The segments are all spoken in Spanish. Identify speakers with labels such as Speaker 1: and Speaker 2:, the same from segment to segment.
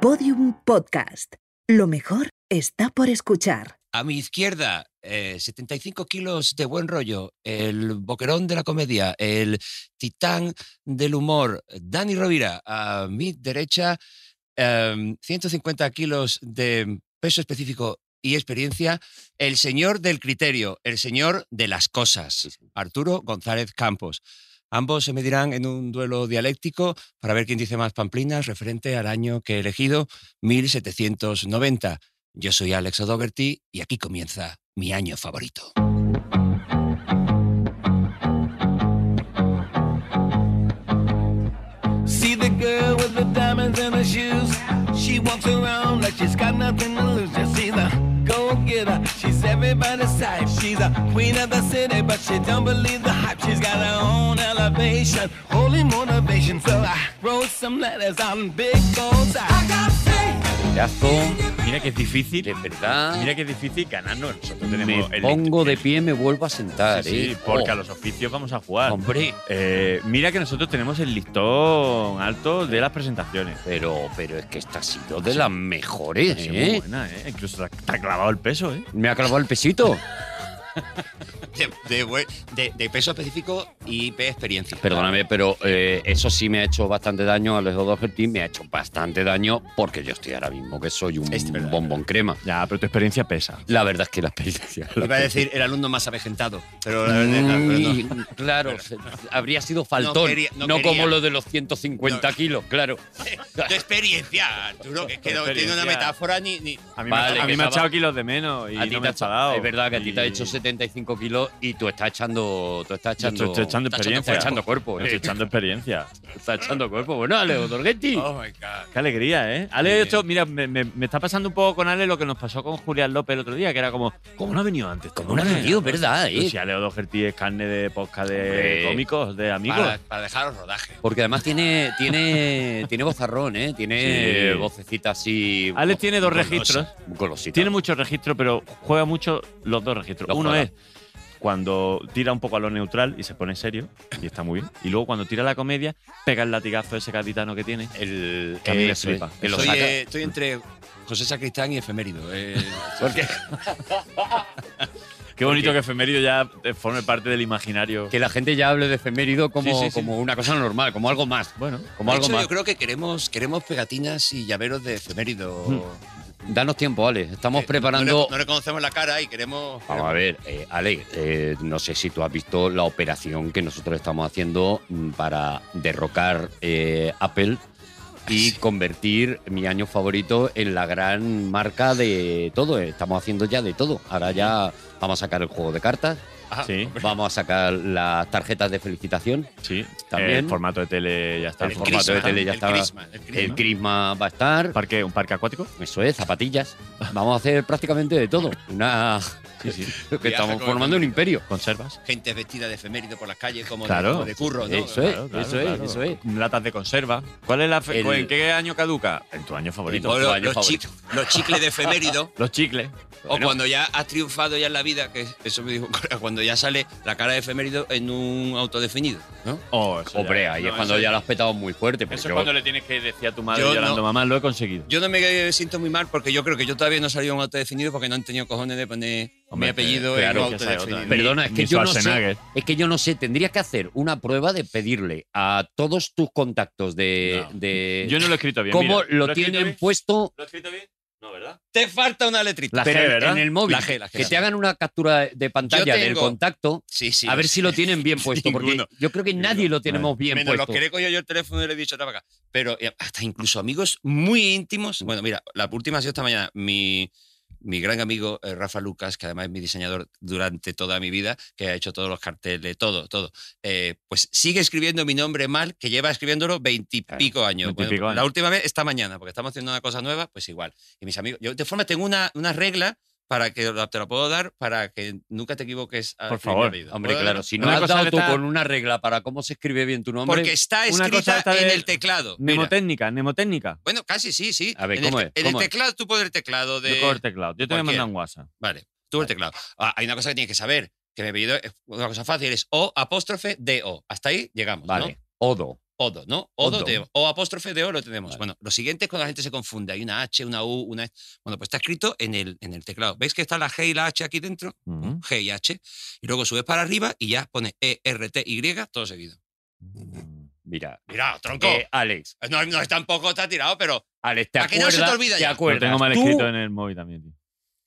Speaker 1: Podium Podcast. Lo mejor está por escuchar.
Speaker 2: A mi izquierda, eh, 75 kilos de buen rollo, el boquerón de la comedia, el titán del humor, Dani Rovira. A mi derecha, eh, 150 kilos de peso específico y experiencia, el señor del criterio, el señor de las cosas, Arturo González Campos. Ambos se medirán en un duelo dialéctico para ver quién dice más pamplinas referente al año que he elegido, 1790. Yo soy Alex O'Dougherty y aquí comienza mi año favorito.
Speaker 3: See the girl with the diamonds in her shoes. She walks around like she's got nothing to lose. Just see the go getter. She's everybody's type. She's a queen of the city, but she don't believe the hype. She's got her own elevation, holy motivation. So I wrote some letters on big goals. I got faith.
Speaker 4: Pedazo. Mira que es difícil.
Speaker 5: De verdad.
Speaker 4: Mira que es difícil ganarnos. Nosotros
Speaker 5: me
Speaker 4: tenemos el
Speaker 5: pongo de pie, me vuelvo a sentar.
Speaker 4: Sí, sí,
Speaker 5: ¿eh?
Speaker 4: porque
Speaker 5: Oh,
Speaker 4: a los oficios vamos a jugar.
Speaker 5: Hombre,
Speaker 4: Eh, mira que nosotros tenemos el listón alto de las presentaciones.
Speaker 5: pero, pero es que esta ha sido de las mejores.
Speaker 4: Ha sido
Speaker 5: ¿eh?
Speaker 4: muy buena, ¿eh? Incluso te ha- te ha clavado el peso, ¿eh?
Speaker 5: Me ha clavado el pesito.
Speaker 2: De, de buen- de- de peso específico y de experiencia.
Speaker 5: Perdóname, pero eh, eso sí me ha hecho bastante daño a los dos team Me ha hecho bastante daño porque yo estoy ahora mismo que soy un
Speaker 2: Es verdad.
Speaker 5: bombón crema.
Speaker 4: Ya, pero tu experiencia pesa.
Speaker 5: La verdad es que la experiencia.
Speaker 2: Iba a decir el alumno más avejentado, pero la verdad, la verdad no.
Speaker 5: Mm, Claro, se- habría sido faltón. No,
Speaker 2: quería- no quería.
Speaker 5: como lo de los 150
Speaker 2: No.
Speaker 5: kilos, claro.
Speaker 2: De experiencia, Arturo, que, es que no
Speaker 4: De
Speaker 2: tiene una
Speaker 4: experiencia.
Speaker 2: metáfora ni. ni-
Speaker 4: A mí
Speaker 5: Vale,
Speaker 4: me, ha- a
Speaker 5: que
Speaker 4: mí me ha
Speaker 5: estaba-
Speaker 4: echado kilos de menos y
Speaker 5: A ti
Speaker 4: no
Speaker 5: te
Speaker 4: me
Speaker 5: ha
Speaker 4: ha
Speaker 5: hecho-
Speaker 4: enfadado.
Speaker 5: Es verdad que a ti te ha
Speaker 4: Y-
Speaker 5: hecho 75 kilos y tú estás echando. Tú estás
Speaker 4: Yo
Speaker 5: echando.
Speaker 4: estoy- estoy echando
Speaker 5: estás
Speaker 4: experiencia.
Speaker 5: Estás echando cuerpo.
Speaker 4: Me Estoy
Speaker 5: ¿eh?
Speaker 4: echando experiencia.
Speaker 5: Está echando cuerpo. Bueno, Ale Dorgetti.
Speaker 2: Oh my God.
Speaker 4: Qué alegría, ¿eh? Ale,
Speaker 2: Bien.
Speaker 4: esto, mira, me, me- me está pasando un poco con Ale lo que nos pasó con Julián López el otro día, que era como, ¿cómo no ha venido antes?
Speaker 5: Como una tío, ¿verdad? eh?
Speaker 4: Pero Si Ale O'Doherty es carne de podcast de
Speaker 5: Hombre.
Speaker 4: cómicos, de amigos.
Speaker 2: Para, para dejaros rodaje.
Speaker 5: Porque además tiene, tiene, tiene vozarrón, ¿eh? Tiene
Speaker 4: Sí.
Speaker 5: vocecita así.
Speaker 4: Ale
Speaker 5: go-
Speaker 4: tiene dos
Speaker 5: golosa,
Speaker 4: registros.
Speaker 5: golosita.
Speaker 4: Tiene muchos registros, pero juega mucho los dos registros.
Speaker 5: Los
Speaker 4: Uno
Speaker 5: juega.
Speaker 4: es cuando tira un poco a lo neutral y se pone serio, y está muy bien. Y luego cuando tira la comedia, pega el latigazo ese gaditano que
Speaker 5: Eh,
Speaker 4: tiene.
Speaker 2: El,
Speaker 4: Que a mí me
Speaker 2: eso es.
Speaker 4: flipa.
Speaker 5: Que lo
Speaker 2: Soy,
Speaker 5: saca.
Speaker 2: eh, estoy entre José Sacristán y Efemérido. eh.
Speaker 5: Porque
Speaker 4: Qué bonito que Efemérido ya eh, forme parte del imaginario.
Speaker 5: que la gente ya hable de efemérido como,
Speaker 4: Sí, sí, sí.
Speaker 5: como una cosa normal, como algo más.
Speaker 4: Bueno,
Speaker 5: Como
Speaker 2: de
Speaker 5: algo
Speaker 2: hecho,
Speaker 5: más.
Speaker 2: yo creo que queremos, queremos pegatinas y llaveros de Efemérido.
Speaker 5: Danos tiempo, Ale.
Speaker 2: Eh, No
Speaker 5: Estamos Hmm. preparando.
Speaker 2: le, no le conocemos la cara y queremos.
Speaker 5: Vamos a ver, eh, Ale, eh, no sé si tú has visto la operación que nosotros estamos haciendo mm, para derrocar eh, Apple
Speaker 4: Ah,
Speaker 5: y convertir mi año favorito en la gran marca de todo. Estamos haciendo ya de todo. Ahora ya vamos a sacar el juego de cartas,
Speaker 2: Ah,
Speaker 4: sí,
Speaker 5: vamos a sacar las tarjetas de felicitación,
Speaker 4: sí.
Speaker 5: También.
Speaker 4: El formato de tele ya está.
Speaker 5: El
Speaker 2: el
Speaker 5: formato
Speaker 2: crisma,
Speaker 5: de tele ya
Speaker 2: el
Speaker 5: estaba-
Speaker 2: crisma, el crisma.
Speaker 5: el crisma va a estar,
Speaker 4: Parque, ¿Un parque acuático?
Speaker 5: eso es, zapatillas. Vamos a hacer prácticamente de todo. Una
Speaker 4: Sí, sí.
Speaker 5: que estamos
Speaker 2: con
Speaker 5: formando un
Speaker 2: el-
Speaker 5: imperio.
Speaker 4: ¿Conservas?
Speaker 2: Gente vestida de efemérido por las calles, como,
Speaker 4: Claro.
Speaker 2: de, como de curro, ¿no?
Speaker 5: Eso es, eso es, eso es.
Speaker 4: Latas de conserva. ¿Cuál es la fe-
Speaker 5: El-
Speaker 4: ¿En qué año caduca? En tu año
Speaker 2: Y
Speaker 4: favorito.
Speaker 2: luego
Speaker 5: tu
Speaker 2: los,
Speaker 5: año
Speaker 2: los chi- los chicles de efemérido,
Speaker 4: Los chicles.
Speaker 2: o cuando ya has triunfado ya en la vida, que eso me dijo un colega, cuando ya sale la cara de efemérido en un autodefinido, ¿no?
Speaker 4: Oh, eso ya
Speaker 5: Hombre,
Speaker 4: es.
Speaker 5: ahí
Speaker 4: No,
Speaker 5: es cuando
Speaker 4: eso-
Speaker 5: ya lo has petado muy fuerte. porque
Speaker 4: Eso
Speaker 5: yo-
Speaker 4: es cuando le tienes que decir a tu madre
Speaker 2: Yo
Speaker 4: llorando,
Speaker 2: no-
Speaker 4: mamá, lo he conseguido.
Speaker 2: Yo no me siento muy mal porque yo creo que yo todavía no he salido en un autodefinido porque no han tenido cojones de poner
Speaker 4: Hombre,
Speaker 2: mi apellido
Speaker 4: que- claro,
Speaker 2: en un
Speaker 4: que esa es otra.
Speaker 2: autodefinido.
Speaker 5: Perdona,
Speaker 4: ni-
Speaker 5: es que
Speaker 4: ni
Speaker 5: yo no sé.
Speaker 4: Schwarzenegger.
Speaker 5: Es que yo no sé, tendrías que hacer una prueba de pedirle a todos tus contactos de.
Speaker 4: No.
Speaker 5: de-
Speaker 4: Yo no lo he escrito bien.
Speaker 5: Eh, cómo
Speaker 4: mira.
Speaker 5: lo,
Speaker 4: he escrito
Speaker 5: tienen
Speaker 4: bien?
Speaker 5: puesto
Speaker 4: ¿Lo he escrito bien? No, ¿verdad?
Speaker 2: Te falta una letrita.
Speaker 4: La
Speaker 5: pero
Speaker 4: G,
Speaker 5: en-
Speaker 4: ¿verdad?
Speaker 5: en el móvil.
Speaker 2: La G, la G,
Speaker 5: que
Speaker 2: la
Speaker 5: te
Speaker 2: G.
Speaker 5: hagan una captura de pantalla del
Speaker 2: tengo-
Speaker 5: contacto.
Speaker 2: Sí, sí.
Speaker 5: a ver si lo tienen bien puesto,
Speaker 2: Ninguno.
Speaker 5: porque yo creo que nadie lo tenemos bien
Speaker 2: Menos los
Speaker 5: puesto.
Speaker 2: que le he cogido yo el teléfono y le he dicho otra vaca. Pero eh, hasta incluso amigos muy íntimos. Bueno, mira, la última ha sido esta mañana. Mi, mi gran amigo eh, Rafa Lucas, que además es mi diseñador durante toda mi vida, que ha hecho todos los carteles, todo, todo. eh, pues sigue escribiendo mi nombre mal, que lleva escribiéndolo veintipico años.
Speaker 4: veintipico
Speaker 2: Bueno, La
Speaker 4: años.
Speaker 2: última vez, esta mañana, porque estamos haciendo una cosa nueva, pues igual. Y mis amigos, yo de forma tengo una, una regla para que te la puedo dar, para que nunca te equivoques. al
Speaker 4: Por
Speaker 2: escribir mi
Speaker 4: favor.
Speaker 2: apellido.
Speaker 5: Hombre,
Speaker 2: ¿Puedo
Speaker 5: claro,
Speaker 2: darlo?
Speaker 5: si no
Speaker 4: Una
Speaker 5: has
Speaker 4: cosa
Speaker 5: dado
Speaker 4: que
Speaker 5: tú
Speaker 4: está-
Speaker 5: con una regla para cómo se escribe bien tu nombre.
Speaker 2: Porque está
Speaker 4: una cosa
Speaker 2: escrita
Speaker 4: está
Speaker 2: en
Speaker 4: de-
Speaker 2: el teclado. Mira.
Speaker 4: Mnemotécnica, mnemotécnica.
Speaker 2: Bueno, casi sí, sí.
Speaker 5: A ver,
Speaker 2: En el
Speaker 5: ¿cómo
Speaker 2: te-
Speaker 5: es?
Speaker 2: En el
Speaker 5: ¿Cómo es?
Speaker 2: teclado, tú pones el teclado
Speaker 4: Yo cojo el
Speaker 2: de.
Speaker 4: teclado. Yo te voy a
Speaker 2: cualquiera.
Speaker 4: mandar un WhatsApp.
Speaker 2: Vale, tú el teclado. Ah, hay una cosa que tienes que saber, que me he pedido es una cosa fácil, es O apóstrofe D O. Hasta ahí llegamos.
Speaker 5: Vale. Odo.
Speaker 2: ¿no? Odo, ¿no? Odo,
Speaker 5: Odo.
Speaker 2: tenemos. O apóstrofe de O lo tenemos.
Speaker 5: Vale.
Speaker 2: Bueno, lo siguiente es cuando la gente se confunde. Hay una H, una U, una... Bueno, pues está escrito en el, en el teclado. ¿Veis que está la G y la H aquí dentro?
Speaker 5: Mm.
Speaker 4: Ujú.
Speaker 2: G y H. Y luego subes para arriba y ya pone E, R, T, Y, todo seguido.
Speaker 5: Mira,
Speaker 2: Mira, tronco.
Speaker 5: eh, Alex,
Speaker 2: no, no es tampoco está tirado, pero
Speaker 5: Alex, ¿te
Speaker 2: ¿A que
Speaker 5: acuerdas?
Speaker 2: no se te olvida
Speaker 5: ¿Te
Speaker 2: ya? Lo
Speaker 4: Lo
Speaker 5: acuerdas?
Speaker 4: tengo mal
Speaker 5: tú?
Speaker 4: escrito en el móvil también, tío.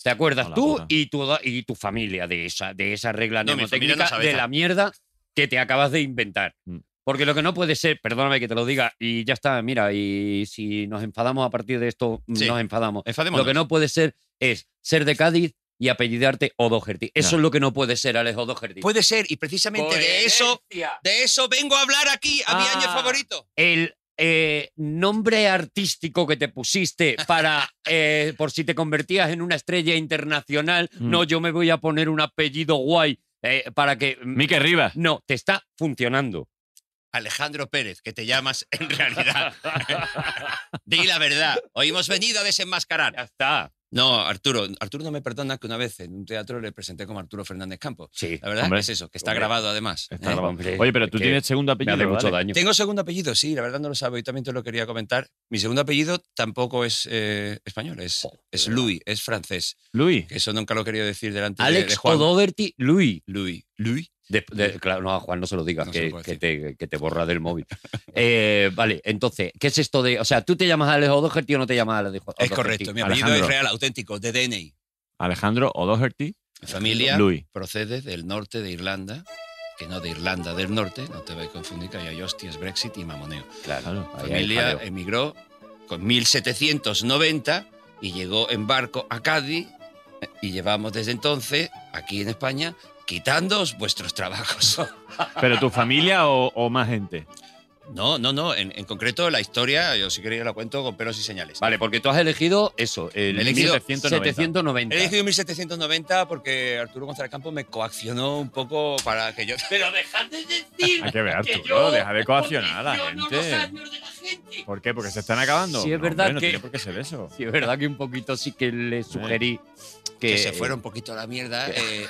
Speaker 5: ¿Te acuerdas
Speaker 4: Hola,
Speaker 5: tú
Speaker 4: puta.
Speaker 5: y, tu, y tu familia de esa, de esa regla
Speaker 2: No, mi familia
Speaker 5: mnemotécnica
Speaker 2: no sabe
Speaker 5: de
Speaker 2: esa.
Speaker 5: la mierda que te acabas de inventar?
Speaker 4: Mm.
Speaker 5: Porque lo que no puede ser, perdóname que te lo diga, y ya está, mira, y si nos enfadamos a partir de esto, mm,
Speaker 2: Sí.
Speaker 5: nos enfadamos.
Speaker 2: enfadémonos.
Speaker 5: Lo que no puede ser es ser de Cádiz y apellidarte O'Doherty. Eso
Speaker 4: Ya.
Speaker 5: es lo que no puede ser, Alex O'Doherty.
Speaker 2: Puede ser, y precisamente de eso,
Speaker 5: Coherencia.
Speaker 2: de eso vengo a hablar aquí, a mi
Speaker 5: Pues, Ah.
Speaker 2: año favorito.
Speaker 5: El eh, nombre artístico que te pusiste para, eh, por si te convertías en una estrella internacional,
Speaker 4: Mm.
Speaker 5: no, yo me voy a poner un apellido guay eh, para que...
Speaker 4: Mike Rivas.
Speaker 5: No, te está funcionando.
Speaker 2: Alejandro Pérez, que te llamas en realidad. Di la verdad. Hoy hemos venido a desenmascarar.
Speaker 5: Ya está.
Speaker 2: No, Arturo, Arturo no me perdona que una vez en un teatro le presenté como Arturo Fernández Campos.
Speaker 5: Sí.
Speaker 2: La verdad
Speaker 4: Hombre.
Speaker 2: es eso, que está
Speaker 5: Hombre.
Speaker 2: grabado además.
Speaker 4: Está
Speaker 2: ¿eh?
Speaker 4: grabado.
Speaker 5: hombre,
Speaker 4: Oye, pero tú
Speaker 5: es que
Speaker 4: tienes segundo
Speaker 5: Me
Speaker 4: apellido.
Speaker 5: hace mucho
Speaker 4: ¿vale?
Speaker 5: daño.
Speaker 2: Tengo segundo apellido, sí, la verdad no lo sabe, hoy también te lo quería comentar. Mi segundo apellido tampoco es eh, español, es,
Speaker 5: Joder.
Speaker 2: es Louis, es francés.
Speaker 4: Luis.
Speaker 2: Que eso nunca lo he querido decir delante de- de
Speaker 5: Alex
Speaker 2: Juan.
Speaker 5: O'Doherty, Luis.
Speaker 2: Louis. Louis.
Speaker 5: De- de- claro, no, a Juan no se lo digas,
Speaker 2: No se
Speaker 5: que,
Speaker 2: lo puede
Speaker 5: que te, que te borra del móvil. Eh, vale, entonces, ¿qué es esto de.? O sea, ¿tú te llamas Alex O'Doherty o no te llamas Alex O'Doherty?
Speaker 2: Es correcto, mi apellido
Speaker 4: Alejandro.
Speaker 2: es real, auténtico, de DNI.
Speaker 4: Alejandro O'Doherty.
Speaker 2: Mi familia
Speaker 4: Louis.
Speaker 2: procede del norte de Irlanda, que no de Irlanda del Norte, no te voy a confundir, que ahí hay hostias, Brexit y mamoneo.
Speaker 5: Claro.
Speaker 4: Claro.
Speaker 5: Ahí hay
Speaker 2: familia
Speaker 5: jaleo.
Speaker 2: emigró con 1790 y llegó en barco a Cádiz eh, y llevamos desde entonces aquí en España quitándoos vuestros trabajos.
Speaker 4: eh, ¿Pero tu familia o, o más gente?
Speaker 2: No, no, no, en, en concreto la historia, yo si queréis la cuento con pelos y señales.
Speaker 5: Vale, porque tú has elegido eso, el
Speaker 2: He elegido
Speaker 4: 1790.
Speaker 5: 790.
Speaker 2: He elegido 1790 porque Arturo González Campos me coaccionó un poco para que yo...
Speaker 5: Pero dejad de decir
Speaker 4: Hay que ver,
Speaker 5: que
Speaker 4: Arturo.
Speaker 5: yo
Speaker 4: Deja de coaccionar a la
Speaker 5: condiciono
Speaker 4: gente.
Speaker 5: los años de la gente.
Speaker 4: ¿Por qué? ¿Porque se están acabando?
Speaker 5: Sí, es
Speaker 4: No,
Speaker 5: verdad
Speaker 4: hombre, no
Speaker 5: que-
Speaker 4: tiene por qué ser eso.
Speaker 5: Sí, es verdad que un poquito sí que le sugerí que,
Speaker 2: que
Speaker 5: eh,
Speaker 2: se fuera un poquito a la mierda eh,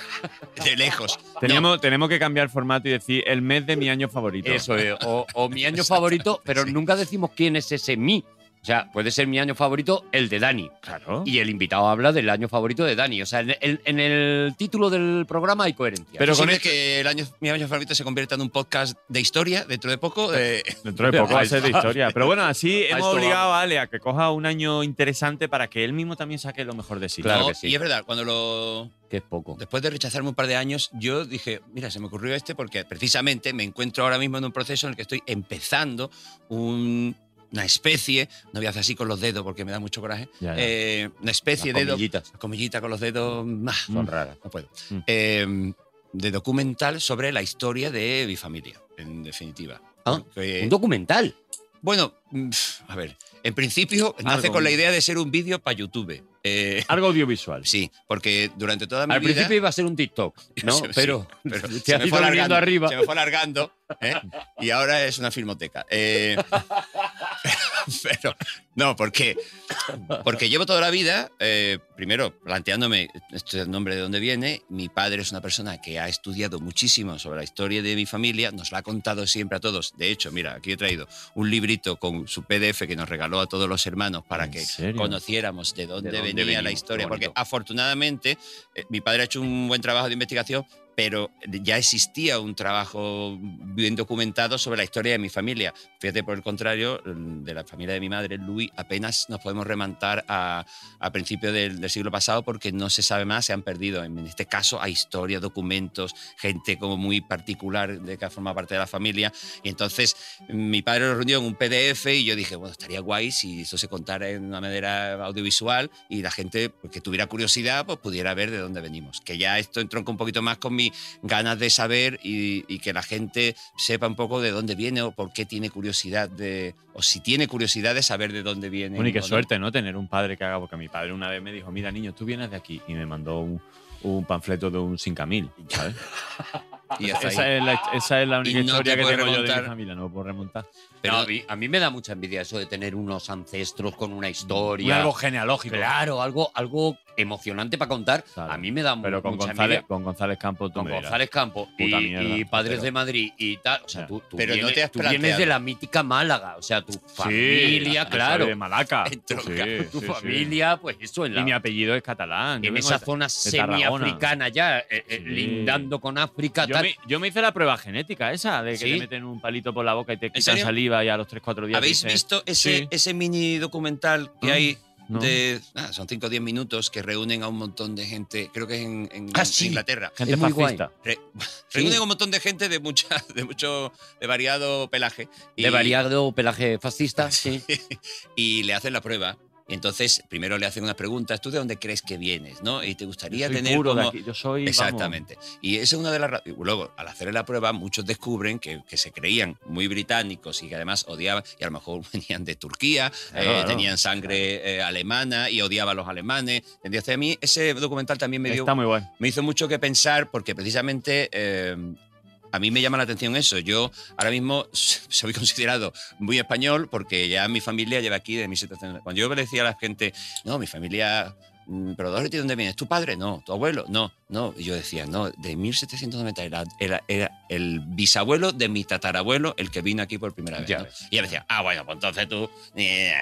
Speaker 2: de lejos.
Speaker 4: Tenemos, tenemos que cambiar formato y decir el mes de mi año favorito.
Speaker 5: Eso es, o, o mi año
Speaker 2: Exactamente,
Speaker 5: favorito, pero
Speaker 2: sí.
Speaker 5: nunca decimos quién es ese mí. O sea, puede ser mi año favorito el de Dani.
Speaker 4: Claro.
Speaker 5: Y el invitado habla del año favorito de Dani. O sea, en el, en el título del programa hay coherencia.
Speaker 4: Pero
Speaker 2: Pero
Speaker 4: con
Speaker 2: con
Speaker 4: esto-
Speaker 2: que el año, mi año favorito se convierta en un podcast de historia dentro de poco. eh,
Speaker 4: Dentro de poco va a
Speaker 5: Ahí
Speaker 4: ser de
Speaker 5: está.
Speaker 4: historia. Pero bueno, así
Speaker 5: A
Speaker 4: hemos
Speaker 5: esto
Speaker 4: obligado a Ale a que coja un año interesante para que él mismo también saque lo mejor de sí.
Speaker 5: Claro
Speaker 2: no,
Speaker 5: que sí.
Speaker 2: Y es verdad, cuando lo
Speaker 5: que es poco.
Speaker 2: después de rechazarme un par de años, yo dije, mira, se me ocurrió este porque precisamente me encuentro ahora mismo en un proceso en el que estoy empezando un- una especie, no voy a hacer así con los dedos porque me da mucho coraje,
Speaker 4: Ya, ya.
Speaker 2: eh, una
Speaker 5: Las
Speaker 2: especie de do-
Speaker 5: comillitas
Speaker 2: comillita con los dedos, bah,
Speaker 5: son raras.
Speaker 2: no puedo,
Speaker 4: Mm.
Speaker 2: Eh, de documental sobre la historia de mi familia, en definitiva.
Speaker 5: Ah,
Speaker 2: Que-
Speaker 5: Un documental.
Speaker 2: Bueno, mm, pf, a ver, en principio nace
Speaker 4: Algo.
Speaker 2: con la idea de ser un vídeo para YouTube. Eh,
Speaker 4: Algo audiovisual.
Speaker 2: sí, porque durante toda mi
Speaker 5: Al
Speaker 2: vida.
Speaker 5: principio iba a ser un TikTok, ¿no?
Speaker 2: Sí, sí,
Speaker 5: pero,
Speaker 2: pero
Speaker 5: te
Speaker 2: se
Speaker 5: has
Speaker 2: me
Speaker 5: ido
Speaker 2: fue
Speaker 5: viniendo
Speaker 2: alargando,
Speaker 5: arriba.
Speaker 2: Se me fue alargando ¿eh? y ahora es una filmoteca. Eh, pero, no, porque, porque llevo toda la vida, eh, primero planteándome este es el nombre de dónde viene. Mi padre es una persona que ha estudiado muchísimo sobre la historia de mi familia, nos la ha contado siempre a todos. De hecho, mira, aquí he traído un librito con su PDF que nos regaló a todos los hermanos para
Speaker 4: ¿En
Speaker 2: que
Speaker 4: serio?
Speaker 2: conociéramos de dónde,
Speaker 5: De dónde
Speaker 2: venía la
Speaker 5: venimos,
Speaker 2: historia,
Speaker 5: qué
Speaker 2: porque
Speaker 5: bonito.
Speaker 2: afortunadamente eh, mi padre ha hecho un buen trabajo de investigación, pero ya existía un trabajo bien documentado sobre la historia de mi familia. Fíjate, por el contrario, de la familia de mi madre, Luis, apenas nos podemos remontar a, a principios del, del siglo pasado porque no se sabe más, se han perdido. En este caso hay historia, documentos, gente como muy particular de que forma parte de la familia. Y entonces mi padre lo reunió en un PDF y yo dije, bueno, estaría guay si eso se contara en una manera audiovisual y la gente pues, que tuviera curiosidad pues pudiera ver de dónde venimos. Que ya esto entronca un poquito más con mis ganas de saber y, y que la gente sepa un poco de dónde viene o por qué tiene curiosidad de, o si tiene curiosidad de saber de dónde viene.
Speaker 4: Bueno, y qué
Speaker 2: o no.
Speaker 4: suerte, ¿no? Tener un padre que haga, porque mi padre una vez me dijo, mira, niño, tú vienes de aquí. Y me mandó un, un panfleto de un 5.000, ¿sabes?
Speaker 2: Y hasta ahí.
Speaker 4: Esa es, la, esa es la única
Speaker 2: Y no
Speaker 4: historia
Speaker 2: te
Speaker 4: que
Speaker 2: puedes
Speaker 4: tengo yo de
Speaker 2: remontar.
Speaker 4: mi familia, no puedo remontar.
Speaker 5: Pero
Speaker 2: Pero-
Speaker 5: a, mí, a mí me da mucha envidia eso de tener unos ancestros con una
Speaker 4: Un
Speaker 5: historia.
Speaker 4: árbol genealógico.
Speaker 5: claro, algo, algo emocionante para contar.
Speaker 4: Claro.
Speaker 5: A mí me da mu-
Speaker 4: Pero con
Speaker 5: mucha
Speaker 4: González,
Speaker 5: envidia.
Speaker 4: con González Campos tú
Speaker 5: Con
Speaker 4: me dirás.
Speaker 5: González Campos y,
Speaker 4: Puta mierda,
Speaker 5: y Padres
Speaker 4: pero-
Speaker 5: de Madrid y tal. O sea,
Speaker 4: Ya.
Speaker 5: tú, tú
Speaker 6: Pero no
Speaker 5: vienes,
Speaker 6: te has
Speaker 5: tú vienes
Speaker 6: planteado.
Speaker 5: de la mítica Málaga. O sea, tu
Speaker 4: Sí, yo
Speaker 5: familia,
Speaker 4: soy
Speaker 5: claro.
Speaker 4: De Malaca.
Speaker 5: entronca
Speaker 4: Sí,
Speaker 5: tu
Speaker 4: sí, sí.
Speaker 5: familia, pues eso en la.
Speaker 4: Y mi apellido es catalán. Yo
Speaker 5: en
Speaker 4: vengo
Speaker 5: esa
Speaker 4: de-
Speaker 5: zona
Speaker 4: Tarragona.
Speaker 5: semiafricana ya, eh, eh,
Speaker 4: Sí.
Speaker 5: lindando con África,
Speaker 4: Yo
Speaker 5: tal.
Speaker 4: me, yo me hice la prueba genética esa, de que
Speaker 5: ¿Sí?
Speaker 4: te meten un palito por la boca y te quitan
Speaker 2: serio?
Speaker 4: saliva y a los 3-4 días.
Speaker 2: ¿Habéis
Speaker 4: te dicen,
Speaker 2: visto ese,
Speaker 4: sí.
Speaker 2: ese mini documental que
Speaker 4: Ah,
Speaker 2: hay
Speaker 4: no.
Speaker 2: de. ah, son 5 o 10 minutos que reúnen a un montón de gente, creo que es en, en
Speaker 5: Ah, sí.
Speaker 2: Inglaterra.
Speaker 4: Gente
Speaker 5: Es muy guay.
Speaker 4: fascista.
Speaker 2: Re-
Speaker 5: Sí.
Speaker 2: Reúnen a un montón de gente de, mucha, de mucho. de variado pelaje.
Speaker 5: De variado pelaje fascista, sí.
Speaker 2: y le hacen la prueba. Y entonces, primero le hacen unas preguntas. ¿Tú de dónde crees que vienes? ¿no? Y te gustaría
Speaker 4: Yo soy
Speaker 2: tener.
Speaker 4: puro de
Speaker 2: como-
Speaker 4: aquí, Yo soy. vamos,
Speaker 2: Exactamente. Y esa es una de las ra- y Luego, al hacer la prueba, muchos descubren que, que se creían muy británicos y que además odiaban, y a lo mejor venían de Turquía,
Speaker 4: Claro,
Speaker 2: eh,
Speaker 4: claro.
Speaker 2: tenían sangre eh, alemana y odiaban a los alemanes. ¿Entendías? A mí ese documental también me, dio,
Speaker 4: Está muy guay.
Speaker 2: me hizo mucho que pensar porque precisamente... eh, a mí me llama la atención eso. Yo ahora mismo soy considerado muy español porque ya mi familia lleva aquí de 1700. Cuando yo le decía a la gente, no, mi familia. mm, Pero Dorothy, ¿dónde vienes? ¿Tu padre? No. ¿Tu abuelo? No, no. Y yo decía, no, de 1790 era, era, era el bisabuelo de mi tatarabuelo el que vino aquí por primera vez.
Speaker 5: Ya
Speaker 2: ¿no? Y ella decía, ah, bueno, pues entonces tú, eh,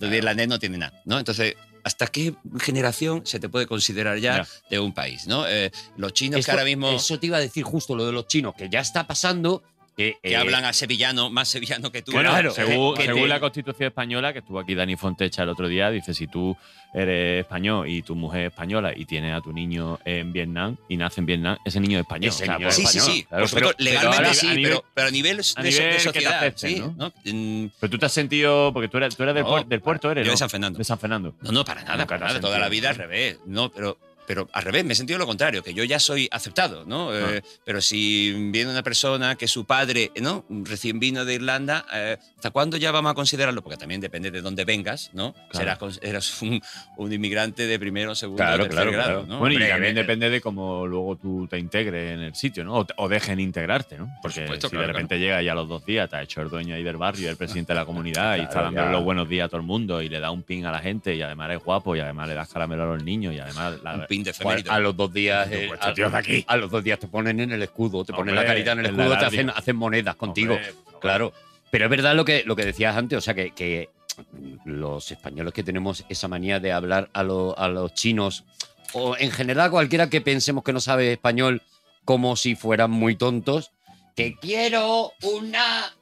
Speaker 2: tú de irlandés no tienes nada. ¿no? Entonces, ¿hasta qué generación se te puede considerar ya,
Speaker 4: Ya.
Speaker 2: de un país? ¿no? Eh, los chinos
Speaker 5: Esto-
Speaker 2: que ahora mismo
Speaker 5: Eso te iba a decir justo lo de los chinos, que ya está pasando. Que,
Speaker 2: que
Speaker 5: eh,
Speaker 2: hablan a sevillano, más sevillano eh, que tú.
Speaker 4: Bueno,
Speaker 5: Claro,
Speaker 4: según,
Speaker 5: que- que
Speaker 4: según
Speaker 5: te-
Speaker 4: la Constitución española, que estuvo aquí Dani Fontecha el otro día, dice, si tú eres español y tu mujer es española y tienes a tu niño en Vietnam y nace en Vietnam, ese niño es español.
Speaker 5: Ese
Speaker 4: O sea,
Speaker 5: niño
Speaker 4: pues,
Speaker 5: es
Speaker 2: Sí, sí,
Speaker 4: español,
Speaker 2: sí.
Speaker 4: claro,
Speaker 2: Por supuesto,
Speaker 4: pero- pero
Speaker 2: legalmente
Speaker 4: ahora
Speaker 2: sí,
Speaker 4: a nivel-
Speaker 2: pero, pero a nivel, de, so- de
Speaker 4: nivel que te
Speaker 2: sociedad.
Speaker 4: acepten,
Speaker 2: sí,
Speaker 4: ¿no?
Speaker 2: ¿no? Mm,
Speaker 4: Pero tú te has sentido, porque tú eres, tú eres del,
Speaker 2: No,
Speaker 4: puer- del puerto, eres,
Speaker 2: Yo
Speaker 4: ¿no?
Speaker 2: de San Fernando.
Speaker 4: De San Fernando.
Speaker 2: No, no, para nada,
Speaker 4: Nunca
Speaker 2: para
Speaker 4: te has
Speaker 2: nada. Toda
Speaker 4: sentido,
Speaker 2: la vida
Speaker 4: ¿no?
Speaker 2: al revés. No, pero, pero al revés, me he sentido lo contrario, que yo ya soy aceptado, ¿no? Eh,
Speaker 4: Ah.
Speaker 2: pero si viene una persona que su padre, ¿no? Recién vino de Irlanda, eh, ¿hasta cuándo ya vamos a considerarlo? Porque también depende de dónde vengas, ¿no? Serás, cons- eras un, un inmigrante de primero, segundo,
Speaker 5: Claro,
Speaker 2: tercer
Speaker 5: claro,
Speaker 2: grado,
Speaker 5: claro.
Speaker 2: ¿no?
Speaker 4: bueno, y
Speaker 5: hombre,
Speaker 4: también
Speaker 5: eh,
Speaker 4: depende de cómo luego tú te integres en el sitio, ¿no? O, te- o dejen integrarte, ¿no? Porque
Speaker 2: supuesto,
Speaker 4: si
Speaker 2: claro,
Speaker 4: de repente llega y a los dos días te ha hecho el dueño ahí del barrio, el presidente de la comunidad y está
Speaker 5: Claro,
Speaker 4: dándole
Speaker 5: ya.
Speaker 4: los buenos días a todo el mundo y le da un pin a la gente y además eres guapo y además le das caramelo a los niños y además... la-
Speaker 2: Un pin de
Speaker 5: Joder,
Speaker 2: efemérido.
Speaker 5: a los dos días. eh,
Speaker 4: supuesto,
Speaker 5: a,
Speaker 4: tío, de aquí.
Speaker 5: a los dos días te ponen en el escudo, te ponen
Speaker 4: Hombre,
Speaker 5: la carita en el
Speaker 4: en la
Speaker 5: escudo, te
Speaker 4: heráldica.
Speaker 5: hacen, hacen monedas contigo.
Speaker 4: Hombre,
Speaker 5: claro. Pero es verdad lo que, lo que decías antes, o sea, que, que los españoles que tenemos esa manía de hablar a, lo- a los chinos, o en general cualquiera que pensemos que no sabe español, como si fueran muy tontos, que quiero una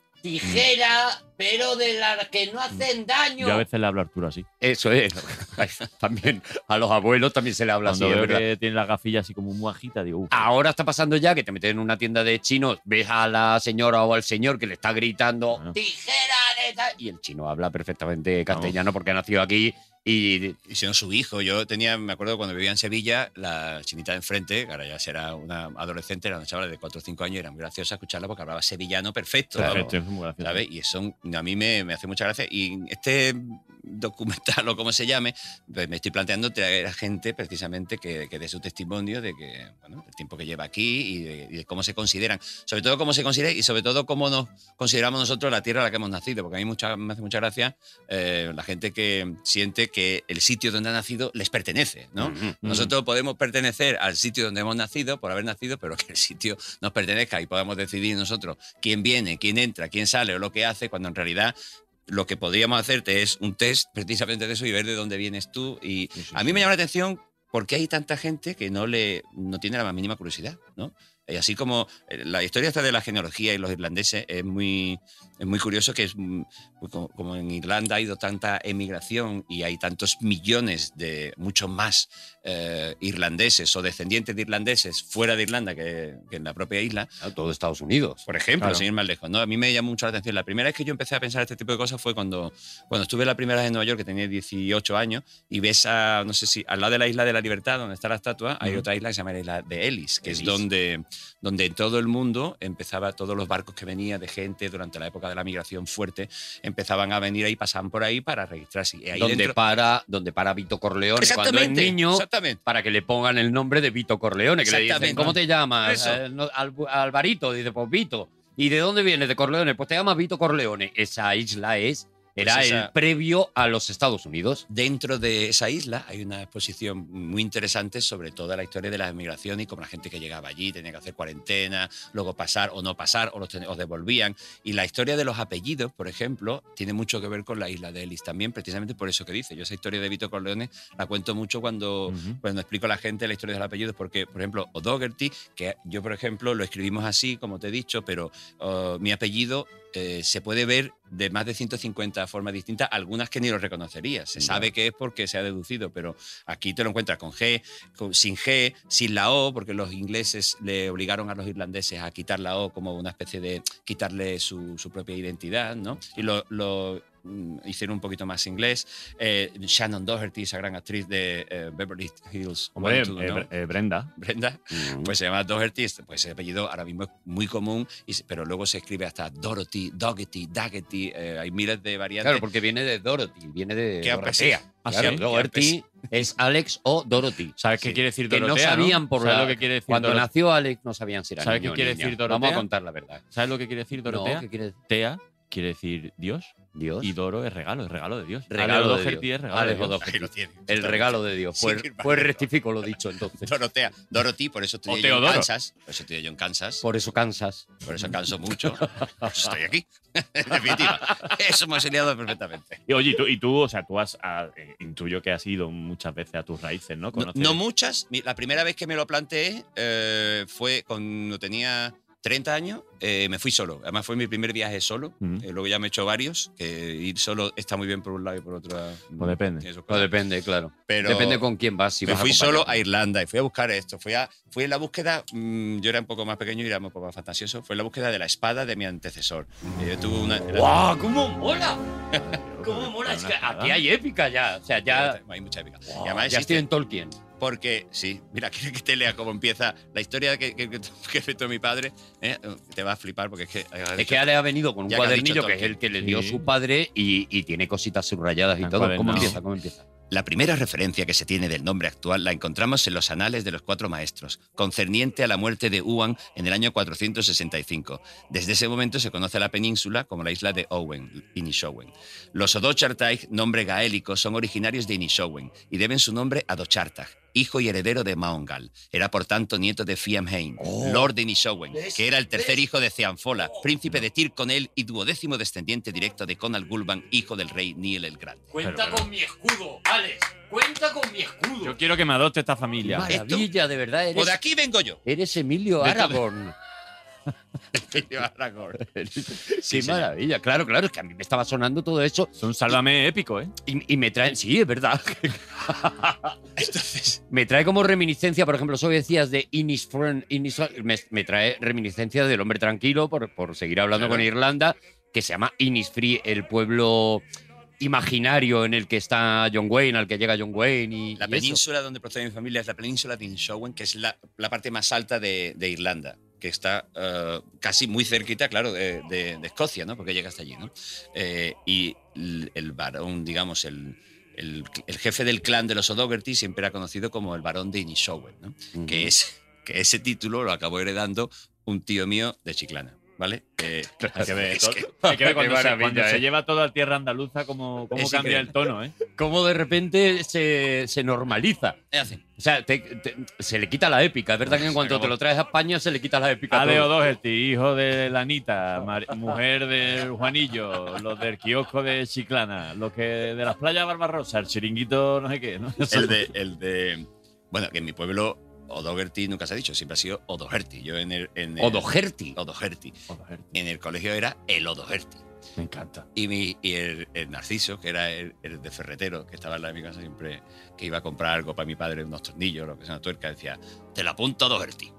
Speaker 5: tijera, pero de las que no hacen daño.
Speaker 4: Yo a veces le hablo a Arturo así.
Speaker 5: Eso es. también a los abuelos también se le habla
Speaker 4: Cuando
Speaker 5: así, es
Speaker 4: veo
Speaker 5: verdad. Ah,
Speaker 4: que tiene las gafillas así como muy bajitas, digo, "Uf".
Speaker 5: Ahora está pasando ya que te metes en una tienda de chinos, ves a la señora o al señor que le está gritando
Speaker 4: Claro.
Speaker 5: tijera de tal", Y el chino habla perfectamente castellano porque ha nacido aquí y
Speaker 2: Y si no, su hijo. Yo tenía, me acuerdo cuando vivía en Sevilla, la chinita de enfrente, que ahora ya será una adolescente, era una chavala de 4 o 5 años, y era muy graciosa escucharla porque hablaba sevillano perfecto.
Speaker 5: Claro.
Speaker 2: vamos,
Speaker 4: Perfecto, es muy gracioso.
Speaker 2: ¿sabes? Y eso a mí me, me hace mucha gracia. Y este documental o como se llame, pues me estoy planteando traer a gente precisamente que, que dé su testimonio de que, bueno, el tiempo que lleva aquí y de, y de cómo se consideran, sobre todo cómo se considera y sobre todo cómo nos consideramos nosotros la tierra a la que hemos nacido, porque a mí mucha, me hace mucha gracia eh, la gente que siente que el sitio donde ha nacido les pertenece, ¿no? Nosotros podemos pertenecer al sitio donde hemos nacido, por haber nacido, pero que el sitio nos pertenezca y podamos decidir nosotros quién viene, quién entra, quién sale o lo que hace, cuando en realidad lo que podríamos hacerte es un test precisamente de eso y ver de dónde vienes tú. Y a mí me llama la atención por qué hay tanta gente que no, le, no tiene la más mínima curiosidad, ¿no? Y así como eh, la historia esta de la genealogía y los irlandeses es muy, es muy curioso que es mm, pues como, como en Irlanda ha ido tanta emigración y hay tantos millones de muchos más eh, irlandeses o descendientes de irlandeses fuera de Irlanda que, que en la propia isla,
Speaker 5: claro, todo Estados Unidos.
Speaker 2: por ejemplo,
Speaker 4: Claro.
Speaker 2: sin ir más lejos. ¿no? A mí me llamó mucho la atención. La primera vez que yo empecé a pensar este tipo de cosas fue cuando, cuando estuve la primera vez en Nueva York, que tenía 18 años, y ves a, no sé si, al lado de la Isla de la Libertad, donde está la estatua, hay
Speaker 4: Ujú.
Speaker 2: otra isla que se llama la Isla de Ellis, que es
Speaker 5: Ellis.
Speaker 2: donde donde en todo el mundo empezaba todos los barcos que venían de gente durante la época de la migración fuerte, empezaban a venir ahí, pasaban por ahí para registrarse. Y ahí
Speaker 5: donde,
Speaker 2: dentro-
Speaker 5: para, donde para Vito Corleone cuando es
Speaker 2: exactamente,
Speaker 5: niño
Speaker 2: exactamente.
Speaker 5: para que le pongan el nombre de Vito Corleone, que le dicen,
Speaker 2: Exactamente.
Speaker 5: ¿cómo te llamas?
Speaker 2: Eso.
Speaker 5: Eh, no, Al- Alvarito, dice, pues Vito. ¿Y de dónde vienes? De Corleone. Pues te llamas Vito Corleone. Esa isla es, era
Speaker 2: Pues esa-
Speaker 5: el previo a los Estados Unidos.
Speaker 2: Dentro de esa isla hay una exposición muy interesante sobre toda la historia de la emigración y cómo la gente que llegaba allí tenía que hacer cuarentena, luego pasar o no pasar, o los, ten- os devolvían. Y la historia de los apellidos, por ejemplo, tiene mucho que ver con la isla de Ellis también, precisamente por eso que dice. Yo esa historia de Vito Corleone la cuento mucho cuando,
Speaker 4: Ujú.
Speaker 2: cuando pues, explico a la gente la historia de los apellidos, porque, por ejemplo, O'Dougherty, que yo, por ejemplo, lo escribimos así, como te he dicho, pero eh, mi apellido eh, se puede ver de más de 150 formas distintas, algunas que ni lo reconocerías. Se
Speaker 5: Ya.
Speaker 2: sabe que es porque se ha deducido, pero aquí te lo encuentras con G, con- sin G, sin la O, porque los ingleses le obligaron a los irlandeses a quitar la O como una especie de quitarle su, su propia identidad, ¿no? Y lo, lo, mm, hicieron un poquito más inglés. Eh, Shannon Doherty, esa gran actriz de eh, Beverly Hills.
Speaker 4: Hombre,
Speaker 2: 102,
Speaker 4: eh,
Speaker 2: ¿no?
Speaker 4: Bre- eh, Brenda.
Speaker 2: Brenda,
Speaker 5: Mm.
Speaker 2: pues se llama Doherty, este, pues ese apellido ahora mismo es muy común, y se- pero luego se escribe hasta Dorothy, Doggety, Daggety, eh, hay miles de variantes.
Speaker 5: Claro, porque viene de Dorothy, viene de
Speaker 2: Que a
Speaker 5: Dorotea.
Speaker 2: pesar-
Speaker 5: Claro,
Speaker 2: Ah, sí, que a
Speaker 5: Doherty es Alex o Dorothy.
Speaker 4: ¿Sabes
Speaker 5: Sí.
Speaker 4: qué quiere decir
Speaker 5: Que no
Speaker 4: Dorotea?
Speaker 5: sabían por
Speaker 4: ¿Sabes
Speaker 5: la-
Speaker 4: lo que quiere decir
Speaker 5: Cuando
Speaker 4: Doro-
Speaker 5: nació Alex no sabían si era
Speaker 4: ¿Sabes
Speaker 5: niño
Speaker 4: qué
Speaker 5: o
Speaker 4: quiere
Speaker 5: niña.
Speaker 4: decir
Speaker 5: Vamos a
Speaker 4: Dorotea?
Speaker 5: contar la verdad.
Speaker 4: ¿Sabes lo que quiere decir Dorotea?
Speaker 5: No, ¿qué quiere decir?
Speaker 4: Tea quiere decir Dios
Speaker 5: Dios.
Speaker 4: y Doro es regalo, es regalo de Dios.
Speaker 5: Regalo
Speaker 4: Alex
Speaker 5: de
Speaker 4: Doherty
Speaker 5: Dios.
Speaker 4: es regalo
Speaker 5: Alex
Speaker 4: de Dios.
Speaker 5: Doherty.
Speaker 2: Ahí lo tienes.
Speaker 5: El regalo de Dios.
Speaker 2: Sí,
Speaker 5: Pues,
Speaker 2: vale,
Speaker 5: pues
Speaker 2: no.
Speaker 5: rectifico lo dicho entonces.
Speaker 2: Dorotea, Dorothy, por eso
Speaker 4: O
Speaker 2: estoy yo en
Speaker 4: Teodoro.
Speaker 2: Kansas, por eso estoy yo en Kansas,
Speaker 5: Por eso Kansas.
Speaker 2: por eso canso mucho, por eso estoy aquí, en definitiva. Eso me ha aliado perfectamente.
Speaker 4: Y oye, y tú, y tú, o sea, tú has, ah, eh, intuyo que has ido muchas veces a tus raíces, ¿no?
Speaker 2: No,
Speaker 4: Conoces-
Speaker 2: no muchas. Mi- La primera vez que me lo planteé eh, fue cuando tenía 30 años. eh, me fui solo. Además, fue mi primer viaje solo.
Speaker 4: Mm.
Speaker 2: Eh, luego ya me he hecho varios. Que ir solo está muy bien por un lado y por otro. mm,
Speaker 4: Pues depende.
Speaker 2: eso,
Speaker 5: No,
Speaker 2: claro.
Speaker 5: depende, claro.
Speaker 2: Pero
Speaker 5: depende con quién vas. Si
Speaker 2: me
Speaker 5: vas
Speaker 2: fui
Speaker 5: acompañado.
Speaker 2: solo a Irlanda y fui a buscar esto. Fui, a, fui en la búsqueda, mm, yo era un poco más pequeño y era un poco más fantasioso. Fue en la búsqueda de la espada de mi antecesor. Eh, yo tuve una.
Speaker 5: ¡Guau! ¡Cómo mola!
Speaker 4: Pero
Speaker 5: ¡Cómo mola! Es que
Speaker 4: nada.
Speaker 5: aquí hay épica ya. O sea, ya.
Speaker 2: Hay mucha épica. Y
Speaker 5: Guau,
Speaker 2: además este existe-
Speaker 5: ya estoy en Tolkien.
Speaker 2: Porque, sí, mira, quiere que te lea cómo empieza la historia que, que, que- que inventó mi padre. ¿eh? Te va a flipar porque es que.
Speaker 5: Es que Ale ha venido con un
Speaker 2: Ya que has
Speaker 5: cuadernillo
Speaker 2: dicho
Speaker 5: que es el que le dio
Speaker 4: Sí.
Speaker 5: su padre y, y tiene cositas subrayadas y
Speaker 4: Está
Speaker 5: todo. ¿Cómo
Speaker 4: encuadernado.
Speaker 5: empieza? ¿Cómo empieza?
Speaker 2: La primera referencia que se tiene del nombre actual la encontramos en los anales de los cuatro maestros, concerniente a la muerte de Uan en el año 465. Desde ese momento se conoce a la península como la isla de Owen, Inishowen. Los Odochartaig, nombre gaélico, son originarios de Inishowen y deben su nombre a Dochartag, hijo y heredero de Maongal. Era por tanto nieto de Fiamhain, lord de Inishowen, que era el tercer hijo de Ceanfola, príncipe de Tirconel y duodécimo descendiente directo de Conal Gulban, hijo del rey Niel el Grande.
Speaker 4: Cuenta
Speaker 5: con mi escudo, Alex. Cuenta con mi escudo.
Speaker 4: Yo quiero que me adopte esta familia.
Speaker 5: Maravilla, de verdad.
Speaker 2: O de
Speaker 5: Eres,
Speaker 2: aquí vengo yo.
Speaker 5: eres Emilio
Speaker 2: De todo-
Speaker 5: Aragorn. Sí,
Speaker 2: señor.
Speaker 5: maravilla. Claro, claro. Es que a mí me estaba sonando todo eso
Speaker 4: Es un sálvame épico, ¿eh?
Speaker 5: y, y me traen. Sí, es verdad.
Speaker 2: Entonces,
Speaker 5: Me trae como reminiscencia, por ejemplo, eso que decías de Innisfrone, Innis- me, me trae reminiscencia del hombre tranquilo, por, por seguir hablando con Irlanda, que se llama Innisfree, el pueblo imaginario en el que está John Wayne, al que llega John Wayne y,
Speaker 2: la
Speaker 5: y eso.
Speaker 2: península donde procede mi familia es la península de Inishowen, que es la, la parte más alta de, de Irlanda, que está eh, casi muy cerquita, claro, de, de- de Escocia, ¿no? Porque llega hasta allí, ¿no? Eh, y l- el varón, digamos, el, el- el jefe del clan de los O'Dougherty siempre era conocido como el varón de Inishowen, ¿no?
Speaker 5: Ujú.
Speaker 2: que, es, que ese título lo acabó heredando un tío mío de Chiclana, ¿vale? Eh,
Speaker 4: que ver
Speaker 2: es
Speaker 4: todo.
Speaker 2: que-
Speaker 4: Hay que ver cuando,
Speaker 5: Qué
Speaker 4: se,
Speaker 5: maravilla,
Speaker 4: cuando se
Speaker 5: ¿eh?
Speaker 4: lleva toda a tierra andaluza, cómo, cómo
Speaker 2: Es
Speaker 4: cambia
Speaker 2: increíble.
Speaker 4: el tono, ¿eh?
Speaker 5: Cómo de repente se, se normaliza.
Speaker 2: ¿qué hacen?
Speaker 5: O sea, te- te- se le quita la épica. Es verdad que en cuanto te lo traes a España se le quita la épica. a todo.
Speaker 4: Adeo Doherty, hijo de la Anita, mar- mujer del Juanillo, los del kiosco de Chiclana, los que de las playas Barbarosa, el chiringuito no sé qué, ¿no?
Speaker 2: El de, el de. Bueno, que en mi pueblo O'Dougherty nunca se ha dicho, siempre ha sido O'Doherty. Yo en el. En el-
Speaker 5: O'Doherty.
Speaker 2: O'Doherty.
Speaker 4: Doherty,
Speaker 2: En el colegio era el O'Doherty.
Speaker 4: me encanta.
Speaker 2: Y, mi, y el, el Narciso, que era el, el de ferretero, que estaba en la de mi casa siempre, que iba a comprar algo para mi padre, unos tornillos, lo que sea, una tuerca, decía: Te la apunto a O'Doherty.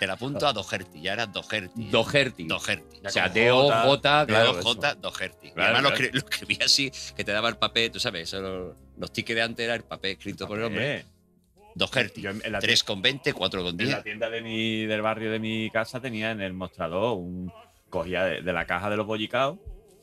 Speaker 2: Te la apunto a Doherty. Ya era Doherty.
Speaker 5: Doherty.
Speaker 2: Doherty.
Speaker 5: O sea,
Speaker 4: con
Speaker 5: D-O-J,
Speaker 4: J,
Speaker 5: claro.
Speaker 2: Claro,
Speaker 5: eso.
Speaker 2: J, Doherty. Y
Speaker 5: Claro,
Speaker 2: además lo
Speaker 5: claro.
Speaker 2: escri- Lo, escribí así, que te daba el papel, tú sabes, eso, los tickets de antes era el papel escrito por el hombre.
Speaker 4: Eh,
Speaker 7: 2 Hz.
Speaker 4: Yo en en la,
Speaker 7: 3,20, 4,10.
Speaker 4: en la tienda de mi, del barrio de mi casa tenía en el mostrador un. Cogía de, de la caja de los bollicaos.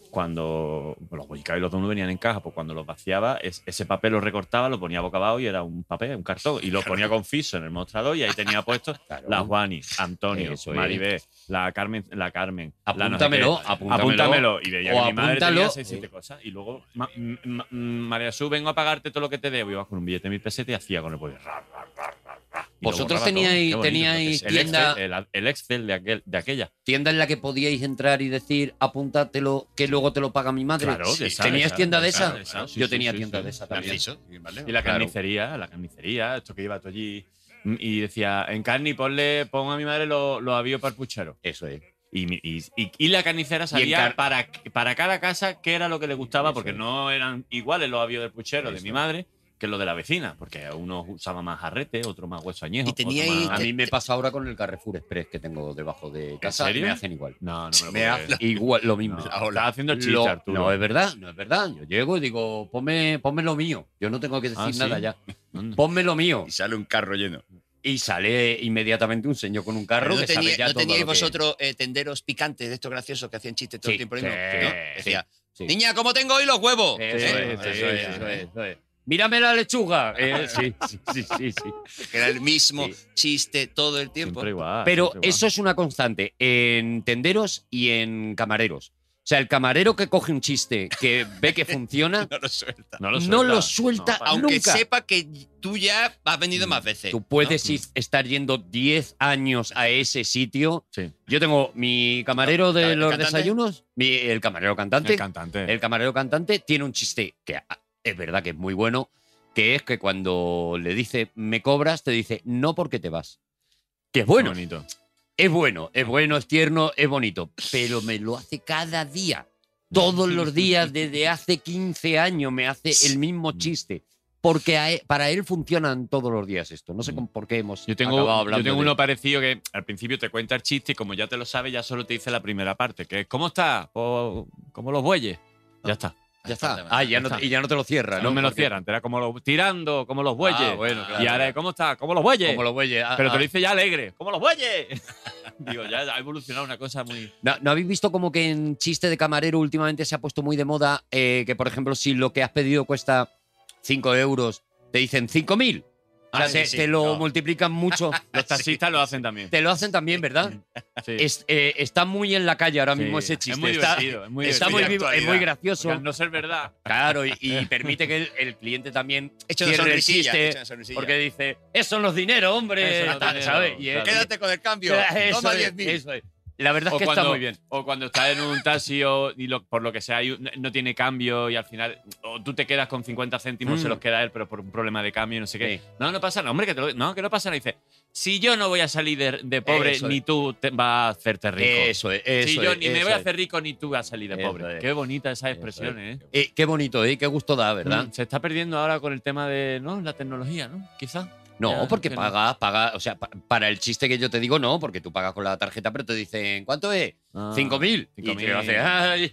Speaker 4: Cuando los bollicaos y los donuts venían en caja, pues cuando los vaciaba, es- ese papel lo recortaba, lo ponía boca abajo y era un papel, un cartón. Y lo ponía con fiso en el mostrador y ahí tenía puestos
Speaker 5: Claro.
Speaker 4: la Juani, Antonio,
Speaker 5: Eso es.
Speaker 4: Maribé, la Carmen, la Carmen. la no sé
Speaker 5: Apúntamelo,
Speaker 4: qué.
Speaker 5: apúntamelo.
Speaker 4: Y veía que
Speaker 5: O
Speaker 4: mi madre
Speaker 5: apúntalo.
Speaker 4: tenía seis, siete cosas. Y luego, ma- m- m- m- María Jesús, vengo a pagarte todo lo que te debo. Ibas con un billete de mil pesetas y hacía con el pollo. Ra, ra, ra, ra, ra. Y lo
Speaker 5: Vosotros
Speaker 4: borraba todo.
Speaker 5: teníais-
Speaker 4: Qué bonito,
Speaker 5: teníais
Speaker 4: el Excel,
Speaker 5: tienda-
Speaker 4: el, el Excel de, aquel, de aquella.
Speaker 5: Tienda en la que podíais entrar y decir, apúntatelo, que luego te lo paga mi madre.
Speaker 4: Claro, de esa,
Speaker 5: ¿Tenías
Speaker 4: esa,
Speaker 5: tienda de
Speaker 4: esa,
Speaker 5: esa?
Speaker 4: de esa, sí,
Speaker 5: Yo
Speaker 4: sí,
Speaker 5: tenía
Speaker 4: sí,
Speaker 5: tienda
Speaker 4: sí.
Speaker 5: de esa
Speaker 4: La
Speaker 5: también.
Speaker 7: Narciso, ¿vale?
Speaker 4: Y la
Speaker 5: Claro.
Speaker 4: carnicería, la carnicería, esto que iba todo allí. Mm, Y decía, en carne, ponle, pon a mi madre los los avíos para el puchero.
Speaker 5: Eso es.
Speaker 4: Y, mi- y- y- y la carnicera sabía
Speaker 5: car-
Speaker 4: para, para cada casa qué era lo que le gustaba,
Speaker 5: Eso
Speaker 4: porque
Speaker 5: es.
Speaker 4: no eran iguales los avíos del puchero de
Speaker 5: Eso
Speaker 4: mi
Speaker 5: es.
Speaker 4: madre que los de la vecina, porque uno usaba más jarrete, otro más hueso añejo.
Speaker 7: Y
Speaker 4: otro
Speaker 7: teníais-
Speaker 5: A
Speaker 4: más-
Speaker 5: mí me pasa ahora con el Carrefour Express que tengo debajo de casa y
Speaker 4: serio?
Speaker 5: me hacen igual.
Speaker 4: No, no me lo
Speaker 5: Me
Speaker 4: puedo
Speaker 5: hacen
Speaker 4: creer.
Speaker 5: igual, lo mismo.
Speaker 4: No, estaba haciendo el chiste,
Speaker 5: Lo-
Speaker 4: Arturo.
Speaker 5: no, es verdad, no es verdad. Yo llego y digo, ponme, ponme lo mío. Yo no tengo que decir
Speaker 4: Ah, ¿sí?
Speaker 5: nada ya.
Speaker 4: Anda.
Speaker 5: Ponme lo mío.
Speaker 7: Y sale un carro lleno.
Speaker 5: Y sale inmediatamente un señor con un
Speaker 7: Pero
Speaker 5: carro
Speaker 7: ¿No,
Speaker 5: que
Speaker 7: tenía-
Speaker 5: sabe ya
Speaker 7: no
Speaker 5: todo
Speaker 7: teníais
Speaker 5: lo que-
Speaker 7: vosotros eh, tenderos picantes de estos graciosos que hacían chistes todo
Speaker 5: Sí,
Speaker 7: el tiempo? lo mismo?
Speaker 5: sí,
Speaker 7: ¿No?
Speaker 5: sí,
Speaker 7: Decía,
Speaker 5: sí.
Speaker 7: niña, ¿cómo tengo hoy los huevos?
Speaker 5: Eso
Speaker 7: ¿Eh?
Speaker 5: es,
Speaker 4: Sí,
Speaker 5: eso es,
Speaker 4: sí,
Speaker 5: eso
Speaker 4: sí.
Speaker 5: es, eso es. Mírame la lechuga. Eh, sí, sí, sí, sí, sí.
Speaker 7: Que Era el mismo chiste todo el tiempo.
Speaker 4: Siempre igual.
Speaker 5: Pero
Speaker 4: siempre igual.
Speaker 5: eso es una constante en tenderos y en camareros. O sea, el camarero que coge un chiste que ve que funciona,
Speaker 7: No lo suelta.
Speaker 4: no lo suelta.
Speaker 5: no lo suelta
Speaker 4: No,
Speaker 5: aún.
Speaker 7: Aunque
Speaker 5: Nunca.
Speaker 7: sepa que tú ya has
Speaker 4: Mm.
Speaker 7: venido más veces.
Speaker 5: tú puedes ir- estar yendo 10 años a ese sitio.
Speaker 4: Sí.
Speaker 5: Yo tengo mi camarero
Speaker 7: ¿El
Speaker 5: de los
Speaker 7: cantante?
Speaker 5: desayunos, mi- el camarero cantante.
Speaker 4: el cantante.
Speaker 5: El camarero cantante tiene un chiste que ah, es verdad que es muy bueno, que es que cuando le dice me cobras, te dice no porque te vas. Que es bueno,
Speaker 4: bonito.
Speaker 5: es bueno, es bueno, es tierno, es bonito, pero me lo hace cada día. Todos los días desde hace 15 años me hace el mismo
Speaker 4: Mm.
Speaker 5: chiste. Porque a e- para él funcionan todos los días esto. No sé con- por qué hemos
Speaker 4: Mm. Yo tengo,
Speaker 5: acabado
Speaker 4: yo
Speaker 5: hablando
Speaker 4: tengo
Speaker 5: de-
Speaker 4: uno parecido que al principio te cuenta el chiste y como ya te lo sabes, ya solo te dice la primera parte, que es ¿cómo está? Pues, ¿Cómo los bueyes? Ya está.
Speaker 5: Ya está. Ah, ya no,
Speaker 4: está.
Speaker 5: y ya no te lo cierra, Ah, ¿no?
Speaker 4: No me lo
Speaker 5: Porque-
Speaker 4: cierran, te era como los, tirando, como los bueyes.
Speaker 5: Ah, bueno, claro.
Speaker 4: y ahora, es, ¿cómo está? ¿Cómo los bueyes?
Speaker 5: Como los bueyes. Ah,
Speaker 4: Pero te
Speaker 5: ah.
Speaker 4: lo dice ya alegre, como los bueyes. Digo, ya ha evolucionado una cosa muy.
Speaker 5: ¿No, no habéis visto como que en chiste de camarero últimamente se ha puesto muy de moda eh, que, por ejemplo, si lo que has pedido cuesta 5 euros, te dicen 5.000? O sea,
Speaker 7: Ah, sí,
Speaker 5: te,
Speaker 7: sí,
Speaker 5: te lo
Speaker 7: no.
Speaker 5: multiplican mucho.
Speaker 4: Los taxistas lo hacen también.
Speaker 5: Te lo hacen también, ¿verdad?
Speaker 4: Sí.
Speaker 5: Es- eh, está muy en la calle ahora
Speaker 4: Sí.
Speaker 5: mismo ese chiste.
Speaker 4: Es muy
Speaker 5: está
Speaker 4: divertido. Es muy
Speaker 5: está muy
Speaker 4: divertido.
Speaker 5: vivo, es muy gracioso.
Speaker 4: Porque al no ser verdad.
Speaker 5: Claro, y, y permite que el, el cliente también
Speaker 7: Hecho una
Speaker 5: cierre el
Speaker 7: sonrisilla.
Speaker 5: chiste,
Speaker 7: hecho una sonrisilla.
Speaker 5: porque dice, esos son los dineros, hombre.
Speaker 4: Eso no
Speaker 5: tal,
Speaker 4: dinero,
Speaker 5: ¿sabes? Y es-
Speaker 4: claro.
Speaker 7: Quédate con el cambio.
Speaker 5: Eso
Speaker 7: Toma
Speaker 5: es,
Speaker 7: 10.000.
Speaker 5: eso es. La verdad es que está muy bien.
Speaker 4: o cuando estás en un taxi o, y lo- por lo que sea hay un- no tiene cambio y al final o tú te quedas con 50 céntimos,
Speaker 5: Mm.
Speaker 4: se los queda él, pero por un problema de cambio y no sé qué.
Speaker 5: Sí.
Speaker 4: No, no pasa nada, hombre, que te lo, no, que no pasa nada. Dice, si yo no voy a salir de, de pobre,
Speaker 5: Eso
Speaker 4: ni tú te- vas a hacerte rico.
Speaker 5: Eso es, eso
Speaker 4: si yo
Speaker 5: es,
Speaker 4: ni me
Speaker 5: eso
Speaker 4: voy a
Speaker 5: es.
Speaker 4: hacer rico, ni tú vas a salir de
Speaker 5: Eso
Speaker 4: pobre.
Speaker 5: es.
Speaker 4: Qué bonita esas
Speaker 5: Eso
Speaker 4: expresiones, ¿eh?
Speaker 5: Eh, qué bonito, ¿eh? Qué gusto da, ¿verdad?
Speaker 4: Mm, Se está perdiendo ahora con el tema de ¿no? la tecnología, ¿no? Quizás.
Speaker 5: No,
Speaker 4: Ya,
Speaker 5: porque
Speaker 4: que no.
Speaker 5: pagas, pagas, o sea, pa- para el chiste que yo te digo, no, porque tú pagas con la tarjeta, pero te dicen, ¿cuánto es?
Speaker 4: Ah,
Speaker 5: 5.000. Y te
Speaker 4: 5.000.
Speaker 5: haces,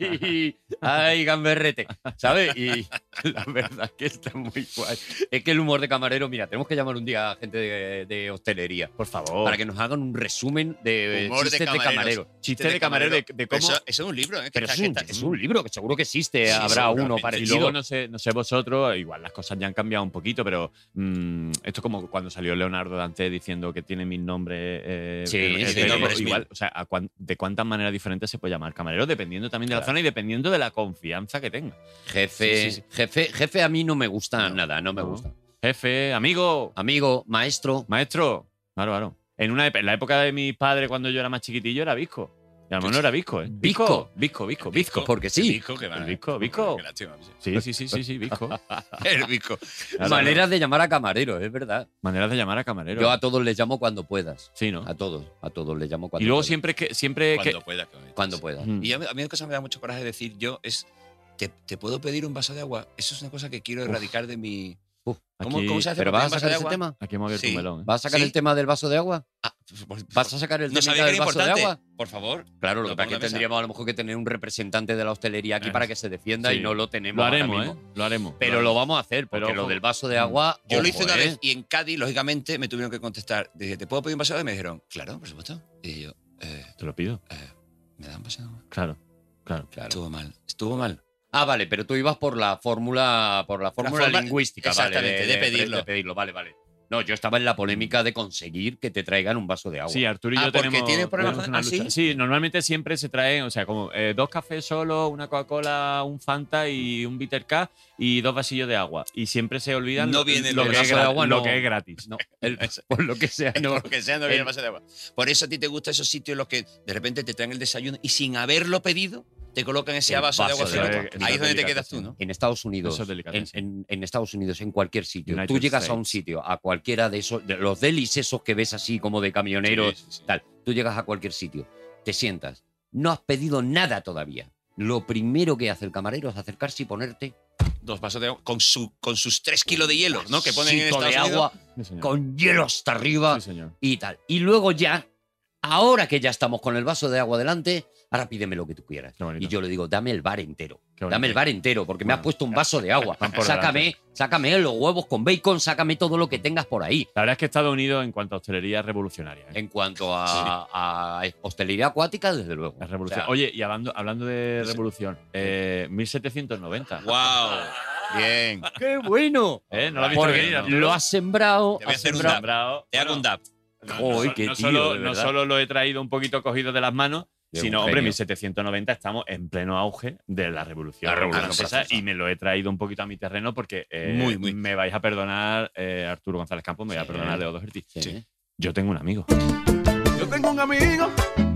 Speaker 5: ay, ay, gamberrete, ¿sabes? Y la verdad es que está muy guay. Es que el humor de camarero, mira, tenemos que llamar un día a gente de, de hostelería
Speaker 4: Por favor.
Speaker 5: para que nos hagan un resumen de eh,
Speaker 7: Humor de
Speaker 5: chistes de
Speaker 7: camareros.
Speaker 5: camarero.
Speaker 4: Chiste de camarero de, de
Speaker 7: Pero
Speaker 4: cómo.
Speaker 7: Eso, eso es un libro, ¿eh? que
Speaker 5: Pero
Speaker 7: está-
Speaker 5: es
Speaker 7: que
Speaker 5: un,
Speaker 7: está-
Speaker 5: es un libro que seguro que existe,
Speaker 7: Sí,
Speaker 5: habrá uno
Speaker 7: seguramente.
Speaker 4: mm. Y
Speaker 5: parecido.
Speaker 4: luego no sé, no sé vosotros, igual las cosas ya han cambiado un poquito, pero mm, esto es como cuando salió Leonardo Dante diciendo que tiene mil nombres. eh,
Speaker 5: Sí,
Speaker 4: eh,
Speaker 5: sí,
Speaker 4: eh,
Speaker 7: nombres
Speaker 4: igual, o sea, a cuán- de cuántas maneras diferentes se puede llamar camarero, dependiendo también de la
Speaker 5: Claro.
Speaker 4: zona y dependiendo de la confianza que tenga.
Speaker 5: Jefe,
Speaker 4: Sí, sí, sí.
Speaker 5: jefe, jefe a mí no me gusta nada, no me
Speaker 4: No.
Speaker 5: gusta.
Speaker 4: Jefe, amigo,
Speaker 5: Amigo, maestro,
Speaker 4: maestro. Claro, claro. En, una, ep- en la época de mis padres, cuando yo era más chiquitillo, era Visco. Y a lo mejor no era Visco, ¿eh?
Speaker 5: Visco.
Speaker 4: Visco, Visco, Visco.
Speaker 5: porque sí.
Speaker 7: Visco, que va.
Speaker 4: El Visco, Visco.
Speaker 7: Qué lástima, sí.
Speaker 4: Sí, sí, sí, sí, sí, Visco.
Speaker 7: El Visco.
Speaker 4: Claro,
Speaker 5: Maneras de llamar a camareros, es verdad.
Speaker 4: Maneras de llamar a camarero.
Speaker 5: Yo a todos les llamo cuando puedas.
Speaker 4: sí, ¿no?
Speaker 5: A todos, a todos les llamo cuando
Speaker 4: Y luego
Speaker 5: puedas.
Speaker 4: siempre que. Siempre que
Speaker 7: Cuando pueda. que-
Speaker 5: Cuando puedas.
Speaker 4: Mm.
Speaker 7: Y a mí, a mí una cosa que me da mucho coraje decir yo es, ¿te, te puedo pedir un vaso de agua? Eso es una cosa que quiero erradicar de mi...
Speaker 5: Uf,
Speaker 7: ¿Cómo,
Speaker 4: aquí-
Speaker 7: cómo se hace
Speaker 5: ¿Pero
Speaker 7: para
Speaker 5: vas a
Speaker 7: pedir un vaso
Speaker 5: sacar
Speaker 7: de
Speaker 5: ese
Speaker 7: agua?
Speaker 5: tema?
Speaker 4: Aquí hemos abierto
Speaker 7: Sí.
Speaker 4: un melón. ¿eh?
Speaker 5: ¿Vas a sacar
Speaker 7: Sí.
Speaker 5: el tema del vaso de agua?
Speaker 7: Ah,
Speaker 5: ¿Vas a sacar el
Speaker 7: No
Speaker 5: temita
Speaker 7: sabía que
Speaker 5: del
Speaker 7: era
Speaker 5: vaso de
Speaker 7: importante.
Speaker 5: agua?
Speaker 7: Por favor.
Speaker 5: Claro,
Speaker 7: Lo
Speaker 5: lo que
Speaker 7: pongo
Speaker 5: pasa es
Speaker 7: en
Speaker 5: que
Speaker 7: la mesa.
Speaker 5: tendríamos a lo mejor que tener un representante de la hostelería aquí
Speaker 4: Eh,
Speaker 5: para que se defienda y
Speaker 4: sí.
Speaker 5: no lo tenemos.
Speaker 4: Lo
Speaker 5: ahora
Speaker 4: haremos, ¿eh?
Speaker 5: mismo.
Speaker 4: Lo haremos.
Speaker 5: Pero lo vamos a hacer, porque
Speaker 4: Pero,
Speaker 5: lo
Speaker 4: ojo.
Speaker 5: del vaso de agua.
Speaker 7: Yo lo
Speaker 5: ojo,
Speaker 7: hice una
Speaker 5: ¿eh?
Speaker 7: vez y en Cádiz, lógicamente, me tuvieron que contestar. Dije, ¿te puedo pedir un vaso de agua? Y me dijeron, claro, por supuesto. Y dije yo, eh,
Speaker 4: Te lo pido.
Speaker 7: eh, ¿me dan vaso de agua?
Speaker 4: Claro, claro.
Speaker 5: Claro.
Speaker 7: Estuvo mal, estuvo mal.
Speaker 5: Ah, vale, pero tú ibas por la fórmula, por la fórmula
Speaker 7: forma-
Speaker 5: lingüística, vale,
Speaker 7: exactamente, de pedirlo.
Speaker 5: De pedirlo, vale, vale. No, yo estaba en la polémica de conseguir que te traigan un vaso de agua.
Speaker 4: Sí, Arturo y
Speaker 7: Ah,
Speaker 4: yo
Speaker 7: porque
Speaker 4: tenemos,
Speaker 7: tiene problemas
Speaker 4: tenemos
Speaker 7: con-
Speaker 4: una
Speaker 7: ¿Ah, sí?
Speaker 4: lucha. Sí, normalmente siempre se traen, o sea, como eh, dos cafés solo, una Coca-Cola, un Fanta y un Bitter K y dos vasillos de agua. Y siempre se olvidan
Speaker 7: No
Speaker 4: lo-
Speaker 7: viene
Speaker 4: lo,
Speaker 7: el
Speaker 4: que,
Speaker 5: vaso
Speaker 4: es
Speaker 5: de
Speaker 4: gra-
Speaker 5: agua,
Speaker 4: lo
Speaker 5: no.
Speaker 4: que es gratis.
Speaker 5: No, el- por lo que sea, no.
Speaker 7: Por lo que sea, no viene el vaso de agua. Por eso a ti te gustan esos sitios en los que de repente te traen el desayuno y sin haberlo pedido, te colocan ese
Speaker 5: El
Speaker 7: vaso, de agua
Speaker 5: vaso de
Speaker 7: frío.
Speaker 5: agua.
Speaker 7: Ahí es donde te
Speaker 4: Delicatessen,
Speaker 7: quedas tú, ¿no?
Speaker 5: En Estados Unidos,
Speaker 4: Eso es
Speaker 5: en,
Speaker 4: delicatessen.
Speaker 5: en- en Estados Unidos, en cualquier sitio,
Speaker 4: United
Speaker 5: tú llegas a
Speaker 4: States.
Speaker 5: un sitio, a cualquiera de esos, de los delis esos que ves así como de camioneros,
Speaker 7: Sí, sí, sí.
Speaker 5: tal, tú llegas a cualquier sitio, te sientas, no has pedido nada todavía. Lo primero que hace el camarero es acercarse y ponerte
Speaker 7: Dos vasos de agua con, su, con sus tres kilos de hielo, ¿no? Que ponen en
Speaker 5: vasito
Speaker 7: Estados
Speaker 5: de
Speaker 7: Unidos.
Speaker 5: agua
Speaker 4: Sí, señor.
Speaker 5: con hielo hasta arriba
Speaker 4: Sí, señor.
Speaker 5: y tal. Y luego ya, ahora que ya estamos con el vaso de agua delante, ahora pídeme lo que tú quieras.
Speaker 4: Qué bonito.
Speaker 5: Y yo le digo, dame el bar entero.
Speaker 4: Qué bonito.
Speaker 5: Dame el bar entero, porque me
Speaker 4: Bueno,
Speaker 5: has puesto un vaso de agua.
Speaker 4: van por
Speaker 5: Sácame, sácame los huevos con bacon, sácame todo lo que tengas por ahí.
Speaker 4: La verdad es que Estados Unidos, en cuanto a hostelería, es revolucionaria. ¿eh?
Speaker 5: En cuanto a, a hostelería acuática, desde luego.
Speaker 4: Es revolución.
Speaker 5: O sea,
Speaker 4: Oye, y hablando, hablando de
Speaker 7: Sí.
Speaker 4: revolución, eh, 1790.
Speaker 7: ¡Wow! Bien.
Speaker 5: ¡Qué bueno!
Speaker 4: ¿Eh? ¿No lo has visto
Speaker 5: Porque
Speaker 4: venir, Arturo?
Speaker 5: lo has sembrado.
Speaker 7: Te voy a
Speaker 5: has
Speaker 7: hacer un
Speaker 5: sembrado-
Speaker 7: dab.
Speaker 4: Bravo.
Speaker 7: Te hago un
Speaker 4: Bueno,
Speaker 7: dap.
Speaker 4: No,
Speaker 5: Uy,
Speaker 4: no,
Speaker 5: qué
Speaker 4: no
Speaker 5: tío,
Speaker 4: solo,
Speaker 5: de
Speaker 4: no
Speaker 5: verdad.
Speaker 4: solo lo he traído un poquito cogido de las manos,
Speaker 5: De
Speaker 4: sino,
Speaker 5: un
Speaker 4: hombre,
Speaker 5: genio.
Speaker 4: 1790 estamos en pleno auge de la Revolución,
Speaker 5: La Revolución
Speaker 4: Francesa
Speaker 5: Francesa.
Speaker 4: y me lo he traído un poquito a mi terreno porque eh,
Speaker 7: Muy, muy.
Speaker 4: me vais a perdonar, eh, Arturo González Campos, me vais
Speaker 5: Sí.
Speaker 4: a perdonar, Leodo Gerti.
Speaker 5: Sí.
Speaker 4: Yo tengo un amigo.
Speaker 8: Yo tengo un amigo,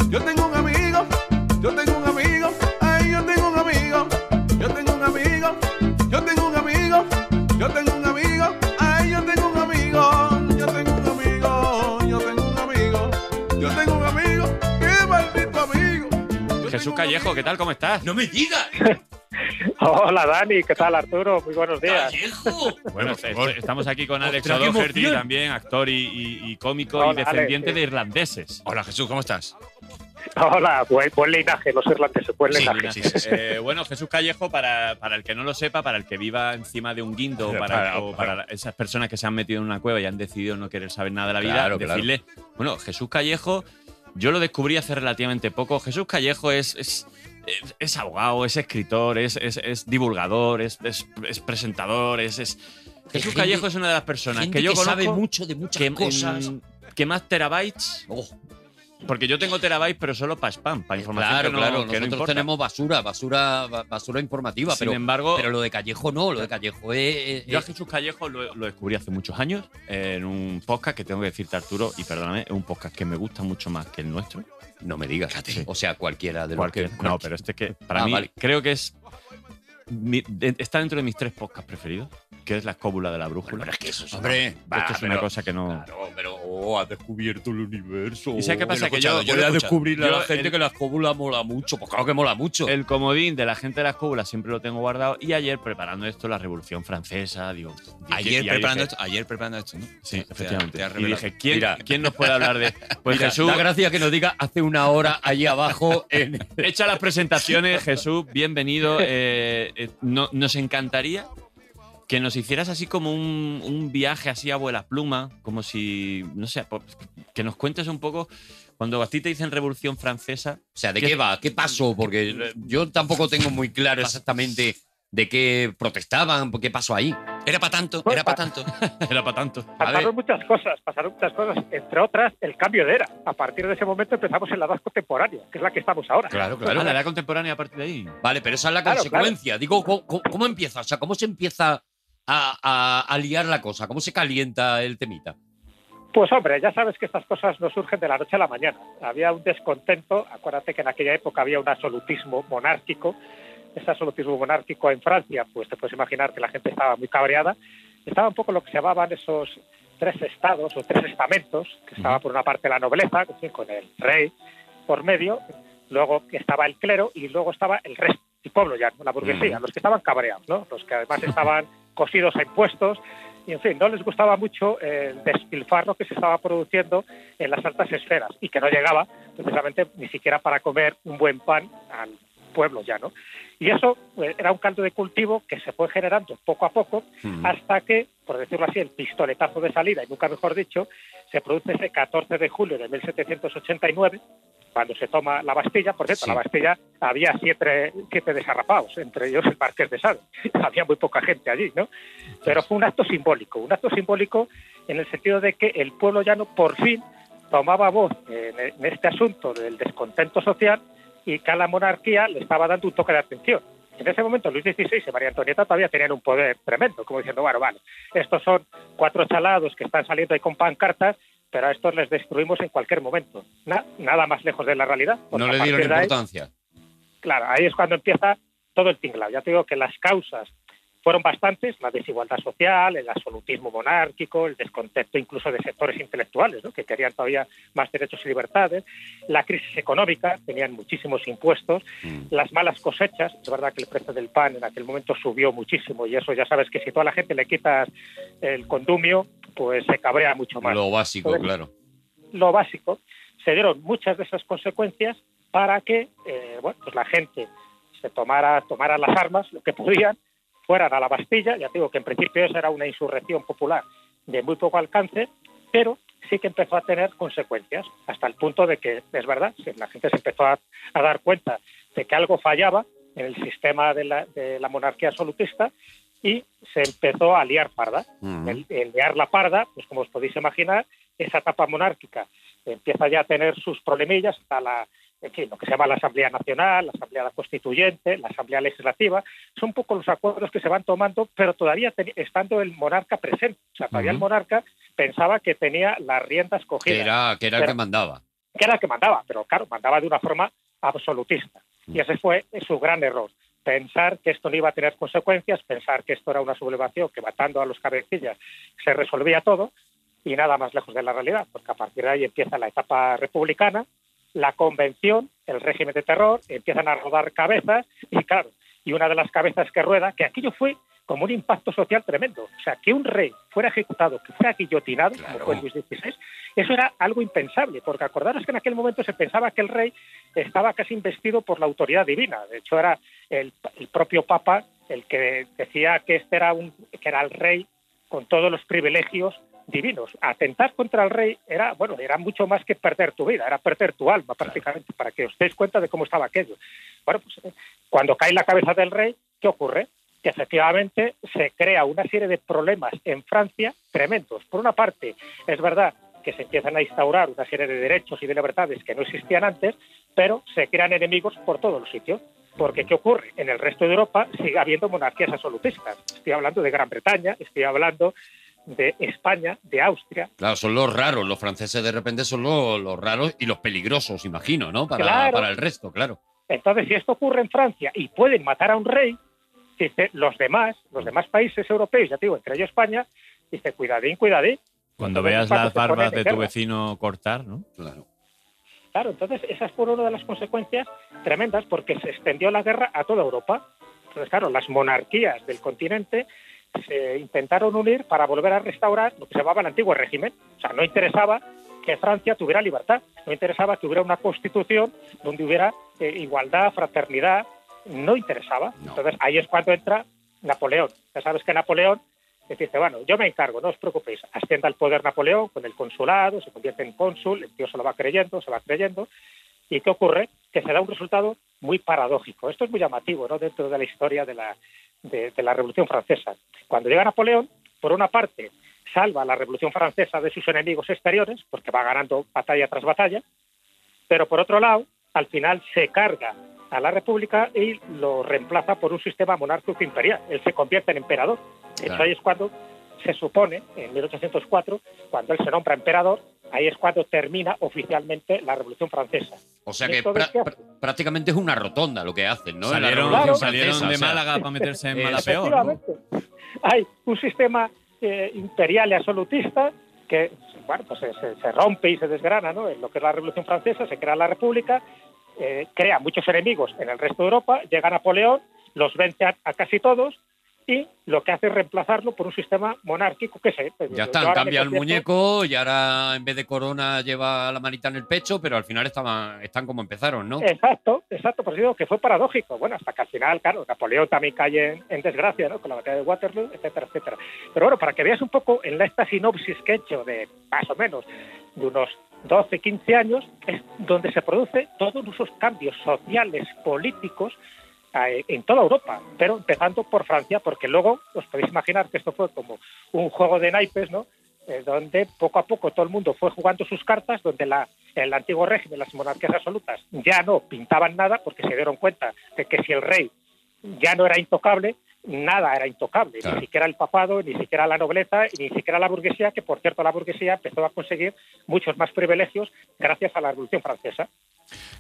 Speaker 8: yo tengo un amigo, yo tengo un amigo, ay, yo tengo un amigo, yo tengo un amigo, yo tengo un amigo, yo tengo un amigo, ay, yo tengo un amigo, yo tengo un amigo, yo tengo un amigo, yo tengo un amigo, qué maldito amigo. Yo tengo
Speaker 4: Jesús
Speaker 8: un
Speaker 4: Callejo, ¿qué tal? ¿Cómo estás?
Speaker 7: ¡No me digas!
Speaker 9: Hola Dani, ¿qué tal Arturo? Muy buenos días.
Speaker 7: ¡Callejo! Por
Speaker 4: Bueno, est-
Speaker 7: favor.
Speaker 4: estamos aquí con Alex
Speaker 7: Ostras, qué
Speaker 4: O'Doherty,
Speaker 7: emoción.
Speaker 4: también actor y, y- y cómico
Speaker 9: Hola,
Speaker 4: y descendiente
Speaker 9: Alex.
Speaker 4: de irlandeses.
Speaker 7: Hola Jesús, ¿cómo estás?
Speaker 9: Hola, buen, buen linaje, los irlandeses, buen
Speaker 7: Sí,
Speaker 9: linaje.
Speaker 7: sí, sí, sí.
Speaker 4: Eh, bueno, Jesús Callejo, para, para el que no lo sepa, para el que viva encima de un guindo, para,
Speaker 7: Para-
Speaker 4: o para la- esas personas que se han metido en una cueva y han decidido no querer saber nada de la vida,
Speaker 5: Claro, claro.
Speaker 4: decirle, bueno, Jesús Callejo, yo lo descubrí hace relativamente poco. Jesús Callejo es, es, es- es abogado, es escritor, es, es- es divulgador, es, es- es presentador, es... es- Jesús
Speaker 5: gente-
Speaker 4: Callejo es una de las personas
Speaker 5: Gente
Speaker 4: que yo conozco
Speaker 5: sabe mucho de muchas
Speaker 4: que,
Speaker 5: cosas.
Speaker 4: mm, que más terabytes,
Speaker 5: Oh,
Speaker 4: porque yo tengo terabytes, pero solo para spam, para información
Speaker 5: claro,
Speaker 4: que no,
Speaker 5: claro.
Speaker 4: que no
Speaker 5: Nosotros
Speaker 4: importa.
Speaker 5: tenemos basura, basura, ba- basura informativa,
Speaker 4: Sin
Speaker 5: pero,
Speaker 4: embargo,
Speaker 5: pero lo de Callejo no, lo de Callejo es. es-
Speaker 4: Yo a
Speaker 5: es-
Speaker 4: Jesús Callejo lo, lo descubrí hace muchos años eh, en un podcast que tengo que decirte, Arturo, y perdóname, es un podcast que me gusta mucho más que el nuestro.
Speaker 5: no me digas.
Speaker 7: Fíjate.
Speaker 5: O sea, cualquiera de los
Speaker 4: Cualquier-
Speaker 5: que.
Speaker 4: no, pero este que para
Speaker 5: Ah,
Speaker 4: mí
Speaker 5: vale.
Speaker 4: creo que es. mi- de- está dentro de mis tres podcasts preferidos, que es La escóbula de la brújula.
Speaker 5: Bueno, pero es que eso es- Ah,
Speaker 7: Hombre,
Speaker 4: Esto es una
Speaker 5: pero-
Speaker 4: cosa que no.
Speaker 5: Claro, pero oh, ha descubierto el universo.
Speaker 4: ¿Y sabes qué
Speaker 5: Oh,
Speaker 4: pasa?
Speaker 5: lo
Speaker 4: Que
Speaker 5: escuchaba,
Speaker 4: yo- yo
Speaker 5: voy
Speaker 4: lo he
Speaker 5: a
Speaker 4: escuchado.
Speaker 5: descubrirle a la
Speaker 4: Yo-
Speaker 5: gente
Speaker 4: el-
Speaker 5: que la escóbula mola mucho. Pues claro que mola mucho.
Speaker 4: El comodín de la gente de la escóbula siempre lo tengo guardado. Y ayer preparando esto, la Revolución Francesa, digo.
Speaker 7: Ayer
Speaker 4: y ahí
Speaker 7: preparando
Speaker 4: dije-
Speaker 7: esto, ayer preparando esto, ¿no?
Speaker 4: Sí,
Speaker 7: Te- te-
Speaker 4: efectivamente.
Speaker 7: te has
Speaker 4: y
Speaker 7: revelado.
Speaker 4: dije, ¿quién,
Speaker 5: Mira.
Speaker 4: ¿quién nos puede hablar de.? Pues
Speaker 5: Mira,
Speaker 4: Jesús.
Speaker 5: Da gracia que nos diga hace una hora allí abajo eh, en.
Speaker 4: Hecha las presentaciones, Jesús, bienvenido. Eh, eh, no- nos encantaría que nos hicieras así como un, un viaje así a vuelas pluma, como si, no sé, po- que nos cuentes un poco, cuando a ti te dicen Revolución Francesa,
Speaker 5: O sea, ¿de
Speaker 4: ¿Qué-
Speaker 5: qué, va? ¿Qué pasó? Porque eh, yo tampoco tengo muy claro exactamente de qué protestaban, qué pasó ahí.
Speaker 7: Era para tanto, era para tanto.
Speaker 4: era para tanto.
Speaker 5: ver.
Speaker 9: Pasaron muchas cosas, pasaron muchas cosas, entre otras el cambio de era. A partir de ese momento empezamos en la edad contemporánea, que es la que estamos ahora.
Speaker 5: Claro,
Speaker 4: Ah, la edad contemporánea a partir de ahí.
Speaker 5: Vale, pero esa es la
Speaker 9: Claro,
Speaker 5: consecuencia. Digo, ¿cómo, cómo- cómo empieza? O sea, ¿cómo se empieza a, a- a liar la cosa? ¿Cómo se calienta el temita?
Speaker 9: Pues hombre, ya sabes que estas cosas no surgen de la noche a la mañana. Había un descontento, acuérdate que en aquella época había un absolutismo monárquico. Ese absolutismo monárquico en Francia, pues te puedes imaginar que la gente estaba muy cabreada. Estaba un poco lo que se llamaban esos tres estados o tres estamentos, que estaba por una parte la nobleza, es decir, con el rey por medio, luego que estaba el clero y luego estaba el resto, el pueblo ya, ¿no? la burguesía, los que estaban cabreados, ¿no? los que además estaban cosidos a impuestos y en fin, no les gustaba mucho el despilfarro que se estaba produciendo en las altas esferas y que no llegaba precisamente ni siquiera para comer un buen pan al pueblo ya, ¿no? Y eso eh, era un caldo de cultivo que se fue generando poco a poco
Speaker 5: Mm.
Speaker 4: Hmm.
Speaker 9: hasta que, por decirlo así, el pistoletazo de salida, y nunca mejor dicho, se produce ese 14 de julio de 1789, cuando se toma la Bastilla. Por cierto,
Speaker 7: Sí.
Speaker 9: la Bastilla había siete, siete desarrapados, entre ellos el Marqués de Sade. había muy poca gente allí, ¿no? Pero fue un acto simbólico, un acto simbólico en el sentido de que el pueblo llano por fin tomaba voz en, en este asunto del descontento social y que a la monarquía le estaba dando un toque de atención. En ese momento Luis XVI y María Antonieta todavía tenían un poder tremendo, como diciendo, bueno, vale, estos son cuatro chalados que están saliendo ahí con pancartas, pero a estos les destruimos en cualquier momento. Na- nada más lejos de la realidad. porque
Speaker 7: No
Speaker 9: pues
Speaker 7: le
Speaker 9: a
Speaker 7: dieron
Speaker 9: partir de ahí-
Speaker 7: importancia.
Speaker 9: claro, ahí es cuando empieza todo el tinglado. Ya te digo que las causas fueron bastantes, la desigualdad social, el absolutismo monárquico, el descontento incluso de sectores intelectuales, ¿no? que querían todavía más derechos y libertades, la crisis económica, tenían muchísimos impuestos, las malas cosechas, es verdad que el precio del pan en aquel momento subió muchísimo y eso ya sabes que si tú a la gente le quitas el condumio, pues se cabrea mucho más
Speaker 5: Hmm. Lo básico,
Speaker 9: Joder.
Speaker 5: claro.
Speaker 9: lo básico, se dieron muchas de esas consecuencias para que eh, bueno, pues la gente se tomara, tomara las armas, lo que podían, fueran a la Bastilla. Ya te digo que en principio eso era una insurrección popular de muy poco alcance, pero sí que empezó a tener consecuencias, hasta el punto de que, es verdad, que la gente se empezó a, a dar cuenta de que algo fallaba en el sistema de la, de la monarquía absolutista y se empezó a liar parda.
Speaker 5: Hmm.
Speaker 9: El, el liar la parda, pues como os podéis imaginar, esa etapa monárquica empieza ya a tener sus problemillas hasta la en fin, lo que se llama la Asamblea Nacional, la Asamblea Constituyente, la Asamblea Legislativa, son un poco los acuerdos que se van tomando, pero todavía teni- estando el monarca presente. O sea, todavía el monarca pensaba que tenía las riendas cogidas
Speaker 5: Que era, que era el
Speaker 9: Pero-
Speaker 5: que mandaba.
Speaker 9: que era el que mandaba, pero claro, mandaba de una forma absolutista. Y ese fue su gran error, pensar que esto no iba a tener consecuencias, pensar que esto era una sublevación, que matando a los cabecillas se resolvía todo, y nada más lejos de la realidad, porque a partir de ahí empieza la etapa republicana, la convención, el régimen de terror, empiezan a rodar cabezas, y claro, y una de las cabezas que rueda, que aquello fue como un impacto social tremendo. O sea, que un rey fuera ejecutado, que fuera guillotinado, como fue Luis XVI, eso era algo impensable, porque acordaros que en aquel momento se pensaba que el rey estaba casi investido por la autoridad divina. De hecho, era el, el propio Papa el que decía que este era un que era el rey con todos los privilegios divinos. Atentar contra el rey era, bueno, era mucho más que perder tu vida, era perder tu alma prácticamente, para que os deis cuenta de cómo estaba aquello. Bueno, pues eh, cuando cae la cabeza del rey, ¿qué ocurre? Que efectivamente se crea una serie de problemas en Francia tremendos. Por una parte, es verdad que se empiezan a instaurar una serie de derechos y de libertades que no existían antes, pero se crean enemigos por todos los sitios. Porque, ¿qué ocurre? En el resto de Europa sigue habiendo monarquías absolutistas. Estoy hablando de Gran Bretaña, estoy hablando de España, de Austria.
Speaker 5: Claro, son los raros. Los franceses de repente son los, los raros y los peligrosos, imagino, ¿no? Para,
Speaker 9: Claro.
Speaker 5: para el resto, claro.
Speaker 9: Entonces, si esto ocurre en Francia y pueden matar a un rey, dice, los demás, los demás países europeos, ya te digo, entre ellos España, dice, cuidadín, cuidadín,
Speaker 4: Cuando veas
Speaker 9: Entonces, Paco
Speaker 4: las
Speaker 9: se pone
Speaker 4: barbas
Speaker 9: de
Speaker 4: de tu
Speaker 9: guerra.
Speaker 4: vecino cortar, ¿no?
Speaker 5: Claro.
Speaker 9: Claro, entonces esa fue una de las consecuencias tremendas porque se extendió la guerra a toda Europa. Entonces, claro, las monarquías del continente se intentaron unir para volver a restaurar lo que se llamaba el antiguo régimen. O sea, no interesaba que Francia tuviera libertad, no interesaba que hubiera una constitución donde hubiera eh, igualdad, fraternidad, no interesaba.
Speaker 5: No.
Speaker 9: Entonces ahí es cuando entra Napoleón. Ya sabes que Napoleón les dice, bueno, yo me encargo, no os preocupéis, ascienda al poder Napoleón con el consulado, se convierte en cónsul, el tío se lo va creyendo, se va creyendo, ¿Y qué ocurre? Que se da un resultado muy paradójico. Esto es muy llamativo ¿no? dentro de la historia de la, de, de la Revolución Francesa. Cuando llega Napoleón, por una parte, salva a la Revolución Francesa de sus enemigos exteriores, porque va ganando batalla tras batalla, pero por otro lado, al final se carga a la República y lo reemplaza por un sistema monárquico imperial. Él se convierte en emperador. De hecho,
Speaker 5: Claro.
Speaker 9: ahí es cuando se supone, en 1804, cuando él se nombra emperador, ahí es cuando termina oficialmente la Revolución Francesa.
Speaker 5: O sea que
Speaker 9: Entonces,
Speaker 5: prá-
Speaker 9: ¿qué
Speaker 5: prá- prácticamente es una rotonda lo que hacen, ¿no? En la
Speaker 4: salieron,
Speaker 5: Revolución
Speaker 4: salieron
Speaker 5: Francesa,
Speaker 4: de
Speaker 5: o sea,
Speaker 4: Málaga para meterse en
Speaker 5: eh,
Speaker 4: Malapeor. ¿no?
Speaker 9: Efectivamente. Hay un sistema eh, imperial y absolutista que bueno, pues se, se- se rompe y se desgrana ¿no? en lo que es la Revolución Francesa, se crea la República, eh, crea muchos enemigos en el resto de Europa, llega Napoleón, los vence a, a casi todos y lo que hace es reemplazarlo por un sistema monárquico que se... pues,
Speaker 5: Ya
Speaker 9: yo
Speaker 5: están,
Speaker 9: ahora me
Speaker 5: cambia el
Speaker 9: convierto-
Speaker 5: muñeco y ahora en vez de corona lleva la manita en el pecho, pero al final estaban, están como empezaron, ¿no?
Speaker 9: Exacto, exacto, por eso digo que fue paradójico. Bueno, hasta que al final, claro, Napoleón también cae en, en desgracia, ¿no? Con la batalla de Waterloo, etcétera, etcétera. Pero bueno, para que veas un poco en la- esta sinopsis que he hecho de más o menos de unos 12, 15 años, es donde se produce todos esos cambios sociales, políticos eh, en toda Europa, pero empezando por Francia, porque luego os podéis imaginar que esto fue como un juego de naipes, ¿no? eh, donde poco a poco todo el mundo fue jugando sus cartas, donde la, el antiguo régimen, las monarquías absolutas, ya no pintaban nada porque se dieron cuenta de que si el rey ya no era intocable, nada era intocable,
Speaker 5: Claro.
Speaker 9: ni siquiera el papado, ni siquiera la nobleza, y ni siquiera la burguesía, que por cierto la burguesía empezó a conseguir muchos más privilegios gracias a la Revolución Francesa.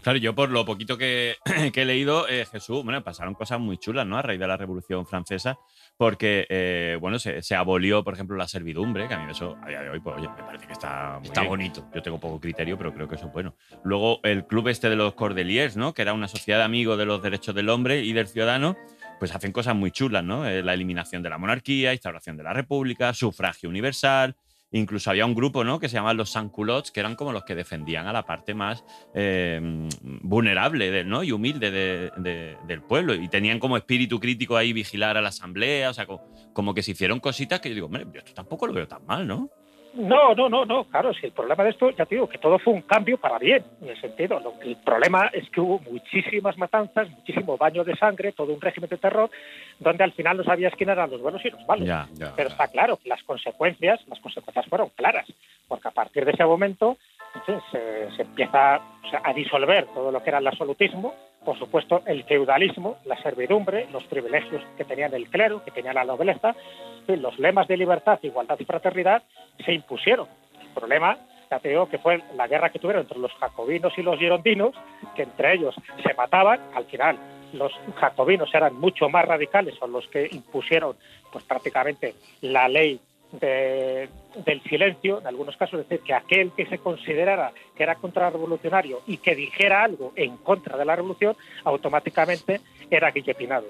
Speaker 4: Claro, yo por lo poquito que, que he leído, eh, Jesús, bueno, pasaron cosas muy chulas, ¿no? A raíz de la Revolución Francesa, porque, eh, bueno, se, se abolió, por ejemplo, la servidumbre, que a mí eso, a día de hoy, pues, oye, me parece que está muy
Speaker 5: Está
Speaker 4: bien.
Speaker 5: bonito.
Speaker 4: Yo tengo poco criterio, pero creo que eso es bueno. Luego, el club este de los Cordeliers, ¿no? Que era una sociedad de amigos de los derechos del hombre y del ciudadano, pues hacen cosas muy chulas, ¿no? Eh, la eliminación de la monarquía, instauración de la república, sufragio universal. Incluso había un grupo, ¿no? Que se llamaban los sans-culottes, que eran como los que defendían a la parte más eh, vulnerable de- ¿no? y humilde de- de- del pueblo. Y tenían como espíritu crítico ahí vigilar a la asamblea, o sea, co- como, que se hicieron cositas que yo digo, "Hombre, yo esto tampoco lo veo tan mal, ¿no?
Speaker 9: No, no, no, no, claro, si el problema de esto, ya te digo, que todo fue un cambio para bien, en el sentido, lo- el problema es que hubo muchísimas matanzas, muchísimo baño de sangre, todo un régimen de terror, donde al final no sabías quién eran los buenos y los malos.
Speaker 4: Ya.
Speaker 9: Pero está claro que las consecuencias, las consecuencias fueron claras, porque a partir de ese momento en fin, se, se empieza o sea, a disolver todo lo que era el absolutismo, por supuesto el feudalismo, la servidumbre, los privilegios que tenían el clero, que tenía la nobleza, en fin, los lemas de libertad, igualdad y fraternidad se impusieron. El problema, ya te digo, que fue la guerra que tuvieron entre los jacobinos y los girondinos, que entre ellos se mataban, al final los jacobinos eran mucho más radicales, son los que impusieron pues prácticamente la ley de- del silencio, en algunos casos, es decir, que aquel que se considerara que era contrarrevolucionario y que dijera algo en contra de la revolución, automáticamente era guillotinado.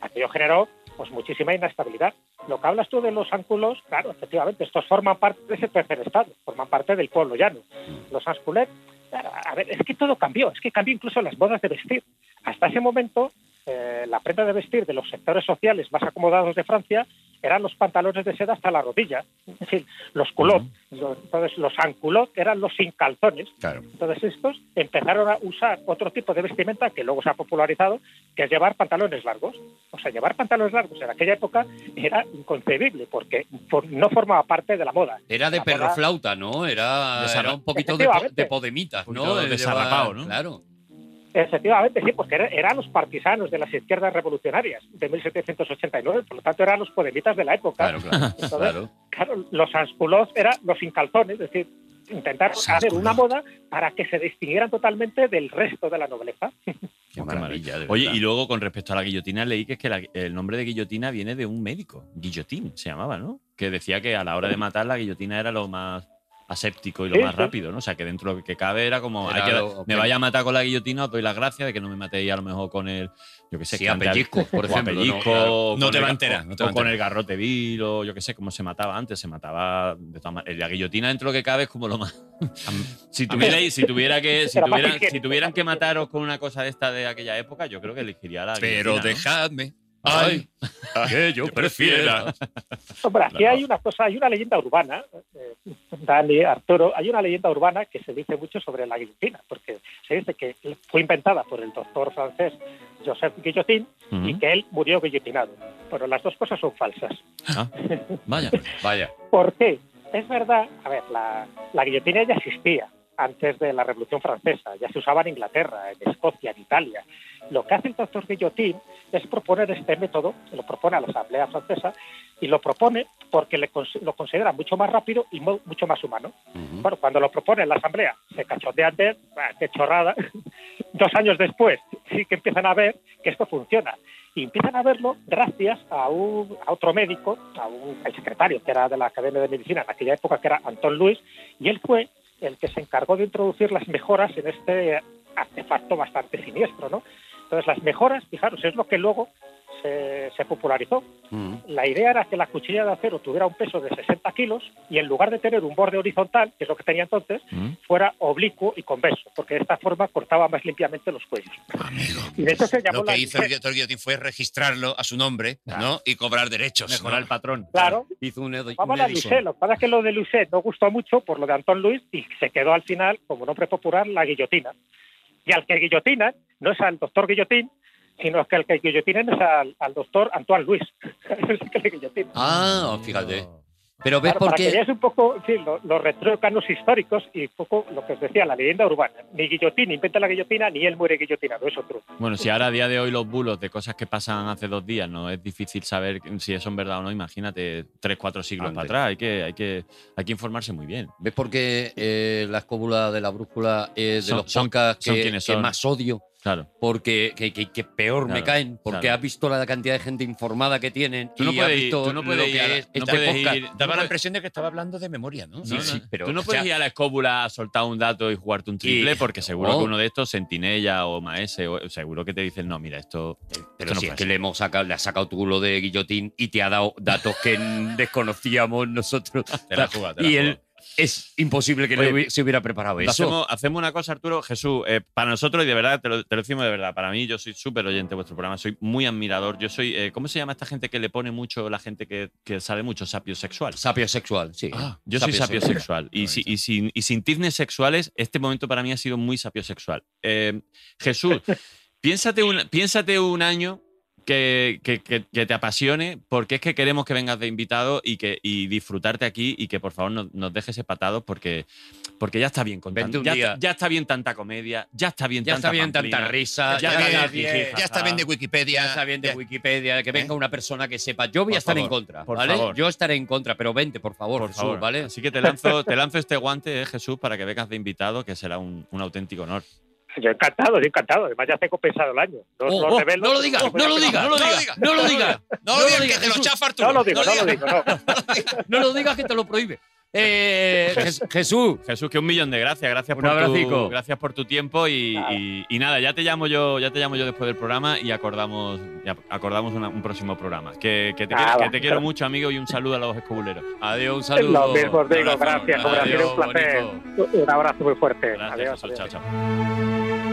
Speaker 9: Aquello generó pues muchísima inestabilidad. Lo que hablas tú de los ánculos, claro, efectivamente, estos forman parte de ese tercer estado, forman parte del pueblo llano. Los ánculos, a ver, es que todo cambió, es que cambió incluso las modas de vestir. Hasta ese momento, eh, la prenda de vestir de los sectores sociales más acomodados de Francia eran los pantalones de seda hasta la rodilla, es decir, los culottes. Los- Entonces, los anculottes eran los sin calzones.
Speaker 5: Claro.
Speaker 9: Entonces, estos empezaron a usar otro tipo de vestimenta que luego se ha popularizado, que es llevar pantalones largos. O sea, llevar pantalones largos en aquella época era inconcebible porque for- no formaba parte de la moda.
Speaker 5: Era de
Speaker 9: La verdad-
Speaker 5: perroflauta, ¿no? Era,
Speaker 4: De sarra-
Speaker 5: era un poquito de, po-
Speaker 9: Efectivamente.
Speaker 5: de podemitas,
Speaker 4: Un
Speaker 5: ¿no?
Speaker 4: poquito de
Speaker 5: llevar-
Speaker 4: sarrapao, ¿no?
Speaker 5: Claro.
Speaker 9: Efectivamente, sí, porque era- eran los partisanos de las izquierdas revolucionarias de 1789, por lo tanto eran los podemitas de la época.
Speaker 5: Claro, claro.
Speaker 9: Entonces,
Speaker 5: claro.
Speaker 9: Claro, los sans-culottes eran los sin calzones, es decir, intentar hacer una moda para que se distinguieran totalmente del resto de la nobleza.
Speaker 5: Qué maravilla, de
Speaker 4: Oye,
Speaker 5: verdad.
Speaker 4: y luego con respecto a la guillotina, leí que es que la- el nombre de guillotina viene de un médico, guillotín se llamaba, ¿no? Que decía que a la hora de matar la guillotina era lo más aséptico y lo
Speaker 9: Sí,
Speaker 4: más
Speaker 9: sí.
Speaker 4: rápido, ¿no? O sea, que dentro de lo que cabe era como,
Speaker 5: Era
Speaker 4: hay que-
Speaker 5: lo-
Speaker 4: me vaya a matar con la guillotina, os doy las gracias de que no me matéis a lo mejor con el, yo qué sé,
Speaker 5: Sí,
Speaker 4: que
Speaker 5: a
Speaker 4: antes-
Speaker 5: pellizcos, por
Speaker 4: o a
Speaker 5: ejemplo, ¿no?
Speaker 4: pellizcos,
Speaker 5: Claro.
Speaker 4: o
Speaker 7: No
Speaker 4: con
Speaker 7: te
Speaker 4: el-
Speaker 7: va entera, no te
Speaker 4: o
Speaker 7: va
Speaker 4: con
Speaker 7: entera.
Speaker 4: el garrote vil, o yo qué sé, como se mataba antes, se mataba de todas maneras. La guillotina dentro de lo que cabe es como lo más si tuvierais, si tuviera que, si
Speaker 9: Era más
Speaker 4: tuvieran,
Speaker 9: higiénico,
Speaker 4: si tuvieran
Speaker 9: más
Speaker 4: que
Speaker 9: higiénico.
Speaker 4: mataros con una cosa de esta de aquella época, yo creo que elegiría la.
Speaker 7: Pero
Speaker 4: guillotina, ¿no?
Speaker 7: dejadme.
Speaker 5: Ay,
Speaker 7: Ay,
Speaker 5: que yo prefiera.
Speaker 9: Hombre, aquí hay una cosa, hay una leyenda urbana, eh, Dani, Arturo, hay una leyenda urbana que se dice mucho sobre la guillotina, porque se dice que fue inventada por el doctor francés Joseph Guillotin
Speaker 4: Ujú.
Speaker 9: y que él murió guillotinado. Pero las dos cosas son falsas.
Speaker 4: Ah, vaya.
Speaker 5: Vaya.
Speaker 9: ¿Por qué? Es verdad, a ver, la, la guillotina ya existía antes de la Revolución Francesa, ya se usaba en Inglaterra, en Escocia, en Italia. Lo que hace el doctor Guillotin es proponer este método, lo propone a la Asamblea Francesa, y lo propone porque le cons- lo considera mucho más rápido y mu- mucho más humano.
Speaker 5: Ujú.
Speaker 9: Bueno, cuando lo propone la Asamblea, se cachondean de él, "Bah, qué chorrada. Dos años después, sí que empiezan a ver que esto funciona. Y empiezan a verlo gracias a, un- a otro médico, a un al secretario que era de la Academia de Medicina en aquella época, que era Antón Luis, y él fue el que se encargó de introducir las mejoras en este artefacto bastante siniestro, ¿no? Entonces, las mejoras, fijaros, es lo que luego se, se popularizó.
Speaker 2: Mm.
Speaker 9: La idea era que la cuchilla de acero tuviera un peso de 60 kilos y en lugar de tener un borde horizontal, que es lo que tenía entonces,
Speaker 2: Mm.
Speaker 9: fuera oblicuo y convexo, porque de esta forma cortaba más limpiamente los cuellos. Y de hecho se llamó
Speaker 2: Lo
Speaker 9: la
Speaker 2: que hizo el director Guillotín fue registrarlo a su nombre ¿no? y cobrar derechos.
Speaker 4: Mejorar
Speaker 2: ¿no?
Speaker 4: el patrón.
Speaker 9: Claro,
Speaker 5: Hizo un, Ed-
Speaker 9: Vamos
Speaker 5: un
Speaker 9: a la
Speaker 5: Edison.
Speaker 9: Lucet, Lo que pasa es que lo de Lucet no gustó mucho por lo de Antón Luis y se quedó al final, como nombre popular, la guillotina. Y al que guillotina no es al doctor Guillotín, sino que al que guillotinan es al, al doctor Antoine Luis. Ese es el que le guillotina.
Speaker 5: Ah, fíjate. Pero ves
Speaker 9: Claro,
Speaker 5: por
Speaker 9: para que
Speaker 5: qué.
Speaker 9: veáis un poco en fin, lo- los retrócanos históricos y un poco lo que os decía, la leyenda urbana. Ni guillotín inventa la guillotina, ni él muere guillotinado, es otro.
Speaker 4: Bueno, si ahora a día de hoy los bulos de cosas que pasan hace dos días no es difícil saber si eso es verdad o no, imagínate tres, cuatro siglos para
Speaker 5: Antes.
Speaker 4: atrás. Hay que, hay, que, hay que informarse muy bien.
Speaker 5: ¿Ves por qué eh, la escóbula de la brújula es de
Speaker 4: Son-
Speaker 5: los
Speaker 4: son-
Speaker 5: podcasts
Speaker 4: son
Speaker 5: que,
Speaker 4: quienes
Speaker 5: que
Speaker 4: son.
Speaker 5: más odio?
Speaker 4: Claro.
Speaker 5: Porque que, que- que peor me
Speaker 4: Claro,
Speaker 5: caen, porque
Speaker 4: claro.
Speaker 5: has visto la cantidad de gente informada que tienen
Speaker 4: Tú no
Speaker 5: y
Speaker 4: puedes
Speaker 5: has
Speaker 4: ir-
Speaker 5: visto
Speaker 4: tú no puedes
Speaker 5: lo que
Speaker 4: ir a la-
Speaker 5: es
Speaker 4: no
Speaker 5: este
Speaker 4: puedes
Speaker 5: podcast.
Speaker 4: ir-
Speaker 2: Daba la
Speaker 4: No, pues-
Speaker 2: impresión de que estaba hablando de memoria, ¿no?
Speaker 5: Sí,
Speaker 4: No, no,
Speaker 5: sí, pero
Speaker 4: Tú no
Speaker 5: o
Speaker 4: puedes
Speaker 5: sea,
Speaker 4: ir a la escóbula a soltar un dato y jugarte un triple,
Speaker 2: Y-
Speaker 4: porque seguro
Speaker 5: no.
Speaker 4: que uno de estos, Sentinella o Maese, o- seguro que te dicen, no, mira, esto.
Speaker 5: Pero
Speaker 4: esto no
Speaker 5: si es
Speaker 4: puede
Speaker 5: que
Speaker 4: ser".
Speaker 5: le hemos sacado, le has sacado tu lo de guillotín y te ha dado datos que n- desconocíamos nosotros.
Speaker 4: Ah,
Speaker 2: Te la has jugado, te la
Speaker 5: y
Speaker 2: has
Speaker 5: él es imposible que
Speaker 4: Oye,
Speaker 5: no hubi- se hubiera preparado eso.
Speaker 4: Pues Hacemos, hacemos una cosa, Arturo. Jesús, eh, para nosotros, y de verdad, te lo, te lo decimos de verdad, para mí, yo soy súper oyente de vuestro programa, soy muy admirador. Yo soy, eh, ¿cómo se llama esta gente que le pone mucho, la gente que, que sabe mucho, sapiosexual?
Speaker 5: Sapio sexual, sí.
Speaker 4: Ah, Yo soy sapiosexual. Y, si- y sin, y sin tiznes sexuales, este momento para mí ha sido muy sapiosexual. Eh, Jesús, piénsate un, piénsate un año que, que- que- que te apasione, porque es que queremos que vengas de invitado y, que, y disfrutarte aquí y que por favor nos, nos dejes empatados porque, porque ya está bien con tan-
Speaker 5: Vente un
Speaker 4: ya,
Speaker 5: día.
Speaker 4: ya está bien tanta comedia, ya está bien
Speaker 5: Ya
Speaker 4: tanta
Speaker 5: está bien tanta
Speaker 4: pamplina.
Speaker 5: risa,
Speaker 4: Ya
Speaker 5: ya,
Speaker 4: está
Speaker 5: está
Speaker 4: bien,
Speaker 5: bien-
Speaker 4: jiji,
Speaker 2: Ya está bien de Wikipedia.
Speaker 5: ya está bien de
Speaker 2: Ya-
Speaker 5: Wikipedia, que venga una persona que sepa. Yo voy
Speaker 4: Ah, ¿Eh? Por
Speaker 5: a estar en
Speaker 4: favor,
Speaker 5: contra,
Speaker 4: por
Speaker 5: ¿vale?
Speaker 4: favor.
Speaker 5: Yo estaré en contra, pero vente, por favor,
Speaker 4: Por
Speaker 5: Jesús,
Speaker 4: favor,
Speaker 5: ¿vale?
Speaker 4: Así que te lanzo, te lanzo este guante, eh, Jesús, para que vengas de invitado, que será un, un auténtico honor.
Speaker 9: Yo encantado, yo encantado. Además ya tengo pensado el año. No,
Speaker 5: Oh,
Speaker 9: no
Speaker 5: oh,
Speaker 9: revelo.
Speaker 5: no lo digas, no lo digas, no lo digas, no lo digas,
Speaker 2: No,
Speaker 5: No lo
Speaker 2: digas
Speaker 5: digas,
Speaker 2: que te lo
Speaker 5: Jesús.
Speaker 2: chafa Arturo.
Speaker 9: No lo digo, no lo
Speaker 2: digas.
Speaker 9: digo, no.
Speaker 5: no lo digas que te lo prohíbe. Eh, Jes- Jesús,
Speaker 4: Jesús, que un millón de gracias. Gracias,
Speaker 5: Un
Speaker 4: por, tu,
Speaker 5: abracico.
Speaker 4: gracias por tu tiempo y, y- y nada, ya te llamo yo, ya te llamo yo después del programa y acordamos, y ac- acordamos una- un próximo programa. Que, que te,
Speaker 9: Nada.
Speaker 4: quiero, que te quiero mucho, amigo, y un saludo a los escobuleros.
Speaker 5: adiós, un
Speaker 9: Es
Speaker 5: saludo.
Speaker 9: Lo mismo os digo,
Speaker 2: Un abrazo,
Speaker 9: gracias, como
Speaker 2: un
Speaker 9: siempre,
Speaker 5: abrazo,
Speaker 9: un placer. Un abrazo muy fuerte.
Speaker 4: Gracias,
Speaker 9: adiós,
Speaker 4: Jesús.
Speaker 9: adiós.
Speaker 4: Chao, chao.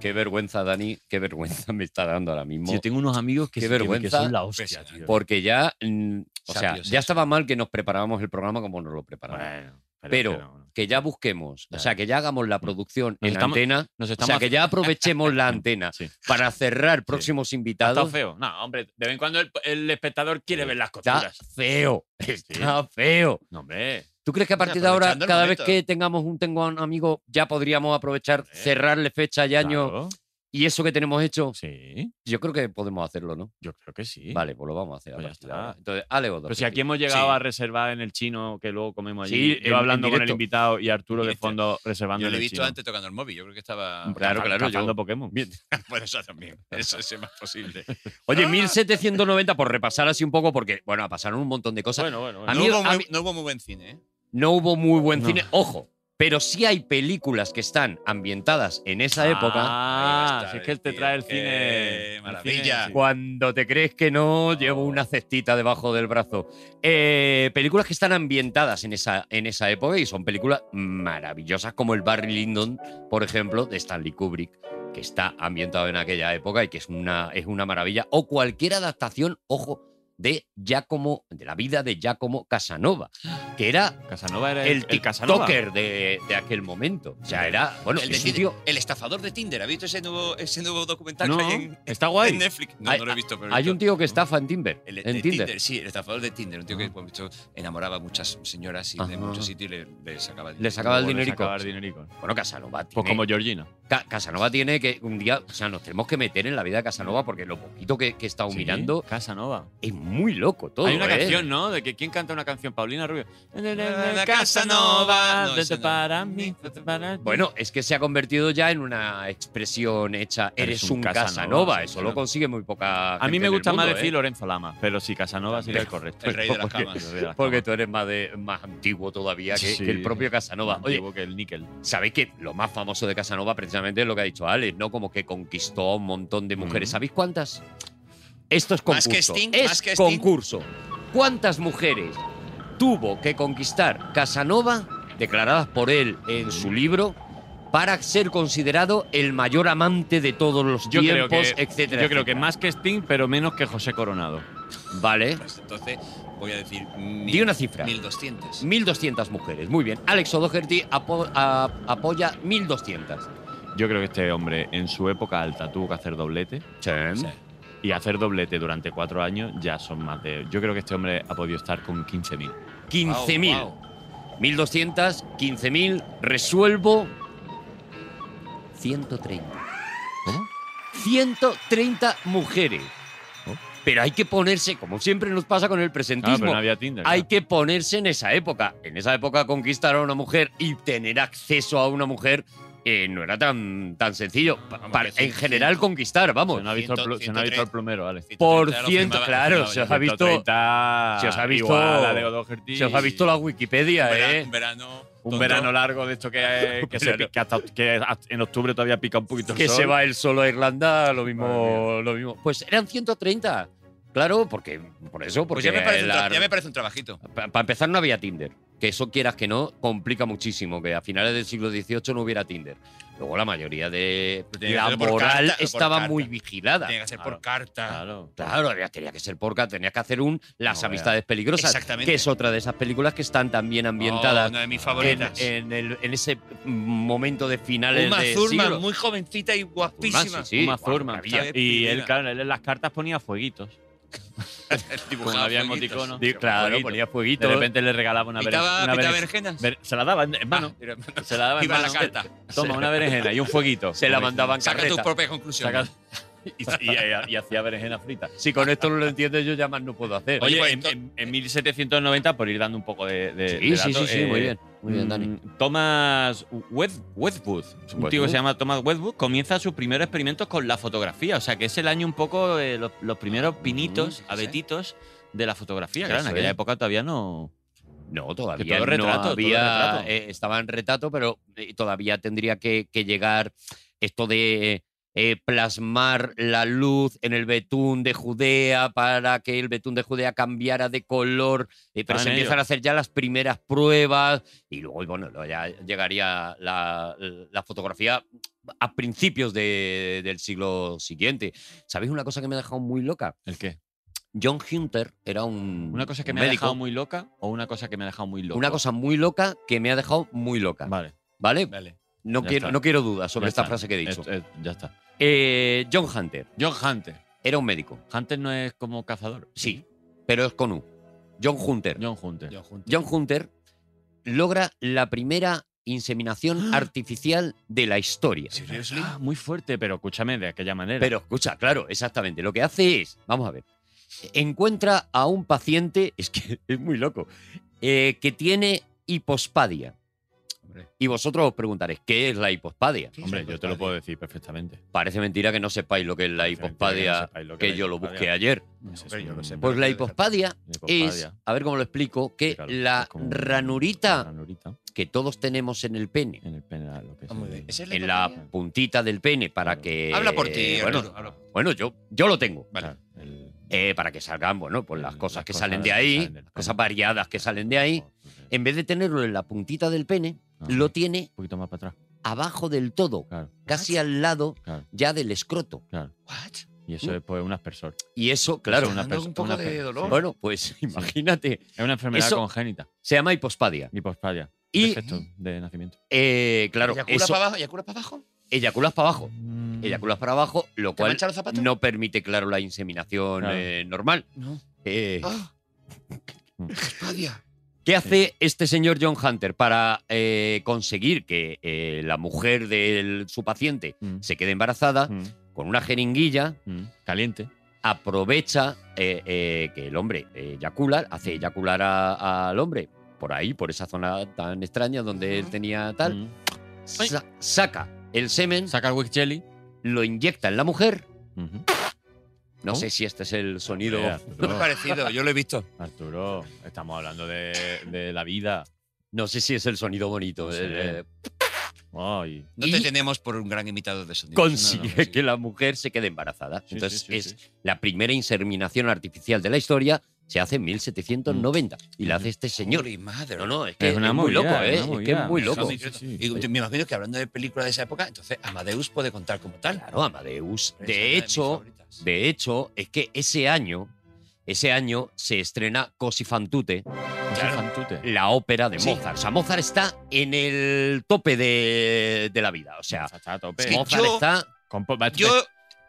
Speaker 5: Qué vergüenza, Dani, qué vergüenza me está dando ahora mismo.
Speaker 4: Yo tengo unos amigos que, se-
Speaker 5: Qué
Speaker 4: que- que
Speaker 5: vergüenza. Pues,
Speaker 4: son la hostia, tío.
Speaker 5: Porque ya, mm, o
Speaker 2: Sapio
Speaker 5: sea,
Speaker 2: sexual.
Speaker 5: ya estaba mal que nos preparábamos el programa como nos lo preparamos.
Speaker 4: Bueno, pero,
Speaker 5: Pero-
Speaker 4: es que no, no.
Speaker 5: Que ya busquemos,
Speaker 4: Ya.
Speaker 5: o sea, que ya hagamos la producción
Speaker 4: Nos
Speaker 5: en
Speaker 4: estamos-
Speaker 5: antena,
Speaker 4: nos
Speaker 5: o
Speaker 4: estamos
Speaker 5: sea, que ya aprovechemos la antena
Speaker 4: Sí.
Speaker 5: para cerrar próximos
Speaker 4: Ha estado
Speaker 5: invitados.
Speaker 4: feo. No, hombre, de vez en cuando el, el espectador quiere ver las
Speaker 5: Está
Speaker 4: costuras.
Speaker 5: feo, está feo.
Speaker 4: No, hombre.
Speaker 5: ¿Tú crees que a
Speaker 2: Hombre,
Speaker 5: partir de ahora,
Speaker 2: aprovechando el
Speaker 5: cada
Speaker 2: momento.
Speaker 5: vez que tengamos un tengo a un amigo, ya podríamos aprovechar,
Speaker 4: Hombre.
Speaker 5: cerrarle fecha y año
Speaker 4: claro.
Speaker 5: y eso que tenemos hecho?
Speaker 4: Sí,
Speaker 5: Yo creo que podemos hacerlo, ¿no?
Speaker 4: yo creo que sí.
Speaker 5: Vale, pues lo vamos a hacer. a
Speaker 4: Pues ya
Speaker 5: partir de
Speaker 4: está.
Speaker 5: ahora. Entonces, Ale Odor,
Speaker 4: Pero si
Speaker 5: que
Speaker 4: aquí
Speaker 5: sí.
Speaker 4: hemos llegado
Speaker 2: Sí.
Speaker 4: a reservar en el chino, que luego comemos
Speaker 5: Sí,
Speaker 4: allí.
Speaker 5: en-
Speaker 4: yo hablando
Speaker 5: en
Speaker 4: con el
Speaker 5: directo.
Speaker 4: invitado y Arturo de
Speaker 2: Directo.
Speaker 4: fondo reservando
Speaker 2: Yo lo he
Speaker 4: en el
Speaker 2: visto
Speaker 4: chino.
Speaker 2: antes tocando el móvil. Yo creo que estaba.
Speaker 5: Claro,
Speaker 4: Caza-
Speaker 5: claro, yo-
Speaker 4: cazando Pokémon.
Speaker 2: Bueno, eso también. Eso es más posible.
Speaker 5: Oye, 1790, por repasar así un poco, porque, bueno, pasaron un montón de cosas.
Speaker 4: Bueno, bueno, bueno.
Speaker 5: A
Speaker 2: No
Speaker 5: mí-
Speaker 2: hubo,
Speaker 5: a
Speaker 2: muy,
Speaker 5: mí-
Speaker 2: no hubo muy buen cine, ¿eh?
Speaker 5: No hubo muy buen
Speaker 4: No.
Speaker 5: cine, ojo, pero sí hay películas que están ambientadas en esa época.
Speaker 4: Ah,
Speaker 2: Ahí está,
Speaker 4: si es que él te
Speaker 2: tío,
Speaker 4: trae el
Speaker 2: qué
Speaker 4: cine. el
Speaker 2: maravilla.
Speaker 4: cine, sí.
Speaker 5: Cuando te crees que no, llevo una cestita debajo del brazo. Eh, películas que están ambientadas en esa, en esa época y son películas maravillosas, como el Barry Lyndon, por ejemplo, de Stanley Kubrick, que está ambientado en aquella época y que es una, es una maravilla. O cualquier adaptación, ojo, de Giacomo, de la vida de Giacomo Casanova, que era
Speaker 4: Casanova era
Speaker 5: el
Speaker 4: el, el Casanova.
Speaker 5: TikToker de, de aquel momento. O sea, era, bueno,
Speaker 2: el,
Speaker 5: es
Speaker 2: de Tinder-
Speaker 5: un tío-
Speaker 2: el estafador de Tinder. ¿Has visto ese nuevo, ese nuevo documental
Speaker 4: No,
Speaker 2: que hay en,
Speaker 4: está guay.
Speaker 2: en Netflix? No,
Speaker 5: Hay-
Speaker 2: no lo he visto, pero. he
Speaker 5: hay
Speaker 2: visto-
Speaker 5: un tío que estafa en Tinder,
Speaker 2: El, el
Speaker 5: en
Speaker 2: de
Speaker 5: Tinder. Ah.
Speaker 2: Tinder. sí, el estafador de Tinder, un tío que por visto, enamoraba a muchas señoras y de
Speaker 5: Ajá.
Speaker 2: muchos sitios y le, le sacaba dinero.
Speaker 5: Le sacaba el
Speaker 4: Luego le
Speaker 5: dinerico.
Speaker 4: sacaba el dinerico.
Speaker 5: Bueno, Casanova tiene,
Speaker 4: Pues como Georgina.
Speaker 5: Ca- Casanova tiene que un día, o sea, nos tenemos que meter en la vida de Casanova porque lo poquito que, que he estado
Speaker 4: Sí,
Speaker 5: mirando
Speaker 4: Casanova.
Speaker 5: es muy loco todo.
Speaker 4: Hay una
Speaker 5: ¿eh?
Speaker 4: canción, ¿no? De que quién canta una canción, Paulina Rubio.
Speaker 7: La Casanova,
Speaker 4: Casanova,
Speaker 7: no,
Speaker 4: desde
Speaker 7: esa no.
Speaker 4: para mí, desde para ti.
Speaker 5: Bueno, es que se ha convertido ya en una expresión hecha. Eres, un, Casanova. Eso lo consigue muy poca.
Speaker 4: a mí
Speaker 5: gente
Speaker 4: me
Speaker 5: en el
Speaker 4: gusta más
Speaker 5: mundo,
Speaker 4: decir
Speaker 5: ¿eh?
Speaker 4: Lorenzo Lama, pero sí, Casanova sería el correcto.
Speaker 2: El rey de las
Speaker 4: Porque-
Speaker 2: camas.
Speaker 4: el rey de las
Speaker 5: Porque
Speaker 4: camas.
Speaker 5: tú eres más, de, más antiguo todavía que,
Speaker 4: Sí.
Speaker 5: que el propio Casanova.
Speaker 4: Más
Speaker 5: Oye,
Speaker 4: antiguo que el níquel.
Speaker 5: ¿Sabéis que lo más famoso de Casanova precisamente es lo que ha dicho Alex, ¿no? Como que conquistó a un montón de mujeres.
Speaker 4: Mm.
Speaker 5: ¿Sabéis cuántas? Esto es
Speaker 2: Más
Speaker 5: concurso.
Speaker 2: que Sting,
Speaker 5: es
Speaker 2: más que Sting.
Speaker 5: concurso. ¿Cuántas mujeres tuvo que conquistar Casanova, declaradas por él en su libro, para ser considerado el mayor amante de todos los
Speaker 4: Yo creo
Speaker 5: tiempos,
Speaker 4: que,
Speaker 5: etcétera?
Speaker 4: yo creo que
Speaker 5: etcétera?
Speaker 4: más que Sting, pero menos que José Coronado.
Speaker 5: Vale.
Speaker 7: Pues entonces voy a decir.
Speaker 5: Di una cifra. Mm,
Speaker 7: 1200.
Speaker 5: 1.200 mujeres. Muy bien. Alex O'Doherty apo- a- apoya 1.200.
Speaker 4: Yo creo que este hombre en su época alta tuvo que hacer doblete.
Speaker 5: Sí.
Speaker 4: Y hacer doblete durante cuatro años ya son más de. Yo creo que este hombre ha podido estar con 15.000.
Speaker 5: 15.000. 1200, 15.000, resuelvo 130. 130 ¿Eh? mujeres. Pero hay que ponerse, como siempre nos pasa con el
Speaker 4: Ah,
Speaker 5: presentismo,
Speaker 4: pero no había Tinder.
Speaker 5: hay
Speaker 4: claro.
Speaker 5: que ponerse en esa época. En esa época conquistar a una mujer y tener acceso a una mujer eh, no era tan, tan sencillo. Pa-
Speaker 2: Vamos,
Speaker 5: para-
Speaker 2: que cien-
Speaker 5: en general conquistar, vamos.
Speaker 4: Se nos ha visto, el plu- se nos ha visto el plumero, Alex.
Speaker 5: Por
Speaker 2: 130 lo
Speaker 5: ciento,
Speaker 2: firmaba,
Speaker 5: claro,
Speaker 2: firmaba
Speaker 5: se
Speaker 2: yo.
Speaker 5: os ha visto,
Speaker 4: 130,
Speaker 5: se os ha visto-
Speaker 4: igual a Leo Doherty.
Speaker 5: se os ha visto la Wikipedia,
Speaker 2: Un verano,
Speaker 5: ¿eh?
Speaker 2: un verano
Speaker 4: Un
Speaker 2: tonto.
Speaker 4: verano largo de esto que, que, se
Speaker 5: Verano.
Speaker 4: pi- que hasta, que hasta- en octubre todavía pica un poquito el
Speaker 5: que
Speaker 4: sol.
Speaker 5: se va él solo a Irlanda, lo mismo, lo mismo. Pues eran 130. Claro, porque por eso,
Speaker 2: Pues
Speaker 5: porque
Speaker 2: ya me, parece un
Speaker 5: la-
Speaker 2: tra- ya me parece un trabajito.
Speaker 5: Pa- Para empezar, no había Tinder. Que eso quieras que no, complica muchísimo. Que a finales del siglo XVIII no hubiera Tinder. Luego la mayoría de
Speaker 2: Pero Pues tenía que
Speaker 5: la
Speaker 2: hacerlo por
Speaker 5: moral
Speaker 2: carta, por
Speaker 5: estaba
Speaker 2: carta.
Speaker 5: muy vigilada.
Speaker 2: Tiene que ser
Speaker 4: Claro.
Speaker 2: por carta.
Speaker 4: Claro.
Speaker 5: Claro, había- tenía que ser porca, tenía que hacer un Las
Speaker 4: No,
Speaker 5: amistades peligrosas.
Speaker 2: Exactamente.
Speaker 5: Que es otra de esas películas que están también
Speaker 2: Oh,
Speaker 5: ambientadas
Speaker 2: una de mis
Speaker 5: en,
Speaker 2: favoritas.
Speaker 5: en el- en ese momento de finales
Speaker 2: Uma
Speaker 5: de
Speaker 2: Thurman
Speaker 5: siglo.
Speaker 2: muy jovencita y guapísima.
Speaker 5: Thurman, sí, sí.
Speaker 4: Uma
Speaker 5: Guau,
Speaker 4: Thurman.
Speaker 5: maravilla.
Speaker 4: Y
Speaker 2: Divina.
Speaker 4: él, claro, él en las cartas ponía fueguitos.
Speaker 2: Dibujaba
Speaker 4: Como había
Speaker 2: fueguitos.
Speaker 4: emoticono.
Speaker 5: Sí, claro,
Speaker 4: Fueguito.
Speaker 5: ponía
Speaker 4: De
Speaker 5: fueguito.
Speaker 4: repente le regalaba una
Speaker 2: ¿Pitaba,
Speaker 4: berenjena. una
Speaker 2: pitaba
Speaker 4: beren-
Speaker 2: berenjenas?
Speaker 4: ber- se la daba en en mano.
Speaker 2: Era-
Speaker 4: Se la daba en
Speaker 2: Iba la
Speaker 4: mano.
Speaker 2: carta.
Speaker 4: Toma, una berenjena y un fueguito.
Speaker 5: se la mandaban
Speaker 2: Saca tus
Speaker 5: carreta.
Speaker 2: propias conclusiones. eh,
Speaker 4: y, y- y hacía berenjena frita.
Speaker 5: Si con esto no lo entiendes, yo ya más no puedo hacer.
Speaker 4: Oye,
Speaker 2: pues,
Speaker 4: en,
Speaker 2: to-
Speaker 4: en- en 1790, por ir dando un poco de. de-
Speaker 5: sí,
Speaker 4: de
Speaker 5: sí, sí,
Speaker 4: datos,
Speaker 5: sí, muy
Speaker 4: eh,
Speaker 5: bien. Muy bien, Dani.
Speaker 4: mm, Thomas Wed- Wedgwood, un tío que
Speaker 5: Wedgwood.
Speaker 4: se llama Thomas Wedgwood, comienza sus primeros experimentos con la fotografía. O sea, que es el año un poco, eh, los, los primeros pinitos,
Speaker 2: fíjese.
Speaker 4: abetitos de la fotografía. Claro, en
Speaker 5: Mm, Eso
Speaker 4: aquella
Speaker 5: es.
Speaker 4: época todavía no.
Speaker 5: No, todavía
Speaker 4: todo retrato,
Speaker 5: no
Speaker 4: todo
Speaker 5: había,
Speaker 4: retrato.
Speaker 5: eh, estaba en retrato, pero eh, todavía tendría que, que llegar esto de eh, plasmar la luz en el betún de Judea para que el betún de Judea cambiara de color. eh, pero
Speaker 4: Estaban
Speaker 5: se
Speaker 4: en ello.
Speaker 5: empiezan a hacer ya las primeras pruebas y luego, bueno, luego ya llegaría la, la fotografía a principios de- del siglo siguiente. ¿Sabéis una cosa que me ha dejado muy loca?
Speaker 4: ¿El qué?
Speaker 5: John Hunter era un
Speaker 4: ¿Una cosa que
Speaker 5: un
Speaker 4: me ha
Speaker 5: médico,
Speaker 4: dejado muy loca o una cosa que me ha dejado muy loca?
Speaker 5: una cosa muy loca que me ha dejado muy loca.
Speaker 4: Vale.
Speaker 5: ¿Vale?
Speaker 2: Vale.
Speaker 5: No,
Speaker 4: Ya
Speaker 5: quiero,
Speaker 4: está.
Speaker 5: no quiero dudas sobre
Speaker 4: Ya
Speaker 5: esta
Speaker 4: está.
Speaker 5: frase que he dicho.
Speaker 4: Esto- eh, ya está.
Speaker 5: Eh, John Hunter
Speaker 4: John Hunter.
Speaker 5: era un médico,
Speaker 4: Hunter no es como cazador.
Speaker 5: sí, pero es con U. John Hunter.
Speaker 4: John Hunter.
Speaker 2: Yo junto.
Speaker 5: John Hunter logra la primera inseminación artificial de la historia.
Speaker 2: Seriously.
Speaker 4: Ah, muy fuerte, pero escúchame, de aquella manera.
Speaker 5: Pero escucha, claro, exactamente. Lo que hace es, vamos a ver, encuentra a un paciente, es que es muy loco, eh, que tiene hipospadia.
Speaker 2: Hombre.
Speaker 5: Y vosotros os preguntaréis, ¿qué es la hipospadia?
Speaker 4: Hombre, yo te lo puedo decir perfectamente.
Speaker 5: Parece mentira que no sepáis lo que es la hipospadia, que yo lo busqué ayer.
Speaker 2: Hombre, yo lo sé,
Speaker 5: Pues
Speaker 2: pero
Speaker 5: la
Speaker 2: que-
Speaker 5: hipospadia es, a ver cómo lo explico, que la ranurita que todos tenemos en el pene,
Speaker 4: en el pene, lo que es
Speaker 2: Ah, muy
Speaker 4: el-
Speaker 2: bien. Esa es
Speaker 5: en la puntita del pene, para
Speaker 4: Claro.
Speaker 5: que.
Speaker 2: Habla por ti,
Speaker 5: Bueno,
Speaker 2: Arturo, habla por ti.
Speaker 5: bueno yo, yo lo tengo.
Speaker 2: Vale.
Speaker 4: claro, el-
Speaker 5: Eh, para que salgan, bueno, pues las
Speaker 4: el-
Speaker 5: cosas
Speaker 4: las
Speaker 5: que salen
Speaker 4: cosas
Speaker 5: de
Speaker 4: que
Speaker 5: ahí,
Speaker 4: salen del
Speaker 5: las cosas
Speaker 4: pene.
Speaker 5: variadas que salen de ahí. En vez de tenerlo en la puntita del pene,
Speaker 4: Ah,
Speaker 5: lo
Speaker 4: un
Speaker 5: tiene
Speaker 4: poquito más para atrás,
Speaker 5: abajo del todo,
Speaker 4: claro,
Speaker 5: casi al lado
Speaker 4: claro,
Speaker 5: ya del escroto.
Speaker 4: claro.
Speaker 2: What?
Speaker 4: Y eso
Speaker 5: Mm.
Speaker 4: es pues un aspersor.
Speaker 5: Y eso, claro.
Speaker 4: Eso es una
Speaker 2: Dando
Speaker 4: perso-
Speaker 2: Pues un poco
Speaker 4: una
Speaker 2: de
Speaker 4: per-
Speaker 2: dolor.
Speaker 4: sí.
Speaker 5: Bueno, pues imagínate.
Speaker 4: Es una enfermedad
Speaker 5: Eso-
Speaker 4: congénita,
Speaker 5: Se llama hipospadia.
Speaker 4: hipospadia,
Speaker 5: Y-
Speaker 4: defecto de nacimiento.
Speaker 5: Eh, claro,
Speaker 2: ¿Eyacula
Speaker 5: eso,
Speaker 2: para abajo? ¿Eyacula para abajo?
Speaker 5: eyaculas para abajo.
Speaker 4: Mm.
Speaker 5: Eyaculas para abajo, lo
Speaker 2: ¿Te
Speaker 5: cual
Speaker 2: mancha los zapatos?
Speaker 5: no permite, claro, la inseminación
Speaker 4: Claro.
Speaker 5: eh, normal.
Speaker 2: No.
Speaker 5: Eh,
Speaker 2: Ah.
Speaker 5: Mm.
Speaker 2: Hipospadia.
Speaker 5: ¿Qué hace este señor John Hunter para eh, conseguir que eh, la mujer de su paciente
Speaker 4: Mm.
Speaker 5: se quede embarazada
Speaker 4: Mm.
Speaker 5: con una jeringuilla?
Speaker 4: Mm. Caliente.
Speaker 5: aprovecha eh, eh, que el hombre eyacula, hace eyacular a- al hombre por ahí, por esa zona tan extraña donde él tenía tal,
Speaker 4: Mm.
Speaker 5: sa- saca el semen,
Speaker 10: Saca el Wick Jelly.
Speaker 5: lo inyecta en la mujer.
Speaker 4: Ujú.
Speaker 5: No
Speaker 10: ¿No?
Speaker 5: sé si este es el sonido.
Speaker 4: Eh,
Speaker 2: Muy
Speaker 4: Arturo,
Speaker 2: parecido, yo lo he visto.
Speaker 4: Arturo, estamos hablando de, de la vida.
Speaker 5: No sé si es el sonido bonito.
Speaker 4: No sé.
Speaker 5: eh, eh,
Speaker 4: Ay.
Speaker 2: No
Speaker 5: Y-
Speaker 2: te tenemos por un gran imitador de sonido.
Speaker 5: consigue
Speaker 2: No, no, sí.
Speaker 5: que la mujer se quede embarazada.
Speaker 4: Sí,
Speaker 5: Entonces
Speaker 4: sí, sí,
Speaker 5: es
Speaker 4: sí.
Speaker 5: la primera inseminación artificial de la historia. Se hace en 1790 y la hace este señor.
Speaker 2: Holy mother.
Speaker 5: No, no, es que es, muy
Speaker 4: movida,
Speaker 5: loco, ¿eh?
Speaker 4: Mm. una
Speaker 5: Es que
Speaker 4: movida.
Speaker 5: es muy
Speaker 4: Sí,
Speaker 5: loco.
Speaker 4: sí, sí, sí.
Speaker 2: Y yo me imagino que hablando de películas de esa época, entonces Amadeus puede contar como tal.
Speaker 5: Claro, Amadeus.
Speaker 2: Es una
Speaker 5: De
Speaker 2: mis
Speaker 5: hecho,
Speaker 2: favoritas.
Speaker 5: de hecho, es que ese año, ese año se estrena Così fan tutte,
Speaker 4: Claro. Fantute.
Speaker 5: la ópera de
Speaker 2: Sí.
Speaker 5: Mozart. O sea, Mozart está en el tope de, de la vida. O sea,
Speaker 4: Está a tope.
Speaker 2: Es que
Speaker 5: Mozart
Speaker 2: yo-
Speaker 5: está
Speaker 4: Con po- va-
Speaker 2: Yo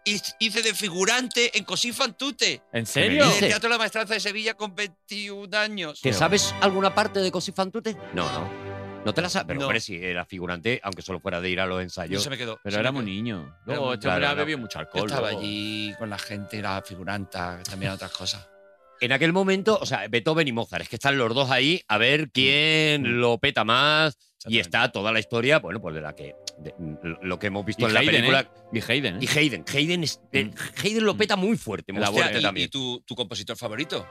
Speaker 2: hiz- hice de figurante en Così fan tutte,
Speaker 4: ¿En
Speaker 5: ¿Qué
Speaker 4: serio?
Speaker 2: en
Speaker 5: me
Speaker 2: el
Speaker 5: dices?
Speaker 2: Teatro de la Maestranza de Sevilla con 21 años.
Speaker 5: ¿Te sabes alguna parte de Così fan tutte? No, no. No te la sabes. Pero,
Speaker 2: No.
Speaker 5: hombre, si era figurante, aunque solo fuera de ir a los
Speaker 2: Yo
Speaker 5: ensayos.
Speaker 2: se me quedó.
Speaker 4: Pero
Speaker 2: se me
Speaker 4: éramos
Speaker 2: quedó.
Speaker 4: niños.
Speaker 2: Era
Speaker 4: Luego,
Speaker 2: muy-
Speaker 4: este
Speaker 5: claro,
Speaker 4: hombre ha
Speaker 5: era-
Speaker 4: bebido mucho alcohol.
Speaker 2: Yo estaba
Speaker 4: luego.
Speaker 2: allí con la gente, la figuranta, también otras cosas.
Speaker 5: En aquel momento, o sea, Beethoven y Mozart, es que están los dos ahí a
Speaker 2: Mm.
Speaker 5: ver quién lo peta más. Y está toda la historia, bueno, pues de la que. de lo que hemos visto
Speaker 4: Y
Speaker 5: en la
Speaker 4: Haydn,
Speaker 5: película.
Speaker 4: ¿eh? Y Hayden, ¿eh?
Speaker 5: Y Hayden. Hayden, es- eh, Hayden lo peta muy fuerte, muy
Speaker 4: La
Speaker 5: fuerte
Speaker 4: buena,
Speaker 2: y,
Speaker 5: también.
Speaker 2: y tu, tu compositor favorito,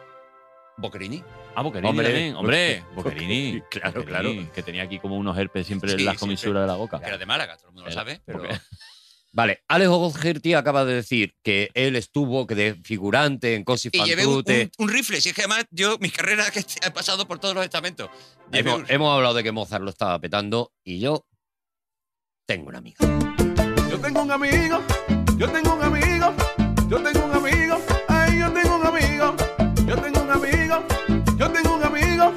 Speaker 2: Boccherini.
Speaker 4: Ah, Boquerini
Speaker 5: Hombre.
Speaker 4: hombre, también. Hombre,
Speaker 5: Boccherini,
Speaker 4: Boquerini.
Speaker 5: claro,
Speaker 4: Boccherini, Que tenía aquí como unos herpes siempre
Speaker 2: Sí,
Speaker 4: en las
Speaker 2: siempre.
Speaker 4: comisuras de la boca.
Speaker 2: Que era de Málaga, todo el mundo lo
Speaker 4: Era-
Speaker 2: sabe. Pero
Speaker 4: porque-
Speaker 5: Vale, Alex Ogogerty acaba de decir que él estuvo que de figurante en Così
Speaker 2: Y
Speaker 5: fan
Speaker 2: llevé un,
Speaker 5: tutte.
Speaker 2: un- un rifle. Si es que además yo, mis carreras que he pasado por todos los estamentos. Llevé
Speaker 5: Hemos,
Speaker 2: un-
Speaker 5: hemos hablado de que Mozart lo estaba petando y yo tengo una amiga.
Speaker 11: Yo tengo un amigo, yo tengo un amigo, yo tengo un amigo, ay, yo tengo un amigo, yo tengo un amigo, yo tengo un amigo,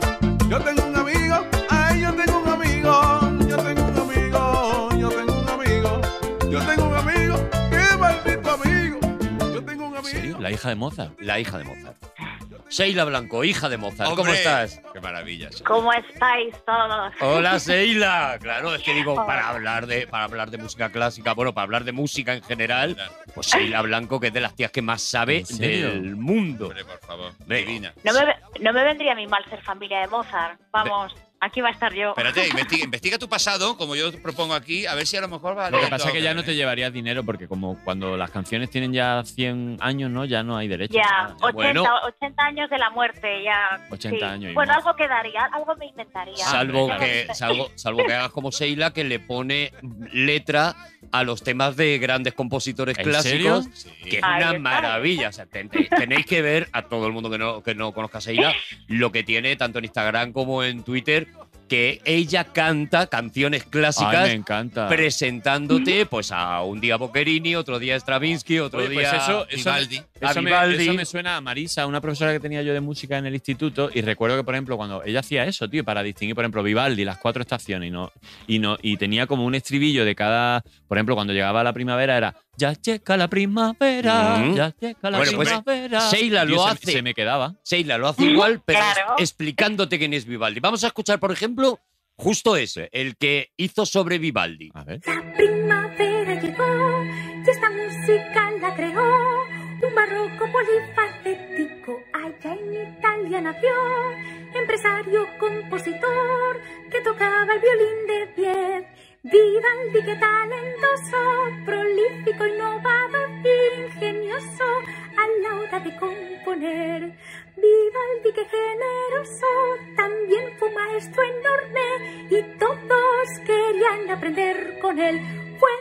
Speaker 11: yo tengo un amigo, ay, yo tengo un amigo, yo tengo un amigo, yo tengo un amigo, yo tengo un amigo, qué maldito amigo, yo tengo un
Speaker 4: ¿En
Speaker 11: amigo.
Speaker 4: serio? La hija de Mozart.
Speaker 5: La hija de Mozart. Seila Blanco, hija de Mozart. ¿Cómo
Speaker 2: ¡Hombre!
Speaker 5: estás?
Speaker 2: Qué maravilla. sí.
Speaker 12: ¿Cómo estáis todos?
Speaker 5: Hola, Seila. Claro, es que digo, para hablar de, para hablar de música clásica, bueno, para hablar de música en general, pues Seila Blanco, que es de las tías que más sabe
Speaker 4: ¿En serio?
Speaker 5: del mundo.
Speaker 2: Hombre, por favor.
Speaker 5: Ve.
Speaker 2: Divina.
Speaker 12: No me, no me vendría a mí mal ser familia de Mozart. Vamos, aquí va a estar yo.
Speaker 2: Espérate, investiga, investiga tu pasado, como yo propongo aquí, a ver si a lo mejor va
Speaker 4: Lo que pasa es que ya no te llevarías dinero porque como cuando las canciones tienen ya 100 años, ¿no? Ya no hay derecho.
Speaker 12: Ya, 80,
Speaker 5: Bueno.
Speaker 12: 80 años de la muerte, ya.
Speaker 4: 80 años y
Speaker 12: Bueno,
Speaker 4: más.
Speaker 12: algo quedaría, algo me inventaría.
Speaker 5: Salvo
Speaker 12: Ya
Speaker 5: que,
Speaker 12: lo sé.
Speaker 5: salvo, salvo que hagas como Seila, que le pone letra a los temas de grandes compositores
Speaker 4: ¿En
Speaker 5: clásicos.
Speaker 4: serio?
Speaker 5: que es
Speaker 12: Ahí
Speaker 5: una
Speaker 12: está.
Speaker 5: maravilla. O sea, ten- ten- tenéis que ver a todo el mundo que no, que no conozca a Seila lo que tiene tanto en Instagram como en Twitter, que ella canta canciones
Speaker 4: Ay, me
Speaker 5: clásicas
Speaker 4: encanta.
Speaker 5: presentándote pues a un día Boccherini, otro día Stravinsky, otro
Speaker 4: Oye,
Speaker 5: día
Speaker 4: pues eso, eso,
Speaker 2: Vivaldi.
Speaker 5: a
Speaker 4: Eso me,
Speaker 5: Vivaldi.
Speaker 4: eso me suena a Marisa, una profesora que tenía yo de música en el instituto, y recuerdo que, por ejemplo, cuando ella hacía eso, tío, para distinguir, por ejemplo, Vivaldi, las cuatro estaciones, y no, y no, y tenía como un estribillo de cada. Por ejemplo, cuando llegaba la primavera era Ya llega la primavera,
Speaker 5: Mm.
Speaker 4: ya llega la
Speaker 5: Bueno, pues,
Speaker 4: primavera.
Speaker 5: Sheila
Speaker 4: Tío,
Speaker 5: lo
Speaker 4: se-
Speaker 5: hace.
Speaker 4: Se me quedaba.
Speaker 5: Seila lo hace igual, pero
Speaker 12: Claro.
Speaker 5: es- explicándote quién es Vivaldi. Vamos a escuchar, por ejemplo, justo ese, el que hizo sobre Vivaldi.
Speaker 4: A ver.
Speaker 13: La primavera llegó y esta música la creó un barroco polifacético. Allá en Italia nació, empresario, compositor que tocaba el violín de diez. Vivaldi, qué talentoso, prolífico, innovador, ingenioso a la hora de componer. Vivaldi, qué generoso, también fue un maestro enorme y todos querían aprender con él. Fue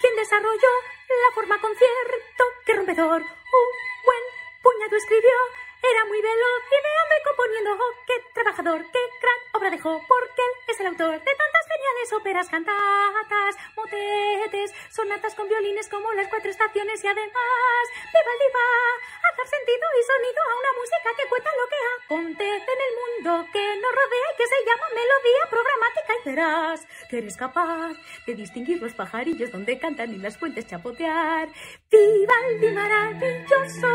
Speaker 13: quien desarrolló la forma concierto que rompedor. Un buen puñado escribió, era muy veloz, ideando y componiendo. ¡Oh, qué trabajador, qué gran obra dejó! Porque él es el autor de tantas geniales óperas, cantatas, motetes, sonatas con violines como las cuatro estaciones y además Vivaldi va a dar sentido y sonido a una música que cuenta lo que acontece en el mundo que nos rodea y que se llama melodía programática y verás que eres capaz de distinguir los pajarillos donde cantan y las fuentes chapotear. Vivaldi maravilloso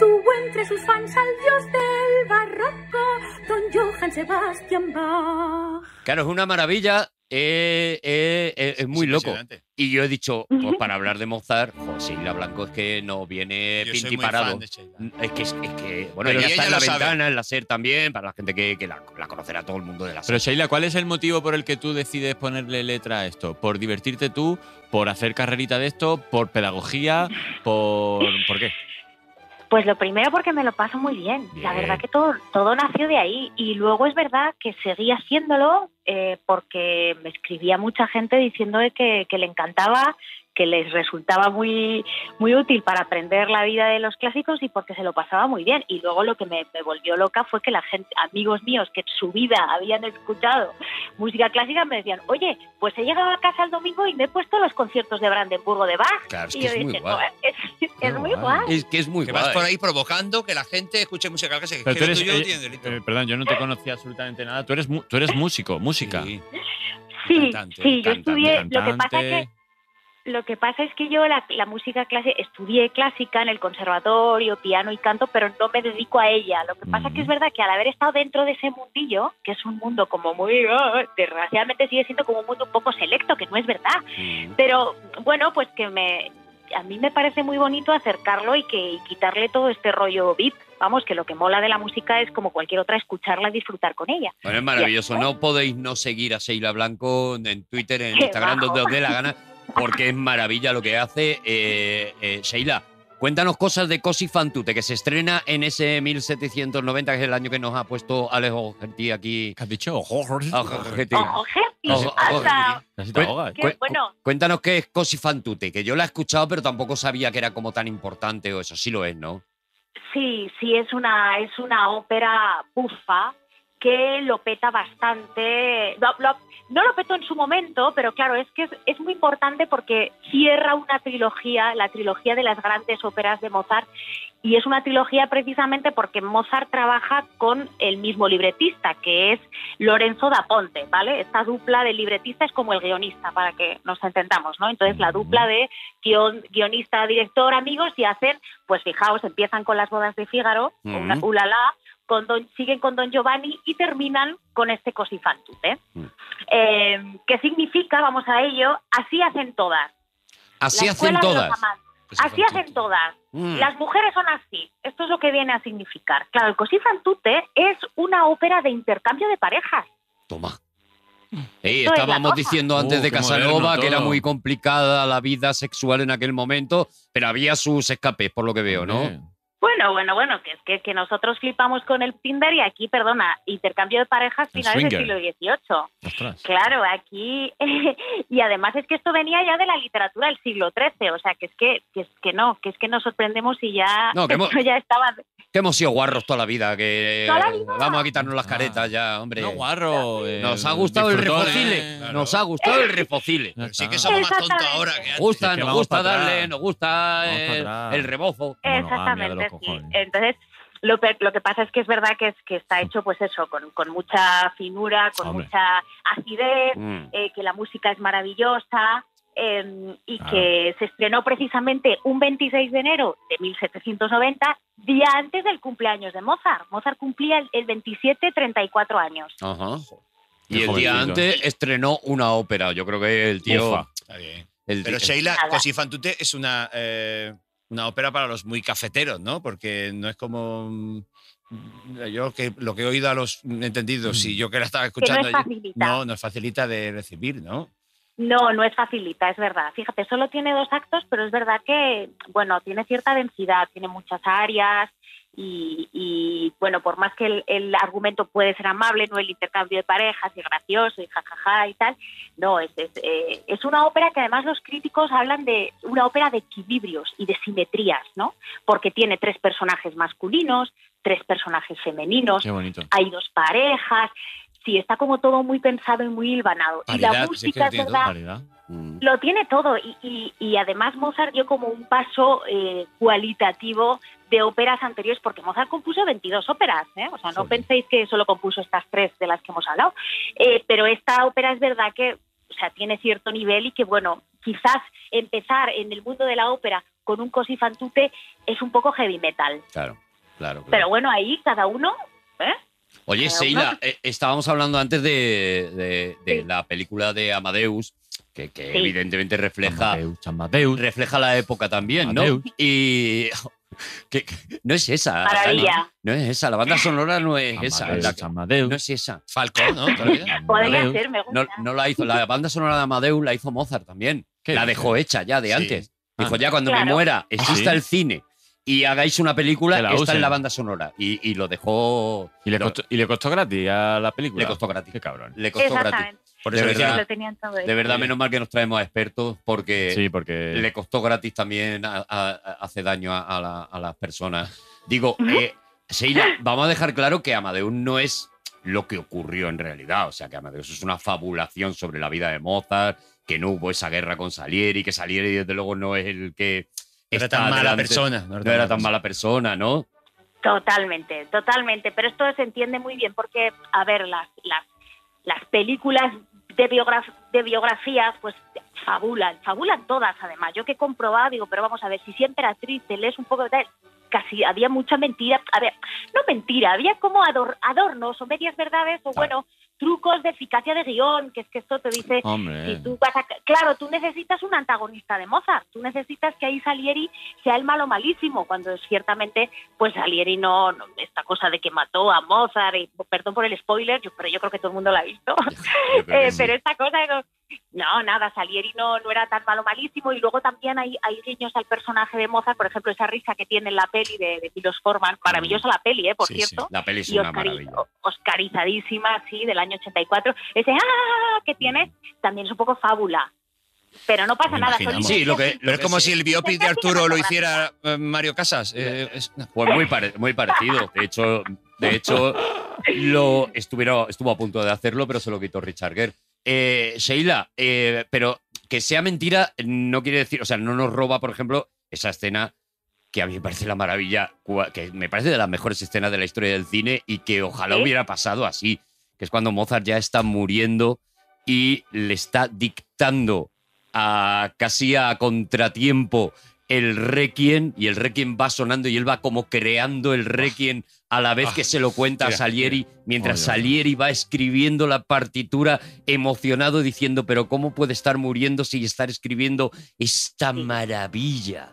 Speaker 13: tuvo entre sus fans al dios del barroco, don Johann Sebastian Bach.
Speaker 5: Claro, es una maravilla eh, eh, eh, es muy loco.
Speaker 2: impresionante.
Speaker 5: Y yo he dicho, pues para hablar de Mozart, pues Sheila Blanco es que no viene
Speaker 2: Yo soy muy
Speaker 5: pintiparado. Mm,
Speaker 2: fan de Sheila.
Speaker 5: Es que, es que, bueno,
Speaker 2: Pero
Speaker 5: ella
Speaker 2: y
Speaker 5: está
Speaker 2: ella
Speaker 5: en la
Speaker 2: lo sabe.
Speaker 5: ventana, en la SER también, para la gente que, que la, la conocerá todo el mundo de la SER.
Speaker 4: Pero Sheila, ¿cuál es el motivo por el que tú decides ponerle letra a esto? ¿Por divertirte tú? ¿Por hacer carrerita de esto? ¿Por pedagogía? ¿Por, ¿por qué?
Speaker 13: Pues lo primero porque me lo paso muy bien. La
Speaker 4: Bien.
Speaker 13: verdad que todo, todo nació de ahí. Y luego es verdad que seguí haciéndolo eh, porque me escribía mucha gente diciéndome que, que le encantaba, que les resultaba muy, muy útil para aprender la vida de los clásicos y porque se lo pasaba muy bien. Y luego lo que me, me volvió loca fue que la gente, amigos míos que en su vida habían escuchado música clásica me decían, oye, pues he llegado a casa el domingo y me he puesto los conciertos de Brandenburgo de Bach.
Speaker 5: Claro, es
Speaker 13: y
Speaker 5: que
Speaker 13: yo
Speaker 5: es muy
Speaker 13: dije,
Speaker 5: guay.
Speaker 13: "No, es, es muy guay.
Speaker 5: Es que es muy
Speaker 2: Que
Speaker 5: guay.
Speaker 2: vas por ahí provocando que la gente escuche música clásica.
Speaker 4: Pero
Speaker 2: que
Speaker 4: tú
Speaker 2: lo
Speaker 4: eres-
Speaker 2: tuyo no
Speaker 4: eh,
Speaker 2: tiene delito.
Speaker 4: eh, perdón, yo no te conocía absolutamente nada. Tú eres, mu- tú eres músico, música.
Speaker 2: Sí.
Speaker 13: Sí,
Speaker 2: Cantante,
Speaker 13: sí, yo
Speaker 4: Cantante,
Speaker 13: estudié. Lo que pasa
Speaker 4: cantante.
Speaker 13: que lo que pasa es que yo la, la música clase estudié clásica en el conservatorio, piano y canto, pero no me dedico a ella. Lo que pasa que es
Speaker 4: Ujú.
Speaker 13: verdad que al haber estado dentro de ese mundillo, que es un mundo como muy ah, desgraciadamente sigue siendo como un mundo un poco selecto, que no es verdad, pero bueno, pues que me a mí me parece muy bonito acercarlo y que y quitarle todo este rollo VIP. Vamos, que lo que mola de la música es como cualquier otra escucharla y disfrutar con ella.
Speaker 5: Bueno, es maravilloso. No podéis no seguir a Sheila Blanco en Twitter, en
Speaker 13: Qué
Speaker 5: Instagram,
Speaker 13: bajo.
Speaker 5: donde os dé la gana, porque es maravilla lo que hace. Eh, eh, Sheila, cuéntanos cosas de Cosi Fantute, que se estrena en ese 1790, que es el año que nos ha puesto Alejo Gerti aquí.
Speaker 4: ¿Qué has dicho? Ojo,
Speaker 5: Ojo, Gerti.
Speaker 13: Ojo, Jepi,
Speaker 5: Ojo, ojo,
Speaker 13: anda.
Speaker 4: Casi te
Speaker 5: Cuen-
Speaker 4: ahogas.
Speaker 13: Qué
Speaker 5: cuen-
Speaker 13: bueno.
Speaker 5: Cuéntanos qué es Cosi Fantute, que yo la he escuchado, pero tampoco sabía que era como tan importante o eso. Sí lo es, ¿no?
Speaker 13: Sí, sí, es una, es una ópera bufa que lo peta bastante. Lo- lo- no lo petó en su momento, pero claro, es que es, es muy importante porque cierra una trilogía, la trilogía de las grandes óperas de Mozart, y es una trilogía precisamente porque Mozart trabaja con el mismo libretista, que es Lorenzo da Ponte, ¿vale? Esta dupla de libretista es como el guionista, para que nos entendamos, ¿no? Entonces, la dupla de guion- guionista, director, amigos, y hacen pues fijaos, empiezan con las bodas de Fígaro,
Speaker 5: Ujú.
Speaker 13: una- ulala, con don, siguen con Don Giovanni y terminan con este cosifantute.
Speaker 5: Mm.
Speaker 13: Eh, ¿Qué significa? Vamos a ello. Así hacen todas.
Speaker 5: Así
Speaker 13: La
Speaker 5: hacen
Speaker 13: escuela de los
Speaker 5: todas.
Speaker 13: amantes.
Speaker 2: Pues
Speaker 13: Así
Speaker 2: Fantute.
Speaker 13: hacen todas.
Speaker 5: Mm.
Speaker 13: Las mujeres son así. Esto es lo que viene a significar. Claro, el cosifantute es una ópera de intercambio de parejas.
Speaker 5: Toma. Ey,
Speaker 13: Esto es Mm. la
Speaker 5: estábamos
Speaker 13: cosa.
Speaker 5: diciendo antes
Speaker 4: Uh,
Speaker 5: de
Speaker 4: qué
Speaker 5: Casanova
Speaker 4: moderno
Speaker 5: que era
Speaker 4: todo.
Speaker 5: muy complicada la vida sexual en aquel momento, pero había sus escapes, por lo que veo, ¿no?
Speaker 4: Hombre.
Speaker 13: Bueno, bueno, bueno, que es que, que nosotros flipamos con el Tinder y aquí, perdona, intercambio de parejas
Speaker 4: El
Speaker 13: finales del siglo
Speaker 4: swinger.
Speaker 13: XVIII.
Speaker 4: Ostras.
Speaker 13: Claro, aquí. y además es que esto venía ya de la literatura del siglo XIII, o sea, que es que, que, es que no, que es que nos sorprendemos y ya.
Speaker 5: No, que hemos-
Speaker 13: esto ya estaba.
Speaker 5: Que hemos sido guarros toda la vida, que
Speaker 13: Toda la
Speaker 5: eh, vamos a quitarnos las
Speaker 4: Ah.
Speaker 5: caretas ya, hombre.
Speaker 4: No, guarro. eh,
Speaker 5: Nos ha gustado el
Speaker 4: disfrutón,
Speaker 5: refocile.
Speaker 4: eh.
Speaker 2: Claro.
Speaker 5: Nos ha gustado el refocile.
Speaker 4: Ya
Speaker 2: Pero sí
Speaker 4: está.
Speaker 2: que somos más tontos
Speaker 13: Exactamente.
Speaker 2: ahora que
Speaker 5: Nos
Speaker 2: antes.
Speaker 5: gusta,
Speaker 4: Es que
Speaker 5: nos
Speaker 4: vamos
Speaker 5: gusta
Speaker 4: pa' atrás.
Speaker 5: darle, nos gusta
Speaker 4: Vamos pa'
Speaker 5: el,
Speaker 4: atrás.
Speaker 5: el rebozo.
Speaker 4: Monogamia ah, de los
Speaker 13: Exactamente, sí.
Speaker 4: cojones.
Speaker 13: Entonces, lo, pe- lo que pasa es que es verdad que, es, que está hecho, pues eso, con, con mucha finura, con
Speaker 4: Hombre.
Speaker 13: mucha acidez,
Speaker 5: Mm.
Speaker 13: eh, que la música es maravillosa. eh, y
Speaker 4: Claro.
Speaker 13: que se estrenó precisamente un 26 de enero de 1790, día antes del cumpleaños de Mozart. Mozart cumplía el, el 27, 34 años.
Speaker 5: Ajá.
Speaker 4: Qué
Speaker 5: Y el
Speaker 4: jovencito.
Speaker 5: día antes estrenó una ópera. Yo creo que el tío.
Speaker 4: Ufa.
Speaker 2: Está bien.
Speaker 5: el
Speaker 2: Pero
Speaker 5: tío-
Speaker 2: Sheila,
Speaker 13: Nada.
Speaker 2: Così fan tutte es una, eh, una ópera para los muy cafeteros, ¿no? Porque no es como. mm, Yo que lo que he oído a los entendidos
Speaker 5: Mm.
Speaker 2: y yo que la estaba
Speaker 13: Que no
Speaker 2: escuchando.
Speaker 13: es
Speaker 2: ayer,
Speaker 13: facilita.
Speaker 2: no, nos facilita de recibir, ¿no?
Speaker 13: No, no es facilita, es verdad. Fíjate, solo tiene dos actos, pero es verdad que, bueno, tiene cierta densidad, tiene muchas áreas y, y, bueno, por más que el, el argumento puede ser amable, no el intercambio de parejas y gracioso y jajaja y tal, no, es, es, eh, es una ópera que además los críticos hablan de una ópera de equilibrios y de simetrías, ¿no? Porque tiene tres personajes masculinos, tres personajes femeninos,
Speaker 4: Qué bonito.
Speaker 13: hay dos parejas. Sí, está como todo muy pensado y muy hilvanado. y la
Speaker 2: Paridad, sí que
Speaker 13: música
Speaker 2: lo
Speaker 13: es
Speaker 2: tiene todo,
Speaker 13: verdad,
Speaker 4: Variedad.
Speaker 5: Mm.
Speaker 13: lo tiene todo. Y, y- y además Mozart dio como un paso eh, cualitativo de óperas anteriores, porque Mozart compuso 22 óperas. ¿eh? O sea, no
Speaker 4: Joder.
Speaker 13: penséis que solo compuso estas tres de las que hemos hablado. Eh, pero esta ópera es verdad que o sea, tiene cierto nivel y que, bueno, quizás empezar en el mundo de la ópera con un Così fan tutte es un poco heavy metal.
Speaker 5: Claro, claro. claro.
Speaker 13: Pero bueno, ahí cada uno
Speaker 5: Oye,
Speaker 13: Eh,
Speaker 5: Seila,
Speaker 13: uno-
Speaker 5: eh, estábamos hablando antes de, de- de
Speaker 13: Sí.
Speaker 5: la película de Amadeus, que, que
Speaker 13: Sí.
Speaker 5: evidentemente refleja,
Speaker 4: Amadeus, Amadeus.
Speaker 5: refleja la época también, ¿no?
Speaker 4: Amadeus.
Speaker 5: Y. que- que- no es esa.
Speaker 13: Maravilla.
Speaker 5: No, no es esa. La
Speaker 4: Ah.
Speaker 5: banda sonora no es esa.
Speaker 4: Amadeus,
Speaker 5: la que-
Speaker 4: Amadeus.
Speaker 5: no es esa.
Speaker 2: Falcón, ¿no? ¿Te olvidas?
Speaker 13: Podría
Speaker 4: Amadeus.
Speaker 13: ser, me gusta.
Speaker 5: No, no la hizo. La banda sonora de Amadeus la hizo Mozart también.
Speaker 4: ¿Qué
Speaker 5: La
Speaker 4: dices?
Speaker 5: dejó hecha ya de
Speaker 2: Sí.
Speaker 5: antes. Dijo,
Speaker 4: Ah.
Speaker 5: ya cuando me
Speaker 13: Claro.
Speaker 5: muera, exista
Speaker 4: sí.
Speaker 5: el cine y hagáis una
Speaker 4: Que la
Speaker 5: película, esta es
Speaker 4: usen.
Speaker 5: la banda sonora. Y, y lo dejó.
Speaker 4: Y le,
Speaker 5: lo-
Speaker 4: costó, y le costó gratis a la película.
Speaker 5: le costó gratis.
Speaker 4: Qué cabrón.
Speaker 5: Le costó gratis.
Speaker 13: Exactamente.
Speaker 5: Por
Speaker 2: De
Speaker 5: eso, de
Speaker 2: verdad.
Speaker 5: verdad,
Speaker 13: Lo tenían todo
Speaker 5: de
Speaker 13: hecho.
Speaker 5: verdad, menos mal que nos traemos a expertos porque
Speaker 4: Sí, porque.
Speaker 5: le costó gratis también a- a- a- hace daño a, a la- a las personas. Digo, eh, Sheila, vamos a dejar claro que Amadeus no es lo que ocurrió en realidad. O sea, que Amadeus es una fabulación sobre la vida de Mozart, que no hubo esa guerra con Salieri, que Salieri desde luego no es el que...
Speaker 2: Era
Speaker 5: está
Speaker 2: tan mala
Speaker 5: delante.
Speaker 2: persona. No
Speaker 5: No era tan mala persona, ¿no?
Speaker 13: Totalmente, totalmente. Pero esto se entiende muy bien porque, a ver, las, las, las películas de, biograf- de biografías, pues fabulan, fabulan todas además. Yo que he comprobado, digo, pero vamos a ver, si siempre era triste, lees un poco de tal, casi había mucha mentira. A ver, no mentira, había como ador- adornos o medias verdades o bueno, trucos de eficacia de guión, que es que esto te dice
Speaker 4: Hombre.
Speaker 13: si tú vas a- claro, tú necesitas un antagonista de Mozart, tú necesitas que ahí Salieri sea el malo malísimo, cuando ciertamente, pues Salieri no, no- esta cosa de que mató a Mozart, y, perdón por el spoiler, yo- pero yo creo que todo el mundo la ha visto,
Speaker 5: Yo creo que
Speaker 13: Eh,
Speaker 5: sí.
Speaker 13: pero esta cosa, de que- no, nada, Salieri no, no era tan malo malísimo, y luego también hay, hay guiños al personaje de Mozart, por ejemplo, esa risa que tiene en la peli de, de Milos Forman, maravillosa la peli, eh, por
Speaker 5: Mm. Sí, sí,
Speaker 13: cierto,
Speaker 5: La peli es
Speaker 13: y
Speaker 5: una
Speaker 13: Oscari-
Speaker 5: maravilla.
Speaker 13: o- oscarizadísima, sí, del año 84. Ese ¡ah! que tiene también es un poco fábula. Pero no pasa nada. son
Speaker 2: Imaginamos.
Speaker 13: historias
Speaker 2: Sí, lo que-
Speaker 13: que-
Speaker 2: pero es como si el biopic de Arturo lo hiciera eh, Mario Casas. Eh, es- no.
Speaker 5: Pues muy, pare- muy parecido. De hecho, de hecho lo estuvieron, estuvo a punto de hacerlo, pero se lo quitó Richard Gere. Eh, Sheila, eh, pero que sea mentira no quiere decir, o sea, no nos roba, por ejemplo, esa escena que a mí me parece la maravilla, cua- que me parece de las mejores escenas de la historia del cine y que ojalá
Speaker 13: ¿Sí?
Speaker 5: hubiera pasado así, que es cuando Mozart ya está muriendo y le está dictando a casi a contratiempo el requiem y el requiem va sonando y él va como creando el requiem a la vez que se lo cuenta a
Speaker 2: mira,
Speaker 5: Salieri mientras
Speaker 4: Oye, oye.
Speaker 5: Salieri va escribiendo la partitura emocionado diciendo pero cómo puede estar muriendo si estar escribiendo esta
Speaker 13: Sí.
Speaker 5: maravilla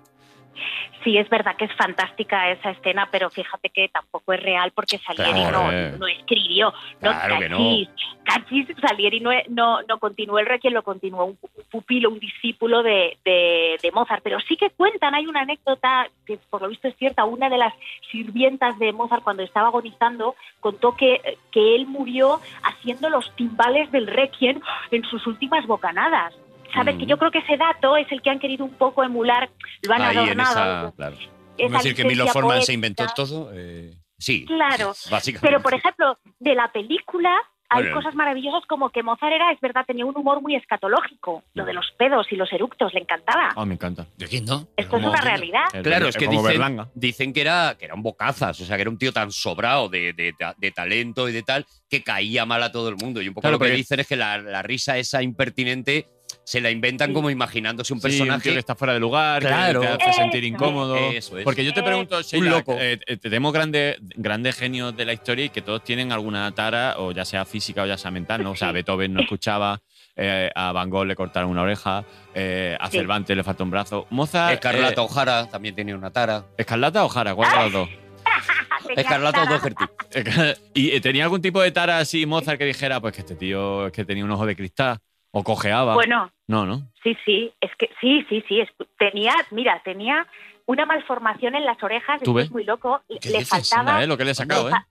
Speaker 13: Sí, es verdad que es fantástica esa escena, pero fíjate que tampoco es real porque Salieri
Speaker 5: Claro,
Speaker 13: no,
Speaker 4: eh.
Speaker 13: no escribió. No,
Speaker 5: Claro que no.
Speaker 13: Cachis, Cachis, Salieri no, no, no continuó el Requiem, lo continuó un pupilo, un discípulo de, de- de Mozart. Pero sí que cuentan, hay una anécdota que por lo visto es cierta, una de las sirvientas de Mozart cuando estaba agonizando contó que, que él murió haciendo los timbales del Requiem en sus últimas bocanadas. ¿Sabes?
Speaker 5: Mm.
Speaker 13: Que yo creo que ese dato es el que han querido un poco emular, lo han
Speaker 5: ahí en
Speaker 13: adornado.
Speaker 5: esa claro.
Speaker 13: esa
Speaker 2: Vamos a decir que Milo
Speaker 13: licencia
Speaker 2: Forman se
Speaker 13: poética.
Speaker 2: inventó todo. eh,
Speaker 5: sí
Speaker 13: Claro,
Speaker 5: básicamente
Speaker 13: pero por ejemplo, de la película hay
Speaker 5: Bueno.
Speaker 13: cosas maravillosas como que Mozart era, es verdad, tenía un humor muy escatológico, lo de los pedos y los eructos, le encantaba.
Speaker 4: Ah, me encanta.
Speaker 2: ¿De quién no?
Speaker 13: Esto es
Speaker 2: Como-
Speaker 13: una realidad.
Speaker 4: El
Speaker 5: Claro,
Speaker 4: Berla-
Speaker 5: es que
Speaker 4: como
Speaker 5: dicen,
Speaker 4: Berlanga.
Speaker 5: dicen que, era, que era un bocazas, o sea, que era un tío tan sobrado de, de- de- de talento y de tal, que caía mal a todo el mundo. Y un poco
Speaker 4: Claro,
Speaker 5: lo que
Speaker 4: porque-
Speaker 5: dicen es que la, la risa esa impertinente se la inventan
Speaker 13: Sí.
Speaker 5: como imaginándose un
Speaker 4: Sí, un
Speaker 5: personaje.
Speaker 4: tío que está fuera de lugar,
Speaker 5: Claro. Eh,
Speaker 4: que te hace sentir
Speaker 13: Eso.
Speaker 4: incómodo.
Speaker 5: Eso es.
Speaker 4: Porque yo te pregunto, Sheila,
Speaker 5: loco.
Speaker 4: eh, eh, tenemos grandes, grandes genios de la historia y que todos tienen alguna tara, o ya sea física o ya sea mental, ¿no? O sea, Beethoven no escuchaba, eh, a Van Gogh le cortaron una oreja, eh, a
Speaker 13: Sí.
Speaker 4: Cervantes le falta un brazo. Mozart.
Speaker 5: Escarlata
Speaker 4: eh,
Speaker 5: O'Hara también tenía una tara.
Speaker 4: ¿Escarlata o Jara? ¿Cuál de las dos?
Speaker 13: Ah, Tenía
Speaker 5: Escarlata
Speaker 13: cara-
Speaker 5: O'Doherty.
Speaker 4: ¿Y eh, tenía algún tipo de tara así Mozart que dijera, pues que este tío es que tenía un ojo de cristal? ¿O cojeaba?
Speaker 13: Bueno,
Speaker 4: no, ¿no?
Speaker 13: sí, sí, es que sí, sí, sí, es- tenía, mira, tenía una malformación en las orejas,
Speaker 4: ¿Tú
Speaker 13: esto
Speaker 4: ves?
Speaker 13: es muy loco, le
Speaker 2: ¿Qué
Speaker 13: le
Speaker 2: dices?
Speaker 13: faltaba,
Speaker 4: Anda, ¿eh? Lo que le he sacado, ¿eh?
Speaker 13: Anda.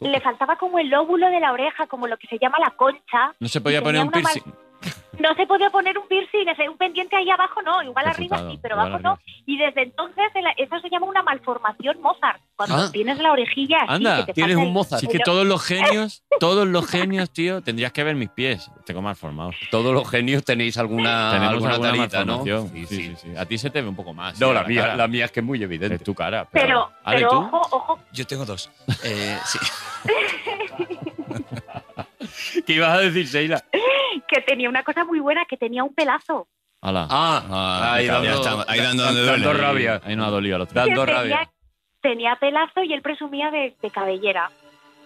Speaker 13: le faltaba como el lóbulo de la oreja, como lo que se llama la concha,
Speaker 4: No se podía poner
Speaker 13: Tenía
Speaker 4: un
Speaker 13: una mal-
Speaker 4: piercing.
Speaker 13: no se podía poner un piercing, ese- un pendiente ahí abajo no, igual
Speaker 4: Qué
Speaker 13: arriba
Speaker 4: frutado,
Speaker 13: sí, pero
Speaker 4: igual
Speaker 13: abajo
Speaker 4: arriba
Speaker 13: no. Y desde entonces el- eso se llama una malformación Mozart, cuando
Speaker 5: Ah.
Speaker 13: tienes la orejilla así,
Speaker 4: Anda,
Speaker 13: que te
Speaker 5: Tienes
Speaker 13: falta
Speaker 5: un
Speaker 13: el-
Speaker 5: Mozart.
Speaker 4: Si es que
Speaker 13: Pero-
Speaker 4: todos los genios, todos los genios, tío, tendrías que ver mis pies. Tengo mal formado.
Speaker 5: Todos los genios tenéis alguna,
Speaker 4: Tenemos
Speaker 5: Ah, alguna,
Speaker 4: alguna
Speaker 5: tarita, ¿no?
Speaker 4: malformación.
Speaker 5: Sí,
Speaker 4: Sí, sí, sí. A ti se te ve un poco más.
Speaker 5: No,
Speaker 4: tío,
Speaker 5: la mía,
Speaker 4: cara.
Speaker 5: la mía es que es muy
Speaker 4: Es
Speaker 5: evidente.
Speaker 4: tu cara.
Speaker 13: Pero,
Speaker 4: Ale,
Speaker 13: pero
Speaker 4: ¿tú?
Speaker 13: ojo, ojo,
Speaker 2: Yo tengo dos. Eh, sí.
Speaker 5: ¿Qué ibas a decir, Sheila?
Speaker 13: que tenía una cosa muy buena, que tenía un pelazo.
Speaker 4: Hala.
Speaker 5: Ah,
Speaker 2: Ah,
Speaker 5: ahí,
Speaker 2: ya
Speaker 5: dando,
Speaker 2: estamos, ahí dando
Speaker 5: dan-
Speaker 2: donde
Speaker 5: dando
Speaker 2: duele.
Speaker 5: rabia.
Speaker 4: Ahí nos ha dolido al otro.
Speaker 5: Dando
Speaker 13: Que tenía-
Speaker 5: rabia.
Speaker 13: Tenía pelazo y él presumía de, de cabellera.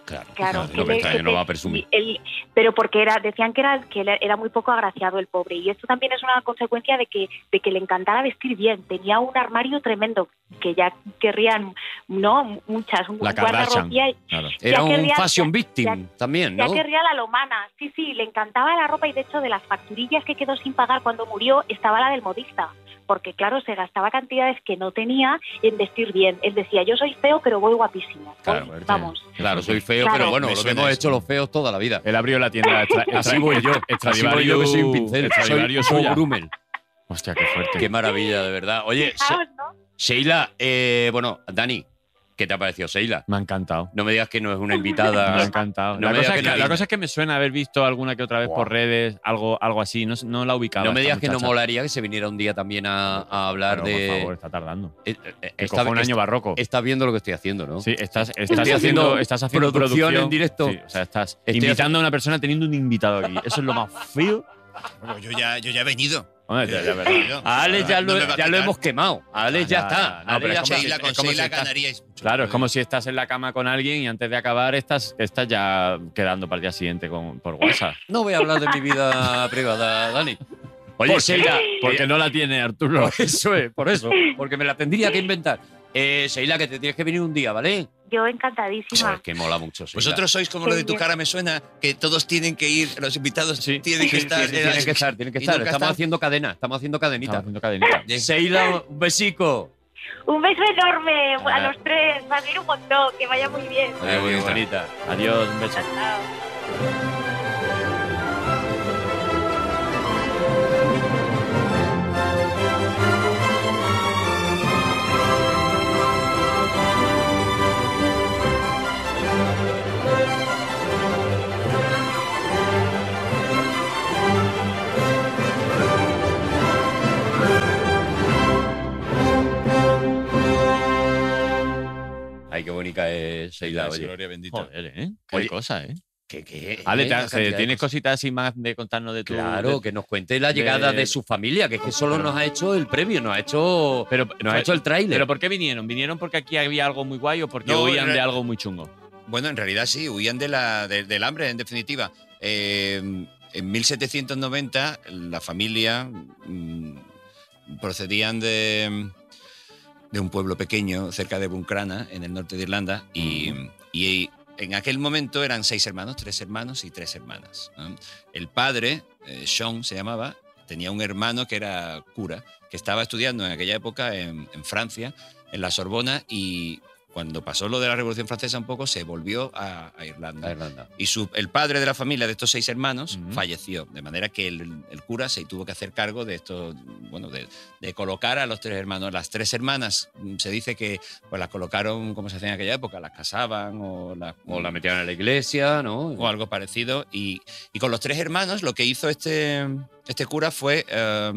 Speaker 5: Claro,
Speaker 13: Claro,
Speaker 5: lo que
Speaker 13: tiene
Speaker 5: está,
Speaker 13: que
Speaker 5: yo no
Speaker 13: te-
Speaker 5: va a presumir.
Speaker 13: el- pero porque era, decían que era, que él era muy poco agraciado el pobre. Y esto también es una consecuencia de que, de que le encantara vestir bien. Tenía un armario tremendo, que ya querrían, ¿no? Muchas, un
Speaker 5: La Kardashian.
Speaker 13: guardarropía. y-
Speaker 5: Claro.
Speaker 13: ya
Speaker 5: Era un
Speaker 13: querría-
Speaker 5: fashion
Speaker 13: ya-
Speaker 5: victim también,
Speaker 13: Ya
Speaker 5: ¿no?
Speaker 13: querría la lomana. Sí, sí, le encantaba la ropa y de hecho de las facturillas que quedó sin pagar cuando murió estaba la del modista. Porque claro, se gastaba cantidades que no tenía en vestir bien. Él decía, yo soy feo, pero voy guapísimo.
Speaker 5: Claro,
Speaker 13: Voy-
Speaker 5: este-
Speaker 13: vamos.
Speaker 5: Claro, soy feo,
Speaker 13: Claro.
Speaker 5: pero bueno,
Speaker 2: Me
Speaker 5: lo que
Speaker 2: suena
Speaker 5: hemos
Speaker 2: eso.
Speaker 5: hecho los feos toda la vida.
Speaker 4: Él abrió la tienda. Extra,
Speaker 5: Así voy yo. Así voy yo que soy un pincel.
Speaker 4: Extradivario
Speaker 5: soy
Speaker 4: suya.
Speaker 5: un grumel.
Speaker 4: Hostia, qué fuerte.
Speaker 5: Qué maravilla, de verdad. Oye, Se-
Speaker 13: Fijaos, ¿no?
Speaker 5: Sheila, eh, bueno, Dani, ¿qué te ha parecido Sheila?
Speaker 4: Me ha encantado.
Speaker 5: No me digas que no es una
Speaker 4: Me ha
Speaker 5: invitada.
Speaker 4: encantado.
Speaker 5: No
Speaker 4: la,
Speaker 5: me
Speaker 4: cosa es
Speaker 5: digas que
Speaker 4: que,
Speaker 5: no
Speaker 4: la
Speaker 5: vi.
Speaker 4: cosa es que me suena haber visto alguna que otra vez
Speaker 5: Buah.
Speaker 4: por redes, algo, algo así. No, no la ubicaba.
Speaker 5: no me
Speaker 4: esta
Speaker 5: digas que no
Speaker 4: muchacha.
Speaker 5: molaría que se viniera un día también a, a hablar
Speaker 4: Pero,
Speaker 5: de.
Speaker 4: Por favor, está tardando.
Speaker 5: Eh, eh, eh,
Speaker 4: Que
Speaker 5: está-
Speaker 4: coja un año barroco.
Speaker 5: está- estás viendo lo que estoy haciendo, ¿no?
Speaker 4: Sí, estás, estás
Speaker 5: Estoy haciendo
Speaker 4: haciendo, estás haciendo
Speaker 5: producción
Speaker 4: producción,
Speaker 5: en directo.
Speaker 4: Sí, o sea, estás
Speaker 5: Estoy
Speaker 4: invitando a una persona teniendo un invitado aquí. Eso es lo más feo.
Speaker 2: Bueno, yo, ya, yo ya he venido.
Speaker 4: Hombre,
Speaker 2: Yo
Speaker 4: de-
Speaker 2: ya
Speaker 4: de
Speaker 2: he
Speaker 4: verdad.
Speaker 2: venido.
Speaker 5: A Ah, Alex ya,
Speaker 2: No
Speaker 5: lo,
Speaker 2: me va a
Speaker 5: ya lo
Speaker 2: quitar.
Speaker 5: hemos quemado. A Alex
Speaker 4: Ah,
Speaker 5: ya,
Speaker 4: ya,
Speaker 5: está.
Speaker 4: ya. No, pero
Speaker 5: Alex ya
Speaker 4: es como
Speaker 5: está.
Speaker 2: Sheila, con
Speaker 4: es como si
Speaker 2: Sheila
Speaker 4: estás-
Speaker 2: ganaríais mucho.
Speaker 4: Claro, es como si estás en la cama con alguien y antes de acabar estás, estás ya quedando para el día siguiente con, por WhatsApp.
Speaker 5: No voy a hablar de mi vida privada, Dani. Oye,
Speaker 4: ¿Por
Speaker 5: Sheila,
Speaker 4: qué? porque no la tiene Arturo.
Speaker 5: eso es, por eso. Porque me la tendría que inventar. Eh, Sheila, que te tienes que venir un día, ¿vale?
Speaker 13: Yo
Speaker 5: Joder,
Speaker 13: encantadísima.
Speaker 5: que mola mucho. Sheila.
Speaker 2: Vosotros sois como lo de tu
Speaker 13: Genial.
Speaker 2: cara me suena, que todos tienen que ir, los invitados
Speaker 4: Sí.
Speaker 2: tienen que estar.
Speaker 5: Tienen- tienen que estar, tienen que
Speaker 2: y
Speaker 5: estar.
Speaker 2: nunca
Speaker 5: Estamos
Speaker 2: están.
Speaker 5: haciendo cadena, estamos haciendo
Speaker 4: Estamos
Speaker 5: cadenita.
Speaker 4: haciendo cadenita.
Speaker 2: Bien.
Speaker 5: Sheila, un besico.
Speaker 13: Un beso enorme
Speaker 5: Ah.
Speaker 13: a los tres. Va a venir un montón. Que vaya muy bien.
Speaker 5: Oye, muy bonita.
Speaker 4: Adiós, un beso.
Speaker 13: Chao.
Speaker 5: Ay, qué bonita es Sheila,
Speaker 2: Sí,
Speaker 5: oye.
Speaker 2: Gloria bendita.
Speaker 4: Joder, ¿eh? Qué
Speaker 5: Oye.
Speaker 4: cosa, ¿eh?
Speaker 5: ¿Qué, qué?
Speaker 4: Ale,
Speaker 5: Eh,
Speaker 4: te-
Speaker 5: la cantidad de
Speaker 4: ¿tienes
Speaker 5: cosas.
Speaker 4: cositas así más de contarnos de tu.
Speaker 5: Claro,
Speaker 4: de-
Speaker 5: que nos cuente la llegada de,
Speaker 4: de-
Speaker 5: su familia, que es que solo nos ha hecho el previo, nos ha hecho,
Speaker 4: Pero,
Speaker 5: nos ha hecho el tráiler.
Speaker 4: ¿Pero por qué vinieron? ¿Vinieron porque aquí había algo muy guay o porque
Speaker 2: No,
Speaker 4: huían
Speaker 2: re-
Speaker 4: de algo muy chungo?
Speaker 2: Bueno, en realidad sí, huían de la, de- del hambre, en definitiva. Eh, en 1790, la familia mm, procedían de, de un pueblo pequeño cerca de Buncrana, en el norte de Irlanda, y, y en aquel momento eran seis hermanos, tres hermanos y tres hermanas. ¿no? El padre, eh, Sean se llamaba, tenía un hermano que era cura, que estaba estudiando en aquella época en, en Francia, en la Sorbona, y cuando pasó lo de la Revolución Francesa un poco, se volvió a, a Irlanda.
Speaker 5: A Irlanda.
Speaker 2: Y su- el padre de la familia de estos seis hermanos
Speaker 4: Ujú.
Speaker 2: falleció, de manera que el, el cura se tuvo que hacer cargo de esto, bueno, de, de colocar a los tres hermanos. Las tres hermanas, mm, se dice que pues, las colocaron como se hacía en aquella época, las casaban o las...
Speaker 5: O la metieron en la iglesia, ¿no?
Speaker 2: o algo parecido. Y, y con los tres hermanos lo que hizo este, este cura fue eh,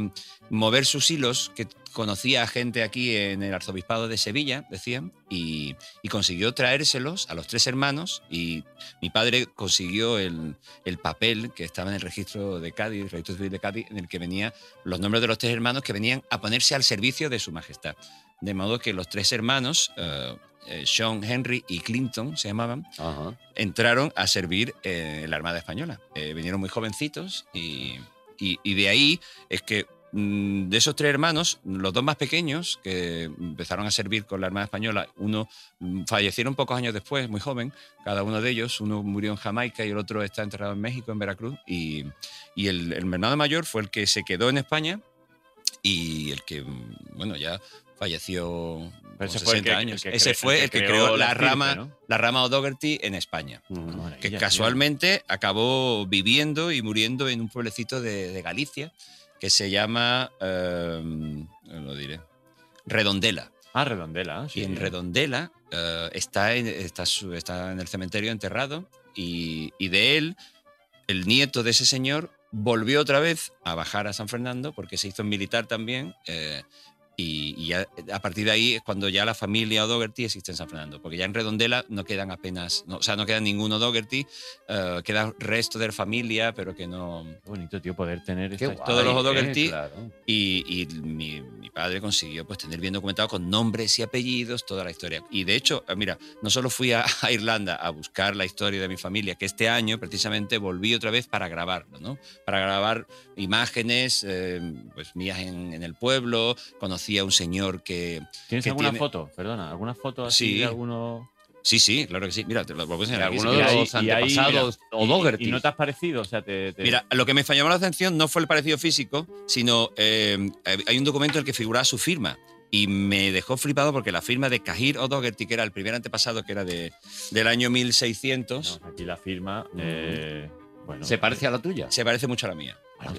Speaker 2: mover sus hilos, que conocía a gente aquí en el arzobispado de Sevilla, decían, y, y consiguió traérselos a los tres hermanos y mi padre consiguió el, el papel que estaba en el registro de Cádiz, el registro civil de Cádiz, en el que venía los nombres de los tres hermanos que venían a ponerse al servicio de su majestad. De modo que los tres hermanos, eh, eh, Sean, Henry y Clinton se llamaban,
Speaker 5: Ajá.
Speaker 2: entraron a servir eh, en la Armada Española. Eh, vinieron muy jovencitos y, y- y de ahí es que mm, de esos tres hermanos, los dos más pequeños que empezaron a servir con la Armada Española, uno mm, fallecieron pocos años después, muy joven, cada uno de ellos, uno murió en Jamaica y el otro está enterrado en México, en Veracruz, y, y el, el hermano mayor fue el que se quedó en España y el que, mm, bueno, ya falleció con 60 años. Ese fue el que, creó, la, rama la rama O'Dougherty en España,
Speaker 4: Mm,
Speaker 2: que casualmente acabó viviendo y muriendo en un pueblecito de, de Galicia que se llama, em, lo diré, Redondela.
Speaker 4: Ah, redondela.
Speaker 2: Y en Redondela eh, está, en, está, su- está en el cementerio enterrado y, y de él, el nieto de ese señor, volvió otra vez a bajar a San Fernando porque se hizo militar también. eh, y y ya- a partir de ahí es cuando ya la familia O'Dougherty existe en San Fernando, porque ya en Redondela no quedan apenas, no, o sea, no quedan ningún O'Dougherty, eh, queda resto de la familia, pero que no,
Speaker 4: Qué bonito, tío, poder tener
Speaker 5: Qué
Speaker 4: esta
Speaker 5: guay,
Speaker 2: todos los
Speaker 5: eh,
Speaker 2: O'Dougherty
Speaker 5: claro.
Speaker 2: y, y mi, mi padre consiguió pues tener bien documentado con nombres y apellidos toda la historia. Y de hecho, eh, mira, no solo fui a, a Irlanda a buscar la historia de mi familia, que este año precisamente volví otra vez para grabarlo, ¿no? Para grabar imágenes eh, pues mías en, en el pueblo, conocí a un señor que...
Speaker 4: ¿Tienes
Speaker 2: que
Speaker 4: alguna
Speaker 2: tiene-
Speaker 4: foto? Perdona, ¿alguna foto así
Speaker 2: Sí.
Speaker 4: de alguno?
Speaker 2: Sí, sí, claro que sí. Mira, te lo puedo enseñar. aquí, si
Speaker 5: alguno de
Speaker 2: quieres.
Speaker 4: ahí-
Speaker 5: los
Speaker 4: y ahí,
Speaker 5: antepasados o
Speaker 4: Y-
Speaker 5: Dougherty.
Speaker 4: Y, no te has parecido, o sea, te. te-
Speaker 2: Mira, lo que me llamó la atención no fue el parecido físico, sino eh, hay un documento en el que figuraba su firma. Y me dejó flipado porque la firma de Cahir O'Dougherty, que era el primer antepasado, que era de, del año 1600,
Speaker 4: No, aquí la firma. eh, bueno.
Speaker 5: ¿Se parece a la tuya?
Speaker 2: se parece mucho a la mía.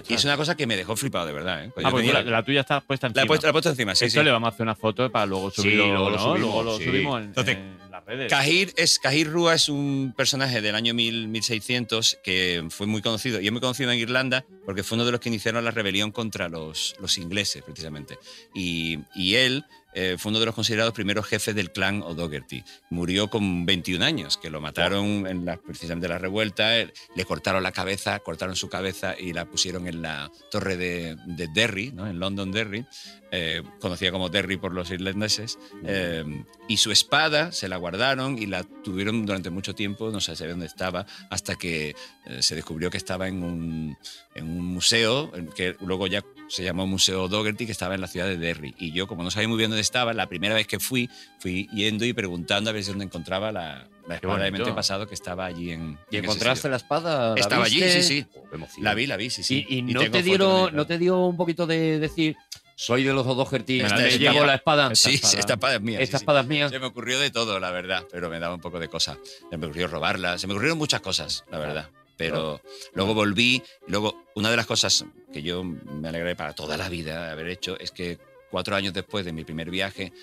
Speaker 2: Y es una cosa que me dejó flipado, de verdad. ¿eh? Cuando
Speaker 4: pues Ah,
Speaker 2: yo
Speaker 4: pues tú
Speaker 2: tenía-
Speaker 4: la, la tuya está puesta encima.
Speaker 2: la he puesto, la he puesto encima, sí,
Speaker 4: Esto
Speaker 2: sí.
Speaker 4: le vamos a hacer una foto para luego
Speaker 5: Sí,
Speaker 4: subirlo.
Speaker 5: luego lo
Speaker 4: ¿no?
Speaker 5: subimos,
Speaker 4: Luego lo
Speaker 5: sí.
Speaker 4: subimos en,
Speaker 2: Entonces,
Speaker 4: en las redes.
Speaker 2: Cahir es Cahir Rúa es un personaje del año 1000, 1600 que fue muy conocido y es muy conocido en Irlanda porque fue uno de los que iniciaron la rebelión contra los, los ingleses precisamente y, y él eh, fue uno de los considerados primeros jefes del clan O'Dougherty. Murió con 21 años, que lo mataron en la, precisamente en la revuelta, eh, le cortaron la cabeza, cortaron su cabeza y la pusieron en la torre de, de Derry, ¿no? en Londonderry, eh, conocida como Derry por los irlandeses, eh, y su espada se la guardaron y la tuvieron durante mucho tiempo, no se sabía dónde estaba, hasta que eh, se descubrió que estaba en un, en un museo, en que luego ya se llamó Museo Dougherty, que estaba en la ciudad de Derry. Y yo, como no sabía muy bien dónde estaba, la primera vez que fui, fui yendo y preguntando a ver si dónde encontraba la, la espada de
Speaker 4: bonito.
Speaker 2: mente pasado que estaba allí en. en ese
Speaker 5: ¿Y encontraste
Speaker 2: sitio.
Speaker 5: la espada? ¿La
Speaker 2: Estaba allí,
Speaker 5: viste?
Speaker 2: sí, sí.
Speaker 5: Oh, qué emoción.
Speaker 2: La vi, la vi, sí, sí.
Speaker 5: Y, y no,
Speaker 2: tengo
Speaker 5: te
Speaker 2: fotos
Speaker 5: dieron,
Speaker 2: de-
Speaker 5: no te dio un poquito de decir, soy de los O'Doherty,
Speaker 2: Esta
Speaker 5: me
Speaker 2: es
Speaker 5: llevo
Speaker 2: mía.
Speaker 5: la espada.
Speaker 2: Sí, sí, esta espada es mía. sí,
Speaker 5: Esta
Speaker 2: sí.
Speaker 5: espada es mía.
Speaker 2: Se me ocurrió de todo, la verdad, pero me daba un poco de cosa. Se me ocurrió robarla, se me ocurrieron muchas cosas, la verdad. Pero luego volví, y luego una de las cosas que yo me alegré para toda la vida de haber hecho es que cuatro años después de mi primer viaje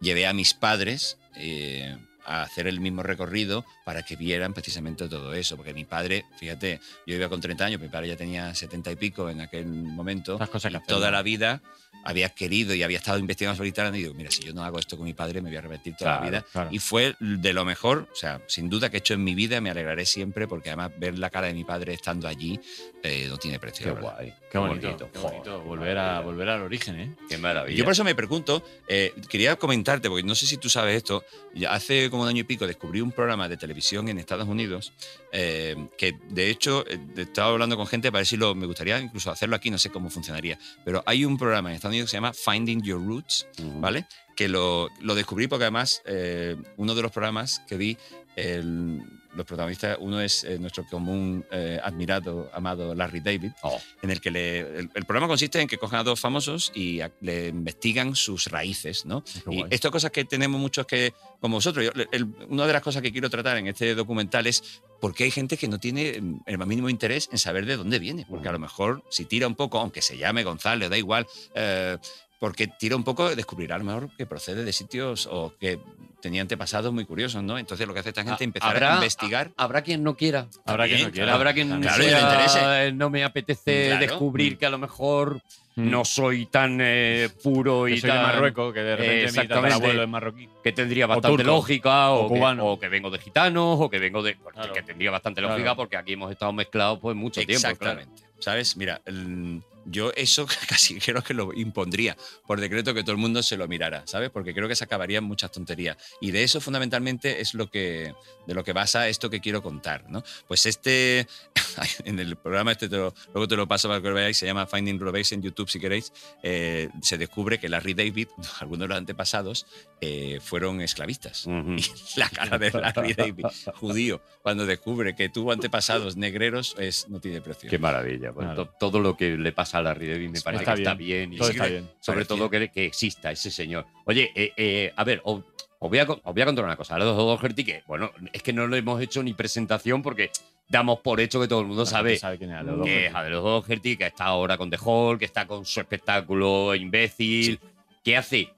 Speaker 2: llevé a mis padres eh, a hacer el mismo recorrido para que vieran precisamente todo eso. Porque mi padre, fíjate, yo iba con 30 años, mi padre ya tenía 70 y pico en aquel momento.
Speaker 4: Estas cosas que
Speaker 2: y
Speaker 4: hacemos.
Speaker 2: toda la vida había querido y había estado investigando sobre Italia y digo, mira, si yo no hago esto con mi padre me voy a arrepentir toda la vida.
Speaker 4: claro.
Speaker 2: Y fue de lo mejor, o sea, sin duda que he hecho en mi vida, me alegraré siempre porque además ver la cara de mi padre estando allí eh, no tiene precio.
Speaker 5: Qué
Speaker 2: la verdad.
Speaker 5: guay.
Speaker 4: Qué bonito, qué
Speaker 5: Joder,
Speaker 4: bonito.
Speaker 5: qué
Speaker 4: volver, a,
Speaker 5: maravilla.
Speaker 4: volver al origen, ¿eh?
Speaker 5: Qué maravilla.
Speaker 2: Yo por eso me pregunto, eh, quería comentarte, porque no sé si tú sabes esto, ya hace como un año y pico descubrí un programa de televisión en Estados Unidos, eh, que de hecho eh, estaba hablando con gente para ver si lo, me gustaría incluso hacerlo aquí, no sé cómo funcionaría, pero hay un programa en Estados Unidos que se llama Finding Your Roots,
Speaker 5: Ujú.
Speaker 2: ¿vale? Que lo, lo descubrí porque además eh, uno de los programas que vi, el- los protagonistas, uno es eh, nuestro común eh, admirado, amado Larry David,
Speaker 5: Oh.
Speaker 2: en el que le- el, el programa consiste en que cogen a dos famosos y a- le investigan sus raíces, ¿no? Y
Speaker 4: guay.
Speaker 2: estas cosas que tenemos muchos que, como vosotros, yo- el- una de las cosas que quiero tratar en este documental es por qué hay gente que no tiene mm, el más mínimo interés en saber de dónde viene, porque a lo mejor si tira un poco, aunque se llame González, da igual, eh, porque tira un poco, descubrirá a lo mejor que procede de sitios o que tenía antepasados muy curiosos, ¿no? Entonces lo que hace esta gente es empezar
Speaker 5: ¿Habrá-
Speaker 2: a investigar.
Speaker 5: Habrá quien no quiera.
Speaker 4: Habrá quien
Speaker 2: También,
Speaker 4: no quiera.
Speaker 5: Habrá quien
Speaker 4: También.
Speaker 2: Claro, y le
Speaker 5: sea,
Speaker 2: interese.
Speaker 5: eh, no me apetece
Speaker 2: Claro.
Speaker 5: descubrir que a lo mejor
Speaker 4: Mm.
Speaker 5: no soy tan eh, puro
Speaker 4: Que
Speaker 5: y
Speaker 4: soy de
Speaker 5: tan
Speaker 4: Marruecos, que de repente mi
Speaker 5: Eh, Exactamente.
Speaker 4: tatarabuelo es marroquí.
Speaker 5: que tendría bastante
Speaker 4: turco,
Speaker 5: lógica
Speaker 4: o
Speaker 5: o, que,
Speaker 4: cubano.
Speaker 5: o que vengo de gitanos o que vengo de pues,
Speaker 4: Claro.
Speaker 5: que tendría bastante
Speaker 4: Claro.
Speaker 5: lógica porque aquí hemos estado mezclados pues mucho tiempo claro.
Speaker 2: Exactamente. ¿Sabes? Mira, el- yo eso casi creo que lo impondría por decreto que todo el mundo se lo mirara, ¿sabes? Porque creo que se acabarían muchas tonterías. Y de eso fundamentalmente es lo que, de lo que basa esto que quiero contar, ¿no? Pues este, en el programa este, te lo- luego te lo paso para que lo veáis, se llama Finding Robes en YouTube si queréis, eh, se descubre que Larry David, algunos de los antepasados, eh, fueron esclavistas
Speaker 5: Ujú.
Speaker 2: la cara de Larry David, judío, cuando descubre que tuvo antepasados negreros, es, no tiene precio.
Speaker 5: Qué maravilla. pues,
Speaker 4: Claro.
Speaker 5: to- todo lo que le pasa a Larry David me parece
Speaker 4: Está
Speaker 5: que Pues, está bien. y
Speaker 4: Todo
Speaker 5: sí
Speaker 4: está
Speaker 5: que-
Speaker 4: bien.
Speaker 5: sobre
Speaker 2: Parecía.
Speaker 5: todo que, que exista ese señor. Oye, eh, eh, a ver, os, os voy a, con- os voy a contar una cosa. A los dos Doherty, que bueno, es que no le hemos hecho ni presentación porque damos por hecho que todo el mundo
Speaker 4: La gente
Speaker 5: sabe
Speaker 4: sabe quién es Aldo
Speaker 5: que
Speaker 4: Dougherty.
Speaker 5: es de los Doherty, que está ahora con The Hall, que está con su espectáculo imbécil, que hace.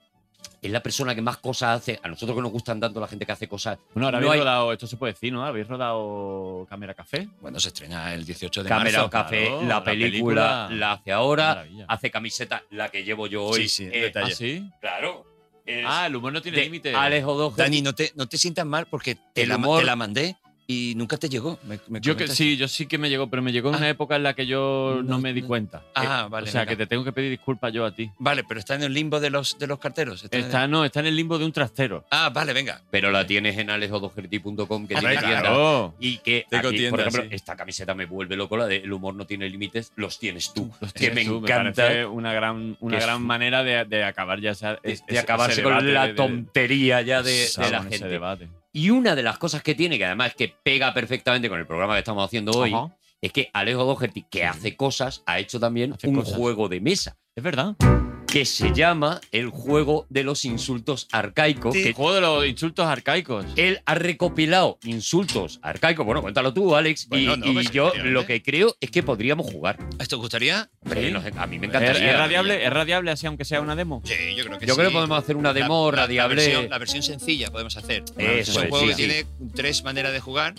Speaker 5: Es la persona que más cosas hace. A nosotros que nos gustan tanto la gente que hace cosas.
Speaker 4: Bueno, ahora
Speaker 5: No
Speaker 4: habéis
Speaker 5: hay-
Speaker 4: rodado, esto se puede decir, ¿no? Habéis rodado Cámara Café.
Speaker 2: Bueno, se estrena el 18 de
Speaker 5: Cámara o
Speaker 2: marzo.
Speaker 5: café,
Speaker 4: claro,
Speaker 5: la,
Speaker 4: la
Speaker 5: película,
Speaker 4: película.
Speaker 5: la hace ahora.
Speaker 4: Maravilla.
Speaker 5: Hace camiseta, la que llevo yo hoy.
Speaker 2: Sí, sí,
Speaker 5: eh,
Speaker 2: detalle.
Speaker 4: ¿Ah, sí?
Speaker 5: Claro. es
Speaker 4: Ah, el humor no tiene
Speaker 5: de
Speaker 4: límite.
Speaker 5: Alex O'Doherty.
Speaker 2: Dani, no te, no te sientas mal porque te
Speaker 5: El
Speaker 2: la,
Speaker 5: humor-
Speaker 2: te la mandé y nunca te llegó. me- me
Speaker 4: Yo que,
Speaker 2: comentas.
Speaker 4: sí, yo sí que me llegó, pero me llegó en
Speaker 2: Ah.
Speaker 4: una época en la que yo no,
Speaker 2: No,
Speaker 4: me di
Speaker 2: no.
Speaker 4: cuenta.
Speaker 2: Ah,
Speaker 4: Eh,
Speaker 2: vale,
Speaker 4: O sea,
Speaker 2: venga.
Speaker 4: que te tengo que pedir disculpas yo a ti.
Speaker 2: Vale, pero está en el limbo de los, de los carteros. está en el-
Speaker 4: Está, no, está en el limbo de un trastero.
Speaker 2: Ah, vale, venga.
Speaker 5: Pero la tienes en alejodogert.com que tiene
Speaker 2: Hombre,
Speaker 5: tienda.
Speaker 4: Ah, Claro.
Speaker 5: Y que,
Speaker 2: Tengo
Speaker 5: aquí, por
Speaker 2: tienda,
Speaker 5: ejemplo,
Speaker 2: sí.
Speaker 5: esta camiseta me vuelve loco, la de el humor no tiene límites, los tienes tú. que me
Speaker 4: Tú,
Speaker 5: encanta
Speaker 4: parece una gran, una
Speaker 5: que es-
Speaker 4: gran manera de, de acabar ya esa,
Speaker 5: de,
Speaker 4: es-
Speaker 5: de
Speaker 4: ese-
Speaker 5: acabarse
Speaker 4: ese
Speaker 5: con
Speaker 4: debate
Speaker 5: la
Speaker 4: de- de-
Speaker 5: tontería ya de, de
Speaker 4: Exacto,
Speaker 5: la
Speaker 4: ese
Speaker 5: gente.
Speaker 4: debate.
Speaker 5: Y una de las cosas que tiene, que además que pega perfectamente con el programa que estamos haciendo hoy,
Speaker 4: Ajá.
Speaker 5: es que Alejo Doherty, que hace cosas, ha hecho también
Speaker 4: Hace
Speaker 5: un
Speaker 4: cosas.
Speaker 5: juego de mesa
Speaker 4: Es verdad.
Speaker 5: que se llama el juego de los insultos arcaicos.
Speaker 4: El
Speaker 5: que
Speaker 4: juego de los insultos arcaicos.
Speaker 5: él ha recopilado insultos arcaicos. Bueno, cuéntalo tú, Alex. y-
Speaker 2: Bueno, no,
Speaker 5: y
Speaker 2: pues,
Speaker 5: yo
Speaker 2: efectivamente.
Speaker 5: lo que creo es que podríamos jugar.
Speaker 2: ¿Esto os gustaría?
Speaker 5: Hombre, nos- a mí me
Speaker 4: ¿Es,
Speaker 5: encantaría.
Speaker 4: es radiable, ¿Es radiable así, aunque sea una demo?
Speaker 2: Sí, yo creo que
Speaker 5: Yo
Speaker 2: sí.
Speaker 5: creo que podemos hacer una demo radiable.
Speaker 2: La versión, la versión sencilla podemos hacer.
Speaker 5: Eso
Speaker 2: es un
Speaker 5: es,
Speaker 2: juego
Speaker 5: sí,
Speaker 2: que
Speaker 5: sí.
Speaker 2: tiene tres maneras de jugar.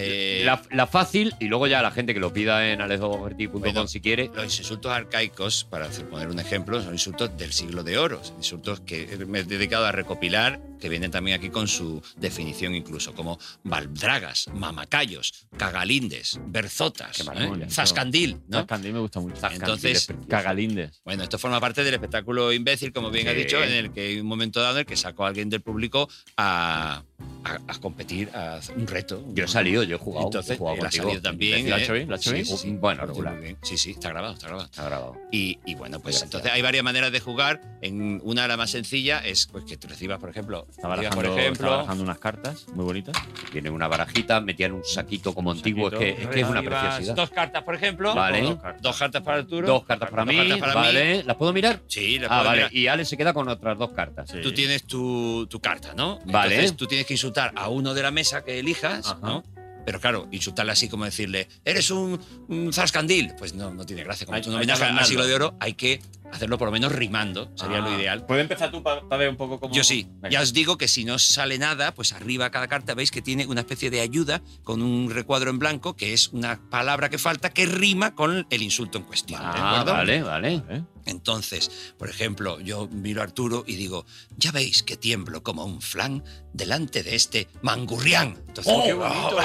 Speaker 2: Eh,
Speaker 5: La, la fácil y luego ya la gente que lo pida en alejodogherty.com
Speaker 2: Bueno.
Speaker 5: si quiere.
Speaker 2: Los insultos arcaicos, para hacer- poner un ejemplo, son insultos del siglo de oro, son insultos que me he dedicado a recopilar, que vienen también aquí con su definición incluso, como baldragas, mamacayos, cagalindes, berzotas,
Speaker 5: Qué maravilla,
Speaker 2: ¿eh?
Speaker 4: eso.
Speaker 2: zascandil, ¿no?
Speaker 4: Zascandil me gusta mucho.
Speaker 2: Entonces-
Speaker 4: Zascandil, Cagalindes.
Speaker 2: Bueno, esto forma parte del espectáculo imbécil, como bien ha
Speaker 5: Sí.
Speaker 2: dicho, en el que hay un momento dado en el que sacó a alguien del público a, a- a competir, a hacer un reto.
Speaker 5: Yo he salido, yo he jugado.
Speaker 2: Entonces,
Speaker 5: he jugado
Speaker 2: él ha
Speaker 5: contigo.
Speaker 2: salido también.
Speaker 4: ¿Lo ha
Speaker 2: ¿eh?
Speaker 4: hecho bien? ¿Lo ha hecho
Speaker 2: Sí,
Speaker 4: bien?
Speaker 2: sí, sí.
Speaker 5: Bueno,
Speaker 2: Lo ha hecho
Speaker 5: regular.
Speaker 2: muy bien. Sí, sí, está grabado, está grabado.
Speaker 5: Está grabado.
Speaker 2: Y, y bueno, pues
Speaker 5: Gracias.
Speaker 2: entonces hay varias maneras de jugar. En una de las más sencillas es pues, que tú recibas, por ejemplo,
Speaker 4: Estaba
Speaker 2: digas, por
Speaker 4: barajando- estaba
Speaker 2: ejemplo,
Speaker 4: barajando unas cartas muy bonitas.
Speaker 5: Tiene una barajita, metían un saquito como
Speaker 4: Un
Speaker 5: antiguo. Es que,
Speaker 4: saquito.
Speaker 5: es que es una
Speaker 2: recibas
Speaker 5: preciosidad.
Speaker 2: dos cartas, por ejemplo,
Speaker 5: Vale.
Speaker 2: dos cartas. dos cartas para Arturo,
Speaker 5: Dos cartas para
Speaker 2: dos
Speaker 5: mí.
Speaker 2: cartas para mí.
Speaker 5: vale. ¿Las puedo mirar?
Speaker 2: Sí, las
Speaker 5: Ah,
Speaker 2: puedes
Speaker 5: vale.
Speaker 2: mirar.
Speaker 5: Y Alex se queda con otras dos cartas.
Speaker 4: Sí.
Speaker 2: Tú tienes tu, tu carta, ¿no?
Speaker 5: Vale.
Speaker 2: Entonces tú tienes que insultar a uno de la mesa que elijas,
Speaker 4: Ajá.
Speaker 2: ¿no? Pero claro, insultarle así como decirle, eres un, un zascandil. Pues no, no tiene gracia. Como
Speaker 4: Hay-
Speaker 2: es un
Speaker 4: hay que
Speaker 2: homenaje al
Speaker 4: ablandarlo.
Speaker 2: siglo de oro, hay que hacerlo por lo menos rimando, sería lo
Speaker 4: Ah.
Speaker 2: ideal.
Speaker 4: Puede empezar tú para ver un poco cómo.
Speaker 2: Yo sí.
Speaker 4: Venga.
Speaker 2: Ya os digo que si no os sale nada, pues arriba cada carta veis que tiene una especie de ayuda con un recuadro en blanco, que es una palabra que falta que rima con el insulto en cuestión. ¿de
Speaker 5: Ah,
Speaker 2: acuerdo?
Speaker 5: vale, vale.
Speaker 4: ¿Eh?
Speaker 2: Entonces, por ejemplo, yo miro a Arturo y digo, ya veis que tiemblo como un flan delante de este mangurrián. Entonces,
Speaker 5: ¡Oh, qué bonito!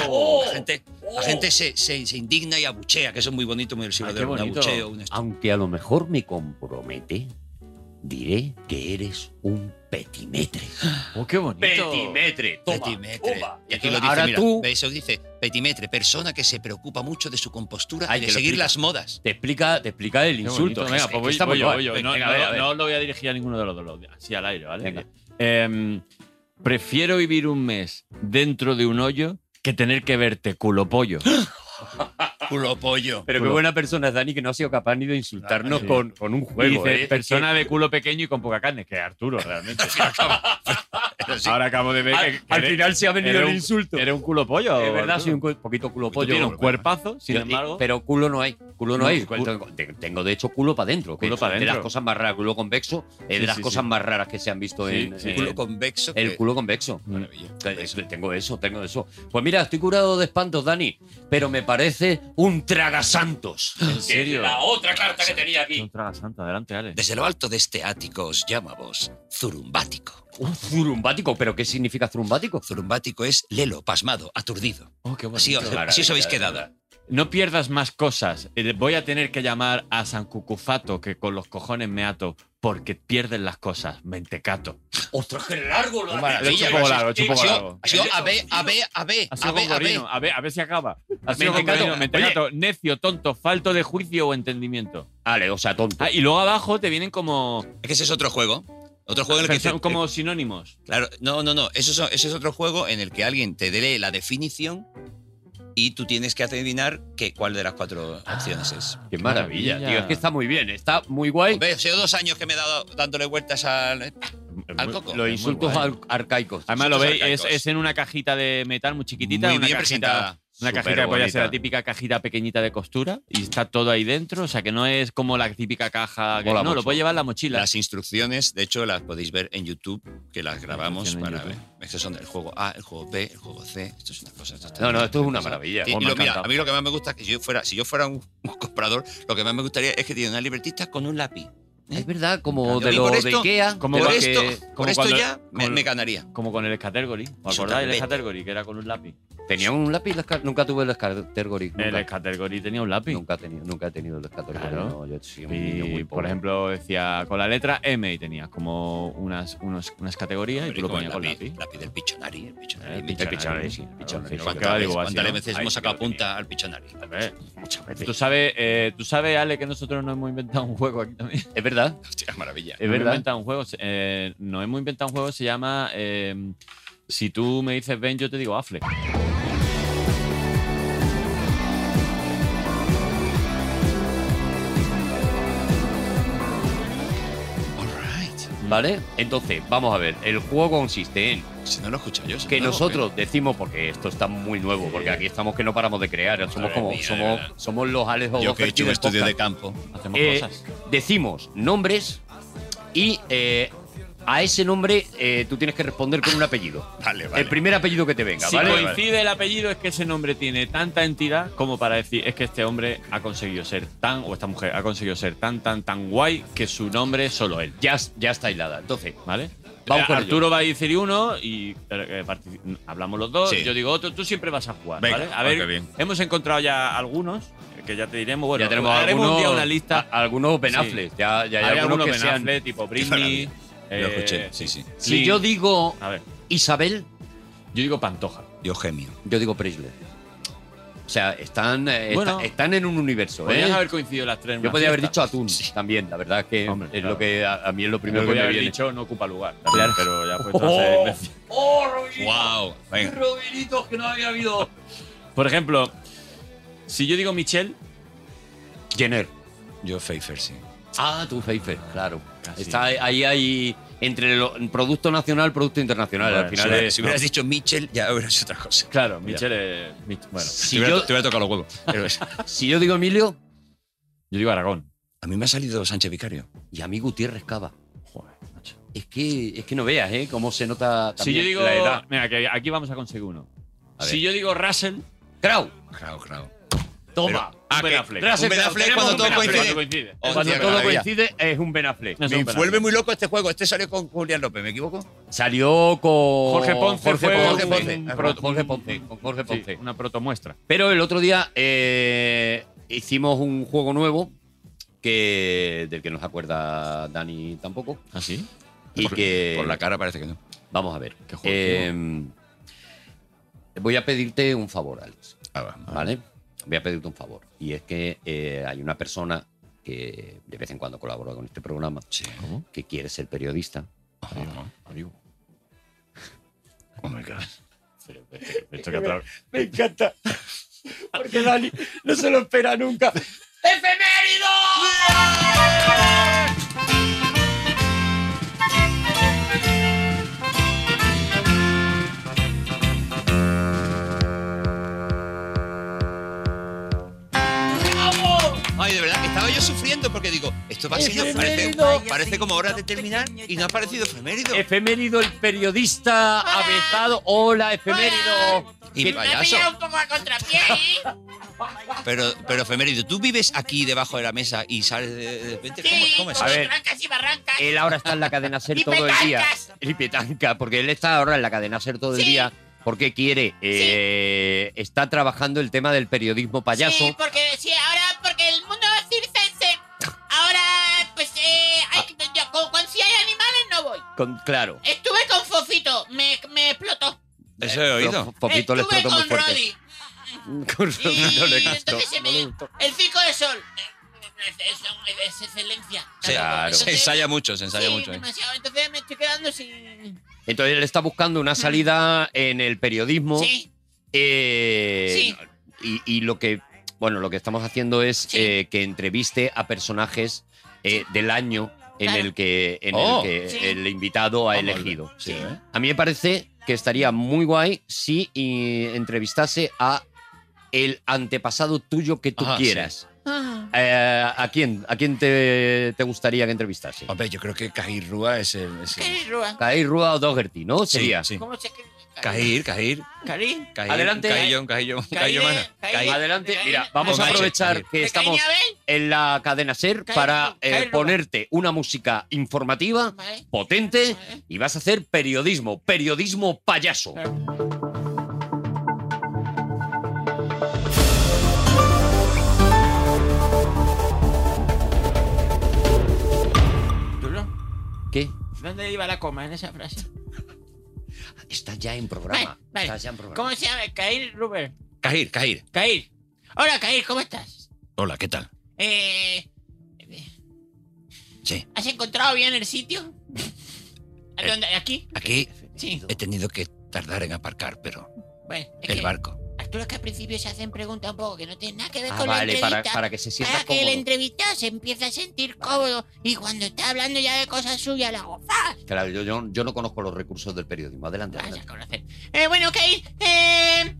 Speaker 2: la gente, la gente se, se- se indigna y abuchea, que eso es muy bonito, muy del siglo
Speaker 5: Ah,
Speaker 4: Ay,
Speaker 2: de
Speaker 4: qué
Speaker 2: oro, un
Speaker 4: bonito.
Speaker 2: abucheo, un esto.
Speaker 5: Aunque a lo mejor me compromete, diré que eres un petimetre.
Speaker 4: Oh, qué bonito.
Speaker 5: Petimetre. Toma,
Speaker 2: Petimetre.
Speaker 5: toma.
Speaker 2: Y aquí lo dice,
Speaker 5: Ahora
Speaker 2: mira,
Speaker 5: tú
Speaker 2: eso dice, petimetre, persona que se preocupa mucho de su compostura
Speaker 5: Ay,
Speaker 2: y
Speaker 5: que
Speaker 2: de
Speaker 5: lo
Speaker 2: seguir
Speaker 5: explica.
Speaker 2: las modas.
Speaker 5: te explica, te explica el
Speaker 4: Qué
Speaker 5: insulto.
Speaker 4: bonito. Venga,
Speaker 5: Es-
Speaker 4: pues
Speaker 5: es
Speaker 4: voy,
Speaker 5: que está
Speaker 4: voy
Speaker 5: muy
Speaker 4: yo,
Speaker 5: guay.
Speaker 4: voy yo. No,
Speaker 5: Venga,
Speaker 4: no-
Speaker 5: venga, venga.
Speaker 4: no os lo voy a dirigir a ninguno de los dos, lo- así al aire, ¿vale?
Speaker 5: Venga.
Speaker 4: Em, prefiero vivir un mes dentro de un hoyo que tener que verte culo pollo.
Speaker 5: Ah.
Speaker 2: Culo pollo.
Speaker 5: Pero qué
Speaker 4: Culo.
Speaker 5: buena persona es Dani que no ha sido capaz ni de insultarnos
Speaker 4: sí.
Speaker 5: con, con un
Speaker 4: Y
Speaker 5: juego.
Speaker 4: dice,
Speaker 5: ¿eh? Es
Speaker 4: persona de culo pequeño y con poca carne, que es Arturo, realmente. Ahora acabo de
Speaker 5: que-
Speaker 4: ver que,
Speaker 5: al,
Speaker 4: que
Speaker 5: al
Speaker 4: eres-
Speaker 5: final se ha venido
Speaker 4: era
Speaker 5: el
Speaker 4: un-
Speaker 5: insulto.
Speaker 4: eres un culo pollo.
Speaker 5: es verdad, soy un
Speaker 4: Arturo.
Speaker 5: cu- poquito culo
Speaker 4: Tú
Speaker 5: pollo.
Speaker 4: tienes un cuerpazo, sin
Speaker 5: Yo- y-
Speaker 4: embargo.
Speaker 5: pero culo no hay. Culo no,
Speaker 4: No,
Speaker 5: hay.
Speaker 4: culo-
Speaker 5: Tengo- te- Tengo de hecho culo para adentro.
Speaker 4: Culo pa'
Speaker 5: De las
Speaker 4: dentro.
Speaker 5: cosas más raras, culo convexo, es
Speaker 4: Sí,
Speaker 5: de las
Speaker 4: sí,
Speaker 5: cosas
Speaker 4: sí.
Speaker 5: más raras que se han visto
Speaker 4: Sí,
Speaker 5: en,
Speaker 4: sí.
Speaker 5: en-
Speaker 2: Culo convexo.
Speaker 5: eh, el
Speaker 2: que-
Speaker 5: culo convexo.
Speaker 2: Maravilla.
Speaker 5: Eso, Tengo eso, tengo eso. Pues mira, estoy curado de espantos, Dani, pero me parece un tragasantos.
Speaker 4: ¿En serio?
Speaker 5: La otra carta que tenía aquí.
Speaker 4: Un tragasanta, adelante, Ale.
Speaker 2: Desde lo alto de este ático os llama a vos zurumbático.
Speaker 5: Un zurumbático, pero ¿qué significa zurumbático?
Speaker 2: Zurumbático es lelo, pasmado, aturdido.
Speaker 4: Oh, qué
Speaker 2: Así, os- así os habéis quedado.
Speaker 4: No pierdas más cosas. Eh, Voy a tener que llamar a San Cucufato, que con los cojones me ato, porque pierdes las cosas, mentecato.
Speaker 5: ¡Ostras, qué largo! Lo
Speaker 2: Maravilla,
Speaker 5: has hecho!
Speaker 4: chupo
Speaker 2: así-
Speaker 4: largo,
Speaker 2: así-
Speaker 4: chupo
Speaker 2: así-
Speaker 4: largo.
Speaker 2: así-
Speaker 5: Eso,
Speaker 2: A B,
Speaker 5: tío.
Speaker 2: A B, A B,
Speaker 4: Ha
Speaker 2: A
Speaker 4: sido
Speaker 2: B, A B.
Speaker 4: gongorino. A ver, a ver si acaba. Ha sido
Speaker 5: Mentecato.
Speaker 4: gongorino. Mentecato, necio, tonto, falto de juicio o entendimiento.
Speaker 5: Vale, o sea, tonto.
Speaker 4: Ah, y luego abajo te vienen como,
Speaker 2: Es que ese es otro juego. Otro juego en el que
Speaker 4: son
Speaker 2: te- eh,
Speaker 4: como sinónimos.
Speaker 2: Claro, no, no, no. Eso es- ese es otro juego en el que alguien te dé la definición y tú tienes que adivinar que, cuál de las cuatro opciones es.
Speaker 4: Ah.
Speaker 5: ¡Qué maravilla,
Speaker 4: Maravilla.
Speaker 5: tío! Es que está muy bien, está muy guay.
Speaker 2: Hombre, ha sido dos años que me he dado dándole vueltas al. Al coco.
Speaker 5: Los
Speaker 4: Ah, muy
Speaker 5: insultos
Speaker 4: guay.
Speaker 5: ar- arcaicos.
Speaker 4: Además, lo
Speaker 2: Estos
Speaker 4: veis, es,
Speaker 2: arcaicos.
Speaker 4: es en una cajita de metal muy chiquitita.
Speaker 2: Muy
Speaker 4: una
Speaker 2: bien
Speaker 4: cajita-
Speaker 2: presentada.
Speaker 4: Una
Speaker 5: Súper
Speaker 4: cajita que podría ser la
Speaker 5: bonita.
Speaker 4: típica cajita pequeñita de costura y está todo ahí dentro. O sea, que no es como la típica caja. Que,
Speaker 5: Mola
Speaker 4: no,
Speaker 5: mucho.
Speaker 4: lo puede llevar en la mochila.
Speaker 2: Las instrucciones, de hecho, las podéis ver en YouTube, que las grabamos
Speaker 4: instrucciones
Speaker 2: para
Speaker 4: en
Speaker 2: ver. Estos son el juego A, el juego B, el juego C. Esto es una cosa. esto está
Speaker 5: No, no,
Speaker 2: bien
Speaker 5: esto es una
Speaker 2: pensado.
Speaker 5: maravilla.
Speaker 2: Sí,
Speaker 4: Oh,
Speaker 2: y
Speaker 4: me
Speaker 2: lo-
Speaker 4: ha
Speaker 2: mira,
Speaker 4: encantado.
Speaker 2: a mí lo que más me gusta es que si yo fuera, si yo fuera un, un comprador, lo que más me gustaría es que tiene una libretita con un lápiz,
Speaker 5: Es verdad, como
Speaker 2: Yo
Speaker 5: de
Speaker 2: vi
Speaker 5: lo
Speaker 2: por
Speaker 5: de
Speaker 2: esto-
Speaker 5: Ikea.
Speaker 4: como
Speaker 2: Por
Speaker 4: la
Speaker 2: esto,
Speaker 4: que-
Speaker 2: por
Speaker 4: como
Speaker 2: esto
Speaker 4: cuando-
Speaker 2: ya me,
Speaker 4: como-
Speaker 2: me ganaría.
Speaker 4: Como con el Scattergory. ¿Os
Speaker 2: Eso
Speaker 4: acordáis
Speaker 2: también.
Speaker 4: del Scattergory? Que era con un lápiz.
Speaker 5: Tenía un lápiz, la esca- nunca tuve el Scattergory.
Speaker 4: El
Speaker 5: Nunca,
Speaker 4: Scattergory tenía un lápiz.
Speaker 5: nunca, he tenido, nunca he tenido el Scattergory.
Speaker 4: Claro.
Speaker 5: no, yo soy un niño
Speaker 4: Y,
Speaker 5: muy
Speaker 4: por
Speaker 5: pobre.
Speaker 4: ejemplo, decía con la letra M y tenías como unas, unos- unas categorías y tú lo
Speaker 2: Con
Speaker 4: ponías con lápiz. Ah,
Speaker 2: lápiz del Pictionary. El Pictionary.
Speaker 4: El
Speaker 2: me
Speaker 4: Pictionary,
Speaker 2: encanta.
Speaker 4: sí, claro,
Speaker 2: Pictionary.
Speaker 4: sí, lo
Speaker 2: ¿Cuántas
Speaker 4: sacaba,
Speaker 2: veces-
Speaker 4: digo,
Speaker 2: ¿Cuántas
Speaker 4: así, ¿no?
Speaker 2: veces hemos
Speaker 4: Ahí sí que lo
Speaker 2: sacado
Speaker 4: tenía.
Speaker 2: punta al Pictionary?
Speaker 4: A ver, Tú sabes, eh, tú sabes, Ale, que nosotros no hemos inventado un juego aquí también.
Speaker 5: Es verdad.
Speaker 2: Hostia, maravilla.
Speaker 5: Es
Speaker 4: No hemos
Speaker 5: verdad.
Speaker 4: inventado un juego. se- eh, no hemos inventado un juego, se llama. eh, si tú me dices Ben, yo te digo Affleck.
Speaker 2: All right.
Speaker 5: ¿Vale? Entonces, vamos a ver. El juego consiste en
Speaker 2: Si no lo he escuchado yo. si
Speaker 5: que
Speaker 2: no, eh.
Speaker 5: nosotros decimos, porque esto está muy nuevo, porque aquí estamos que no paramos de crear. Somos
Speaker 2: Madre
Speaker 5: como.
Speaker 2: mía, de
Speaker 5: somos,
Speaker 2: verdad.
Speaker 5: somos los Alex
Speaker 2: Yo que he
Speaker 5: Hogarth
Speaker 2: hecho un
Speaker 5: del
Speaker 2: estudio de
Speaker 5: podcast.
Speaker 2: campo.
Speaker 4: Hacemos
Speaker 5: Eh,
Speaker 4: cosas.
Speaker 5: Decimos nombres y eh, a ese nombre eh, tú tienes que responder con un apellido.
Speaker 2: Vale, vale.
Speaker 5: El primer apellido que te venga,
Speaker 4: Si
Speaker 5: ¿vale?
Speaker 4: coincide el apellido es que ese nombre tiene tanta entidad como para decir es que este hombre ha conseguido ser tan, o esta mujer ha conseguido ser tan, tan, tan guay que su nombre es solo él.
Speaker 5: Ya, ya está hilada. Entonces,
Speaker 4: ¿Vale?
Speaker 5: Vamos
Speaker 4: Eh,
Speaker 5: con ello.
Speaker 4: Arturo va a decir uno y eh, partici- hablamos los dos.
Speaker 2: Sí.
Speaker 4: Yo digo otro, tú siempre vas a jugar.
Speaker 2: Venga,
Speaker 4: ¿vale? A
Speaker 2: ok,
Speaker 4: ver,
Speaker 2: bien.
Speaker 4: hemos encontrado ya algunos que ya te diremos. Bueno,
Speaker 5: ya tenemos
Speaker 4: haremos
Speaker 5: algunos, Ah,
Speaker 4: un día una lista.
Speaker 5: a- algunos Ben
Speaker 4: Sí.
Speaker 5: Affleck, Ya, ya hay
Speaker 4: Hay
Speaker 5: algunos,
Speaker 4: algunos
Speaker 5: que
Speaker 4: Ben
Speaker 5: sean.
Speaker 4: Affleck, tipo Britney.
Speaker 2: maravilla. Lo
Speaker 4: eh,
Speaker 2: escuché, sí, sí.
Speaker 5: Si
Speaker 4: Lin.
Speaker 5: yo digo
Speaker 4: A ver,
Speaker 5: Isabel,
Speaker 4: yo digo Pantoja.
Speaker 2: Yo gemio.
Speaker 5: yo digo Presley. O sea, están, eh,
Speaker 4: Bueno.
Speaker 5: está- están en un universo. ¿eh?
Speaker 4: Podrían haber coincidido las tres. en
Speaker 5: Yo
Speaker 4: una
Speaker 5: podría haber
Speaker 4: fiesta.
Speaker 5: dicho Atún también, la verdad es que
Speaker 4: Hombre,
Speaker 5: es
Speaker 4: claro.
Speaker 5: lo que a, a mí es lo
Speaker 4: Primero
Speaker 5: primero que
Speaker 4: podría
Speaker 5: me
Speaker 4: haber
Speaker 5: viene.
Speaker 4: dicho no ocupa lugar. también, Pero ya ha puesto a
Speaker 5: Oh,
Speaker 4: hacer-
Speaker 5: oh, Rubinito,
Speaker 2: ¡Wow! Venga.
Speaker 5: Rubinito, que no había habido.
Speaker 4: Por ejemplo, si yo digo Michelle,
Speaker 5: Jenner.
Speaker 2: Yo Pfeiffer, sí.
Speaker 5: Ah, tu Pfeiffer, claro.
Speaker 4: Casi.
Speaker 5: Está ahí, ahí entre lo- producto nacional, producto internacional.
Speaker 4: Bueno,
Speaker 5: al
Speaker 2: Si,
Speaker 5: final
Speaker 2: hubiera-
Speaker 5: es-
Speaker 2: si hubieras dicho Mitchell, ya hubieras hecho otra cosa.
Speaker 4: claro, Michelle es. Mich- Bueno,
Speaker 2: te,
Speaker 5: Si
Speaker 2: hubiera,
Speaker 5: yo-
Speaker 2: te hubiera tocado los huevos. Pero es-
Speaker 5: si yo digo Emilio,
Speaker 4: yo digo Aragón.
Speaker 2: a mí me ha salido Sánchez Vicario.
Speaker 5: y a mí Gutiérrez Cava.
Speaker 4: Joder, macho.
Speaker 5: Es que, es que no veas, ¿eh? Cómo se nota
Speaker 4: Si
Speaker 5: también
Speaker 4: yo digo.
Speaker 5: la edad.
Speaker 4: Mira, que aquí vamos a conseguir uno.
Speaker 5: A ver.
Speaker 4: Si yo digo Russell,
Speaker 5: Krau,
Speaker 2: Claro, claro.
Speaker 5: toma.
Speaker 2: Ah,
Speaker 4: Ben
Speaker 2: que-
Speaker 4: Affleck.
Speaker 5: Gracias,
Speaker 2: Un Ben
Speaker 5: Krau,
Speaker 2: Affleck
Speaker 5: tenemos
Speaker 2: cuando
Speaker 5: un
Speaker 2: todo
Speaker 5: Ben
Speaker 2: coincide.
Speaker 5: Affleck.
Speaker 4: coincide.
Speaker 5: Cuando
Speaker 2: Hostia, qué
Speaker 5: todo
Speaker 2: maravilla.
Speaker 5: coincide es un Ben Affleck.
Speaker 4: No es
Speaker 2: Me
Speaker 4: un Ben
Speaker 2: vuelve
Speaker 4: Affleck.
Speaker 2: muy loco este juego. Este salió con Julián López, ¿me equivoco?
Speaker 5: Salió con
Speaker 4: Jorge Ponce
Speaker 5: Jorge
Speaker 4: fue
Speaker 5: Ponce,
Speaker 2: un-
Speaker 5: Ponce,
Speaker 2: un-
Speaker 5: con Jorge Ponce, con Jorge
Speaker 4: Sí,
Speaker 5: Ponce.
Speaker 4: una protomuestra.
Speaker 5: Pero el otro día eh, hicimos un juego nuevo que del que no se acuerda Dani tampoco
Speaker 4: ¿Ah, sí?
Speaker 5: y
Speaker 2: Por-
Speaker 5: que
Speaker 2: Por la cara parece que no.
Speaker 5: vamos a ver.
Speaker 4: Qué juego
Speaker 5: Eh, voy a pedirte un favor, Alex.
Speaker 2: Ah, va.
Speaker 5: ¿Vale? Voy a pedirte un favor. Y es que eh, hay una persona que de vez en cuando colabora con este programa
Speaker 2: Sí.
Speaker 5: que quiere ser periodista. Ah,
Speaker 2: Oh my God.
Speaker 4: Esto que atrás-
Speaker 5: Me encanta. Porque Dani no se lo espera nunca. ¡Efemérido!
Speaker 2: Ay, de verdad, estaba yo sufriendo porque digo, esto va a ser, parece, parece como hora de terminar y no ha parecido efemérido.
Speaker 5: Efemérido, el periodista avezado. Hola, efemérido.
Speaker 2: Y
Speaker 5: Que-
Speaker 2: payaso.
Speaker 3: ¿eh?
Speaker 2: Pero, pero efemérido, tú vives aquí debajo de la mesa y sales de, de repente. ¿Cómo, cómo es
Speaker 13: pues,
Speaker 5: A
Speaker 2: eso?
Speaker 5: ver, Eh, él ahora está en la cadena SER todo el día. Y petanca, porque él está ahora en la cadena SER todo el día porque quiere, eh, está trabajando el tema del periodismo payaso.
Speaker 3: Sí, porque sí, ahora porque el mundo circense ahora pues eh, hay, que- yo, como cuando si hay animales no voy.
Speaker 5: Con, claro.
Speaker 3: Estuve con Fofito, me, me explotó.
Speaker 2: Eso he
Speaker 5: Pero
Speaker 2: oído.
Speaker 5: Fofito le
Speaker 3: Estuve
Speaker 5: explotó muy
Speaker 3: con
Speaker 5: fuerte.
Speaker 3: Roddy.
Speaker 5: Con
Speaker 3: Y
Speaker 5: Roddy no le gustó.
Speaker 3: entonces se me dio el pico de sol. eh, Es, es- es excelencia.
Speaker 2: Se,
Speaker 5: Claro.
Speaker 2: se
Speaker 3: Entonces-
Speaker 2: ensaya mucho, se ensaya
Speaker 3: sí,
Speaker 2: mucho. ¿eh?
Speaker 3: demasiado. Entonces me estoy quedando sin.
Speaker 5: Entonces él está buscando una salida en el periodismo.
Speaker 3: Sí,
Speaker 5: Eh,
Speaker 3: Sí.
Speaker 5: Y, y lo que, bueno, lo que estamos haciendo es
Speaker 3: Sí.
Speaker 5: eh, que entreviste a personajes eh, del año en
Speaker 3: Claro.
Speaker 5: el que, en
Speaker 2: Oh.
Speaker 5: el, que
Speaker 3: Sí.
Speaker 5: el invitado ha
Speaker 2: Vamos,
Speaker 5: elegido.
Speaker 2: Sí, ¿eh?
Speaker 5: A mí me parece que estaría muy guay si y, entrevistase a el antepasado tuyo que tú
Speaker 2: Ah, sí.
Speaker 5: quieras. Eh, ¿A quién, a quién te, te gustaría que entrevistase?
Speaker 2: Hombre, yo creo que Cajirrúa es el. es el-
Speaker 3: qué rúa.
Speaker 5: Kai Rua o Dougherty, ¿no?
Speaker 2: Sí,
Speaker 5: Sería.
Speaker 2: sí.
Speaker 3: ¿Cómo se escribe?
Speaker 2: Cajir, Cajir.
Speaker 3: Karim.
Speaker 2: Cajir,
Speaker 5: Adelante.
Speaker 2: Cajillón, cajillón,
Speaker 3: Caíne,
Speaker 2: cajillón.
Speaker 3: caíne,
Speaker 2: Caíne.
Speaker 5: Adelante,
Speaker 3: caíne.
Speaker 5: mira, vamos
Speaker 2: Con
Speaker 5: a
Speaker 2: H,
Speaker 5: aprovechar
Speaker 2: Javier.
Speaker 5: que
Speaker 3: ¿Te
Speaker 5: estamos
Speaker 3: caíne, Abel?
Speaker 5: en la cadena SER
Speaker 3: Caíne,
Speaker 5: para eh,
Speaker 3: caíne,
Speaker 5: ponerte una música informativa
Speaker 3: Vale.
Speaker 5: potente y vas a hacer periodismo, periodismo payaso.
Speaker 3: Arturo,
Speaker 5: ¿Qué?
Speaker 3: ¿Dónde iba la coma en esa frase?
Speaker 5: Estás ya en programa.
Speaker 3: Vale, vale.
Speaker 5: Estás ya en programa.
Speaker 3: ¿Cómo se llama? Kair Ruber.
Speaker 2: Cajir, Cajir.
Speaker 3: Kair. Hola, Kair, ¿cómo estás?
Speaker 2: Hola, ¿qué tal?
Speaker 3: Eh.
Speaker 2: Sí.
Speaker 3: ¿Has encontrado bien el sitio? ¿A
Speaker 2: Eh.
Speaker 3: dónde- ¿Aquí?
Speaker 2: Aquí
Speaker 3: Sí.
Speaker 2: he tenido que tardar en aparcar, pero
Speaker 3: Bueno, es
Speaker 2: el
Speaker 3: que-
Speaker 2: barco.
Speaker 3: Arturo, es que al principio se hacen preguntas un poco que no tienen nada que ver
Speaker 5: Ah,
Speaker 3: con la
Speaker 5: vale, para,
Speaker 3: entrevista.
Speaker 5: para que se sienta
Speaker 3: Para que el
Speaker 5: cómodo.
Speaker 3: entrevistado se empiece a sentir cómodo y cuando está hablando ya de cosas suyas la hago ¡fa!
Speaker 5: Claro, yo, yo- yo no conozco los recursos del periodismo. Adelante,
Speaker 3: Vaya a
Speaker 5: adelante.
Speaker 3: conocer. Eh, bueno, ok. Eh,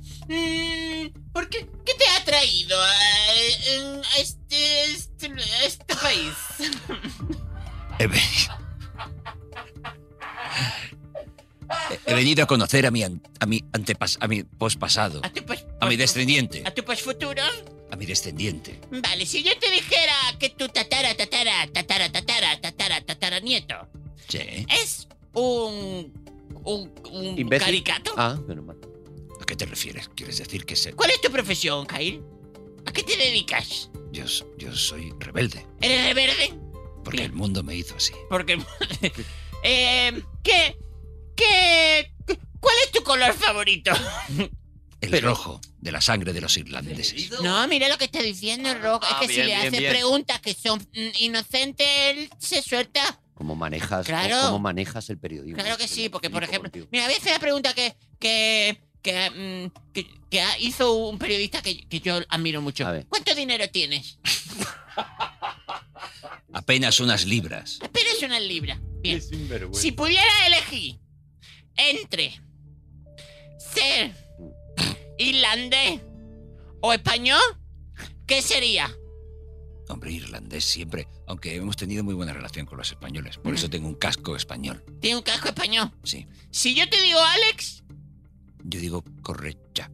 Speaker 3: mm, ¿Por qué, qué te ha traído a, a este, este, a este país?
Speaker 2: He venido. He venido a conocer a mi, an- a mi antepas, a mi pospasado,
Speaker 3: ¿A tu, pos-
Speaker 2: a mi
Speaker 3: pos-
Speaker 2: descendiente,
Speaker 3: pues, ¿A tu posfuturo?
Speaker 2: a mi descendiente.
Speaker 3: Vale, si yo te dijera que tu tatara, tatara, tatara, tatara, tatara, tatara, nieto
Speaker 2: Sí. ¿eh?
Speaker 3: es un. un. un
Speaker 5: Imbécil.
Speaker 3: caricato.
Speaker 5: Ah, menos mal.
Speaker 2: ¿A qué te refieres? ¿Quieres decir que se-
Speaker 3: ¿Cuál es tu profesión, Kyle? ¿A qué te dedicas?
Speaker 2: yo, s- yo soy rebelde?
Speaker 3: ¿Eres rebelde?
Speaker 2: Porque el mundo me hizo así.
Speaker 3: Porque. eh, ¿Qué? ¿Qué? ¿Cuál es tu color favorito?
Speaker 2: El rojo de la sangre de los irlandeses.
Speaker 3: No, mira lo que está diciendo Rock.
Speaker 5: Ah,
Speaker 3: es que
Speaker 5: bien,
Speaker 3: si le
Speaker 5: bien,
Speaker 3: haces
Speaker 5: bien.
Speaker 3: preguntas que son mm, inocentes, él se suelta.
Speaker 5: ¿Cómo manejas,
Speaker 3: Claro.
Speaker 5: ¿Cómo manejas el periodismo?
Speaker 3: Claro que sí, porque por
Speaker 5: Flipo
Speaker 3: ejemplo.
Speaker 5: contigo.
Speaker 3: Mira, a veces la pregunta que. que. que, mm, que- que ha- hizo un periodista que, que yo admiro mucho.
Speaker 5: A ver.
Speaker 3: ¿Cuánto dinero tienes?
Speaker 2: Apenas unas libras.
Speaker 3: Apenas una libra. Bien. Si pudiera elegir entre ser irlandés o español, ¿qué sería?
Speaker 2: Hombre, irlandés siempre. Aunque hemos tenido muy buena relación con los españoles. Por eso tengo un casco español.
Speaker 3: Tiene un casco español.
Speaker 2: Sí.
Speaker 3: Si yo te digo Alex,
Speaker 2: Yo digo correcha.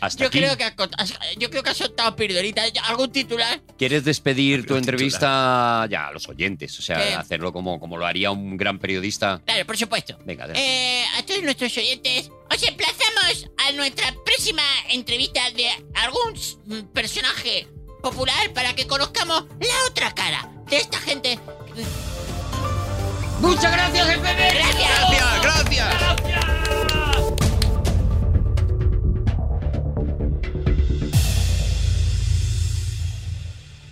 Speaker 5: Hasta
Speaker 3: yo
Speaker 5: aquí.
Speaker 3: creo, que has, cont- has- yo creo que has soltado pildorita. ¿Algún titular?
Speaker 5: ¿Quieres despedir tu
Speaker 2: Titular.
Speaker 5: entrevista ya a los oyentes? O sea,
Speaker 3: ¿Qué?
Speaker 5: hacerlo como, como lo haría un gran periodista.
Speaker 3: Claro, por supuesto.
Speaker 5: Venga, adelante.
Speaker 3: Eh, a todos nuestros oyentes, os emplazamos a nuestra próxima entrevista de algún s- mm, personaje popular para que conozcamos la otra cara de esta gente. Muchas gracias, jefe. Gracias.
Speaker 2: ¡Gracias!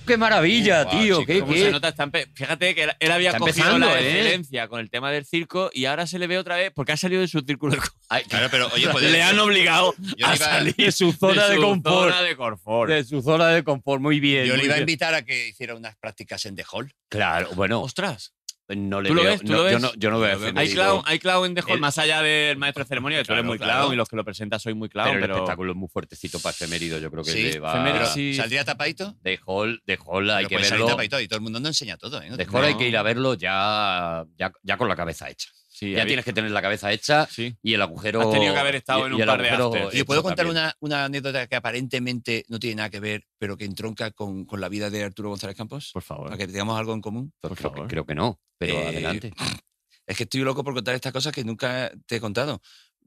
Speaker 5: ¡Qué maravilla,
Speaker 2: Guau,
Speaker 5: tío!
Speaker 2: chico,
Speaker 5: ¿Qué,
Speaker 4: Cómo
Speaker 5: qué?
Speaker 4: se nota, está empe- fíjate que él, él había
Speaker 5: Está
Speaker 4: cogido
Speaker 5: empezando,
Speaker 4: la
Speaker 5: ¿eh?
Speaker 4: excelencia con el tema del circo y ahora se le ve otra vez porque ha salido de su círculo. de confort.
Speaker 5: Ay,
Speaker 2: Claro, pero oye, podéis-
Speaker 4: le han obligado
Speaker 2: Yo
Speaker 4: a
Speaker 2: le iba-
Speaker 4: salir
Speaker 5: de su zona de,
Speaker 4: su
Speaker 5: confort.
Speaker 4: zona de confort.
Speaker 5: De su zona de confort, muy bien.
Speaker 2: Yo le
Speaker 5: muy
Speaker 2: iba a
Speaker 5: bien.
Speaker 2: invitar a que hiciera unas prácticas en The Hall.
Speaker 5: Claro, bueno,
Speaker 4: Ostras,
Speaker 5: no le
Speaker 4: ¿Tú lo
Speaker 5: veo-
Speaker 4: ves? ¿Tú
Speaker 5: no,
Speaker 4: lo
Speaker 5: Yo
Speaker 4: ves?
Speaker 5: no, yo no veo.
Speaker 4: hay
Speaker 5: efectivo.
Speaker 4: clown, hay clown en The Hall,
Speaker 5: El-
Speaker 4: más allá del maestro de ceremonia, que
Speaker 2: Claro,
Speaker 4: tú eres muy
Speaker 2: claro.
Speaker 4: clown y los que lo presentas soy muy clown,
Speaker 5: Pero el
Speaker 4: pero,
Speaker 5: espectáculo es muy fuertecito para efemérido, yo creo que
Speaker 2: Sí,
Speaker 5: le va.
Speaker 4: efemérido sí.
Speaker 2: ¿Saldría tapadito?
Speaker 5: De Hall, de Hall hay
Speaker 2: Pero
Speaker 5: que
Speaker 2: puede salir
Speaker 5: verlo.
Speaker 2: tapadito y todo el mundo no enseña todo. ¿eh? No
Speaker 5: De
Speaker 2: te-
Speaker 5: Hall hay
Speaker 4: No.
Speaker 5: que ir a verlo ya, ya, ya con la cabeza hecha.
Speaker 4: sí,
Speaker 5: Ya
Speaker 4: había-
Speaker 5: tienes que tener la cabeza hecha
Speaker 4: sí.
Speaker 5: y el agujero.
Speaker 4: Has tenido que haber estado
Speaker 5: y-
Speaker 4: en
Speaker 5: y
Speaker 4: un
Speaker 5: el
Speaker 4: par de
Speaker 5: agujero
Speaker 4: afters.
Speaker 5: hecho
Speaker 2: Oye, ¿puedo contar
Speaker 5: también.
Speaker 2: una, una anécdota que aparentemente no tiene nada que ver, pero que entronca con, con la vida de Arturo González Campos?
Speaker 4: Por favor.
Speaker 2: Para que tengamos algo en común.
Speaker 5: Pues
Speaker 4: Por
Speaker 5: creo, que-
Speaker 4: favor.
Speaker 5: creo que no, pero
Speaker 2: Eh,
Speaker 5: adelante.
Speaker 2: Es que estoy loco por contar estas cosas que nunca te he contado.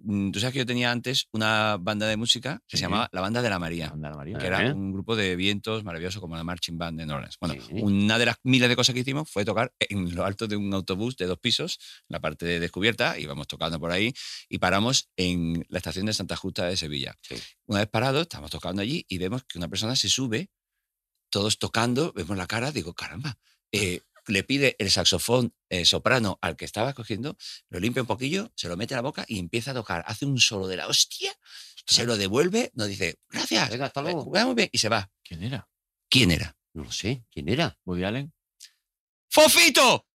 Speaker 2: Mm, Tú sabes que yo tenía antes una banda de música que
Speaker 5: Sí.
Speaker 2: se llamaba La Banda de la María,
Speaker 4: Anda, Ana María.
Speaker 2: que era
Speaker 5: ¿Eh?
Speaker 2: un grupo de vientos maravilloso como la Marching Band de Norlands. Bueno,
Speaker 5: Sí.
Speaker 2: una de las miles de cosas que hicimos fue tocar en lo alto de un autobús de dos pisos, en la parte de descubierta, íbamos tocando por ahí y paramos en la estación de Santa Justa de Sevilla.
Speaker 5: Sí.
Speaker 2: Una vez parados, estamos tocando allí y vemos que una persona se sube, todos tocando, vemos la cara, digo, caramba, eh, le pide el saxofón eh, soprano al que estaba cogiendo, lo limpia un poquillo, se lo mete a la boca y empieza a tocar. Hace un solo de la hostia, se lo devuelve, nos dice, gracias,
Speaker 5: Venga, hasta
Speaker 2: eh,
Speaker 5: luego.
Speaker 2: muy bien, y se va.
Speaker 4: ¿Quién era?
Speaker 2: ¿Quién era?
Speaker 5: No lo sé, ¿quién era?
Speaker 4: ¿Woody Allen?
Speaker 2: ¡Fofito!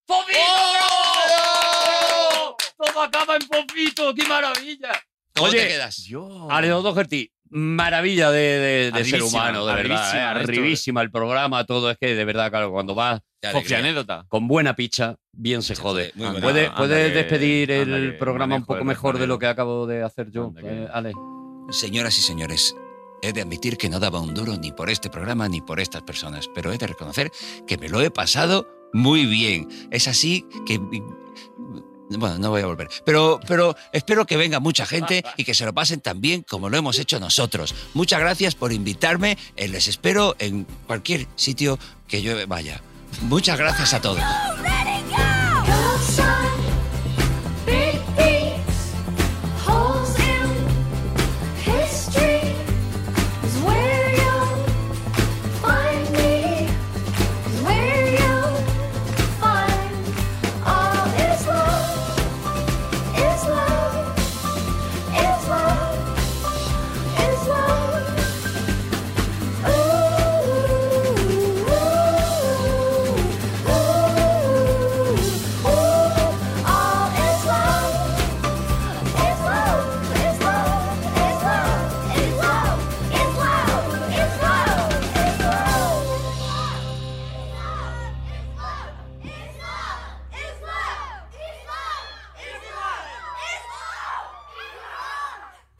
Speaker 5: ¡Toma cama en Popito! ¡Qué maravilla!
Speaker 2: ¿Cómo
Speaker 5: Oye,
Speaker 2: te quedas?
Speaker 4: Dios.
Speaker 5: Oh. Areodo Gerti, maravilla de, de- de ser
Speaker 2: Arribísima,
Speaker 5: humano, de verdad.
Speaker 4: arribísima,
Speaker 5: ¿eh?
Speaker 4: Ernesto.
Speaker 5: Arribísima el programa, todo. Es que de verdad, claro, cuando vas
Speaker 2: Qué
Speaker 4: Foxy
Speaker 2: alegría.
Speaker 4: anécdota.
Speaker 5: con buena picha, bien se jode. Ah,
Speaker 2: Muy
Speaker 4: Anda,
Speaker 2: buena.
Speaker 5: ¿Puedes,
Speaker 4: anda
Speaker 5: puedes
Speaker 4: que-
Speaker 5: despedir
Speaker 4: anda
Speaker 5: el
Speaker 4: que
Speaker 5: programa un
Speaker 4: manejo
Speaker 5: poco
Speaker 4: el
Speaker 5: mejor de lo que acabo de hacer yo,
Speaker 4: Anda que-
Speaker 5: eh, Ale?
Speaker 2: Señoras y señores, he de admitir que no daba un duro ni por este programa ni por estas personas, pero he de reconocer que me lo he pasado muy bien. Es así que... Bueno, no voy a volver. Pero, pero espero que venga mucha gente y que se lo pasen tan bien como lo hemos hecho nosotros. Muchas gracias por invitarme. eh, Les espero en cualquier sitio que yo vaya. Muchas gracias a todos.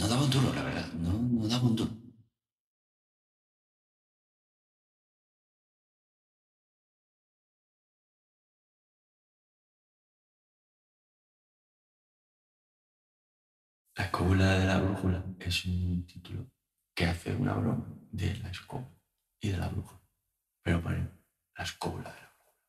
Speaker 2: No daba un duro, la verdad. No, no daba un duro.
Speaker 3: La escóbula de la brújula es un título que hace una broma de la escoba y de la brújula. Pero pone la escóbula de la brújula.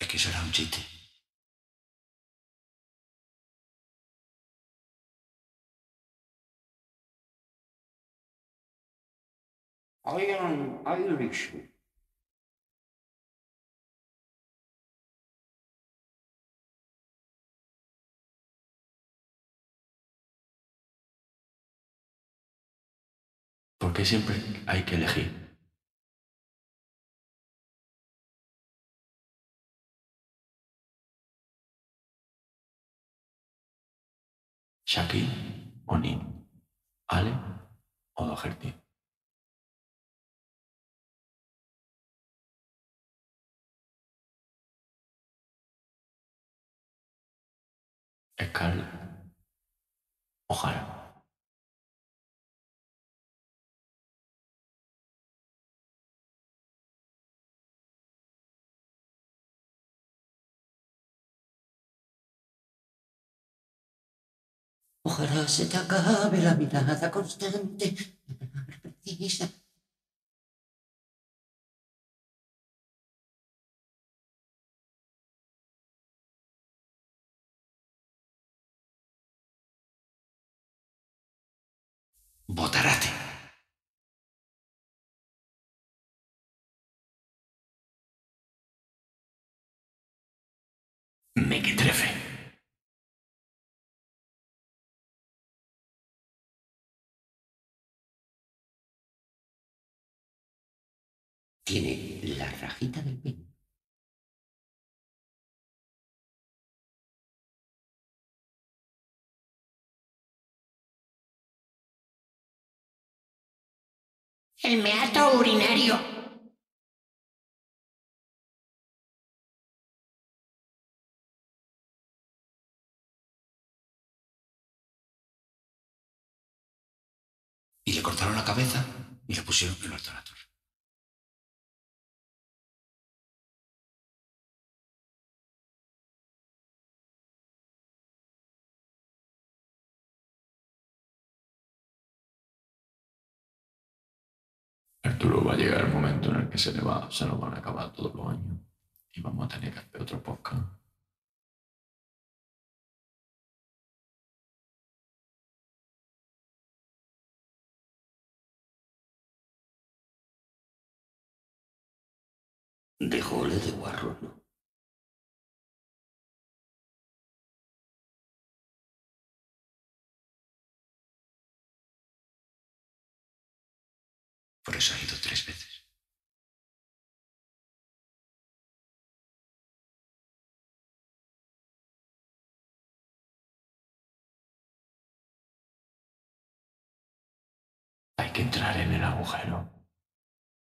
Speaker 2: Es que eso era un chiste.
Speaker 3: I am Irish. ¿Por qué siempre hay que elegir? Shaquille O'Neal, Ale o Doherty. Escal. Ojalá.
Speaker 14: Ojalá se te acabe la mirada constante, la palabra precisa.
Speaker 2: Botarate.
Speaker 3: Mequetrefe.
Speaker 14: Tiene la rajita del pelo.
Speaker 15: El meato urinario.
Speaker 2: Y le cortaron la cabeza y le pusieron en el ordenador. Arturo va a llegar el momento en el que se, le va, se nos van a acabar todos los años y vamos a tener que hacer otro podcast.
Speaker 16: Dejóle de guarro, ¿no?
Speaker 2: Por eso ha ido tres veces. Hay que entrar en el agujero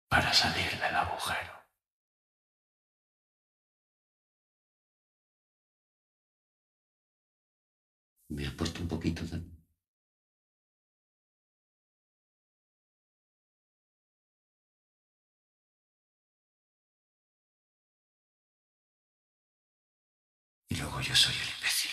Speaker 2: para salir del agujero.
Speaker 16: Me has puesto un poquito de...
Speaker 2: Y luego yo soy el imbécil.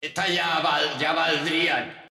Speaker 5: Esta ya, val- ya valdrían.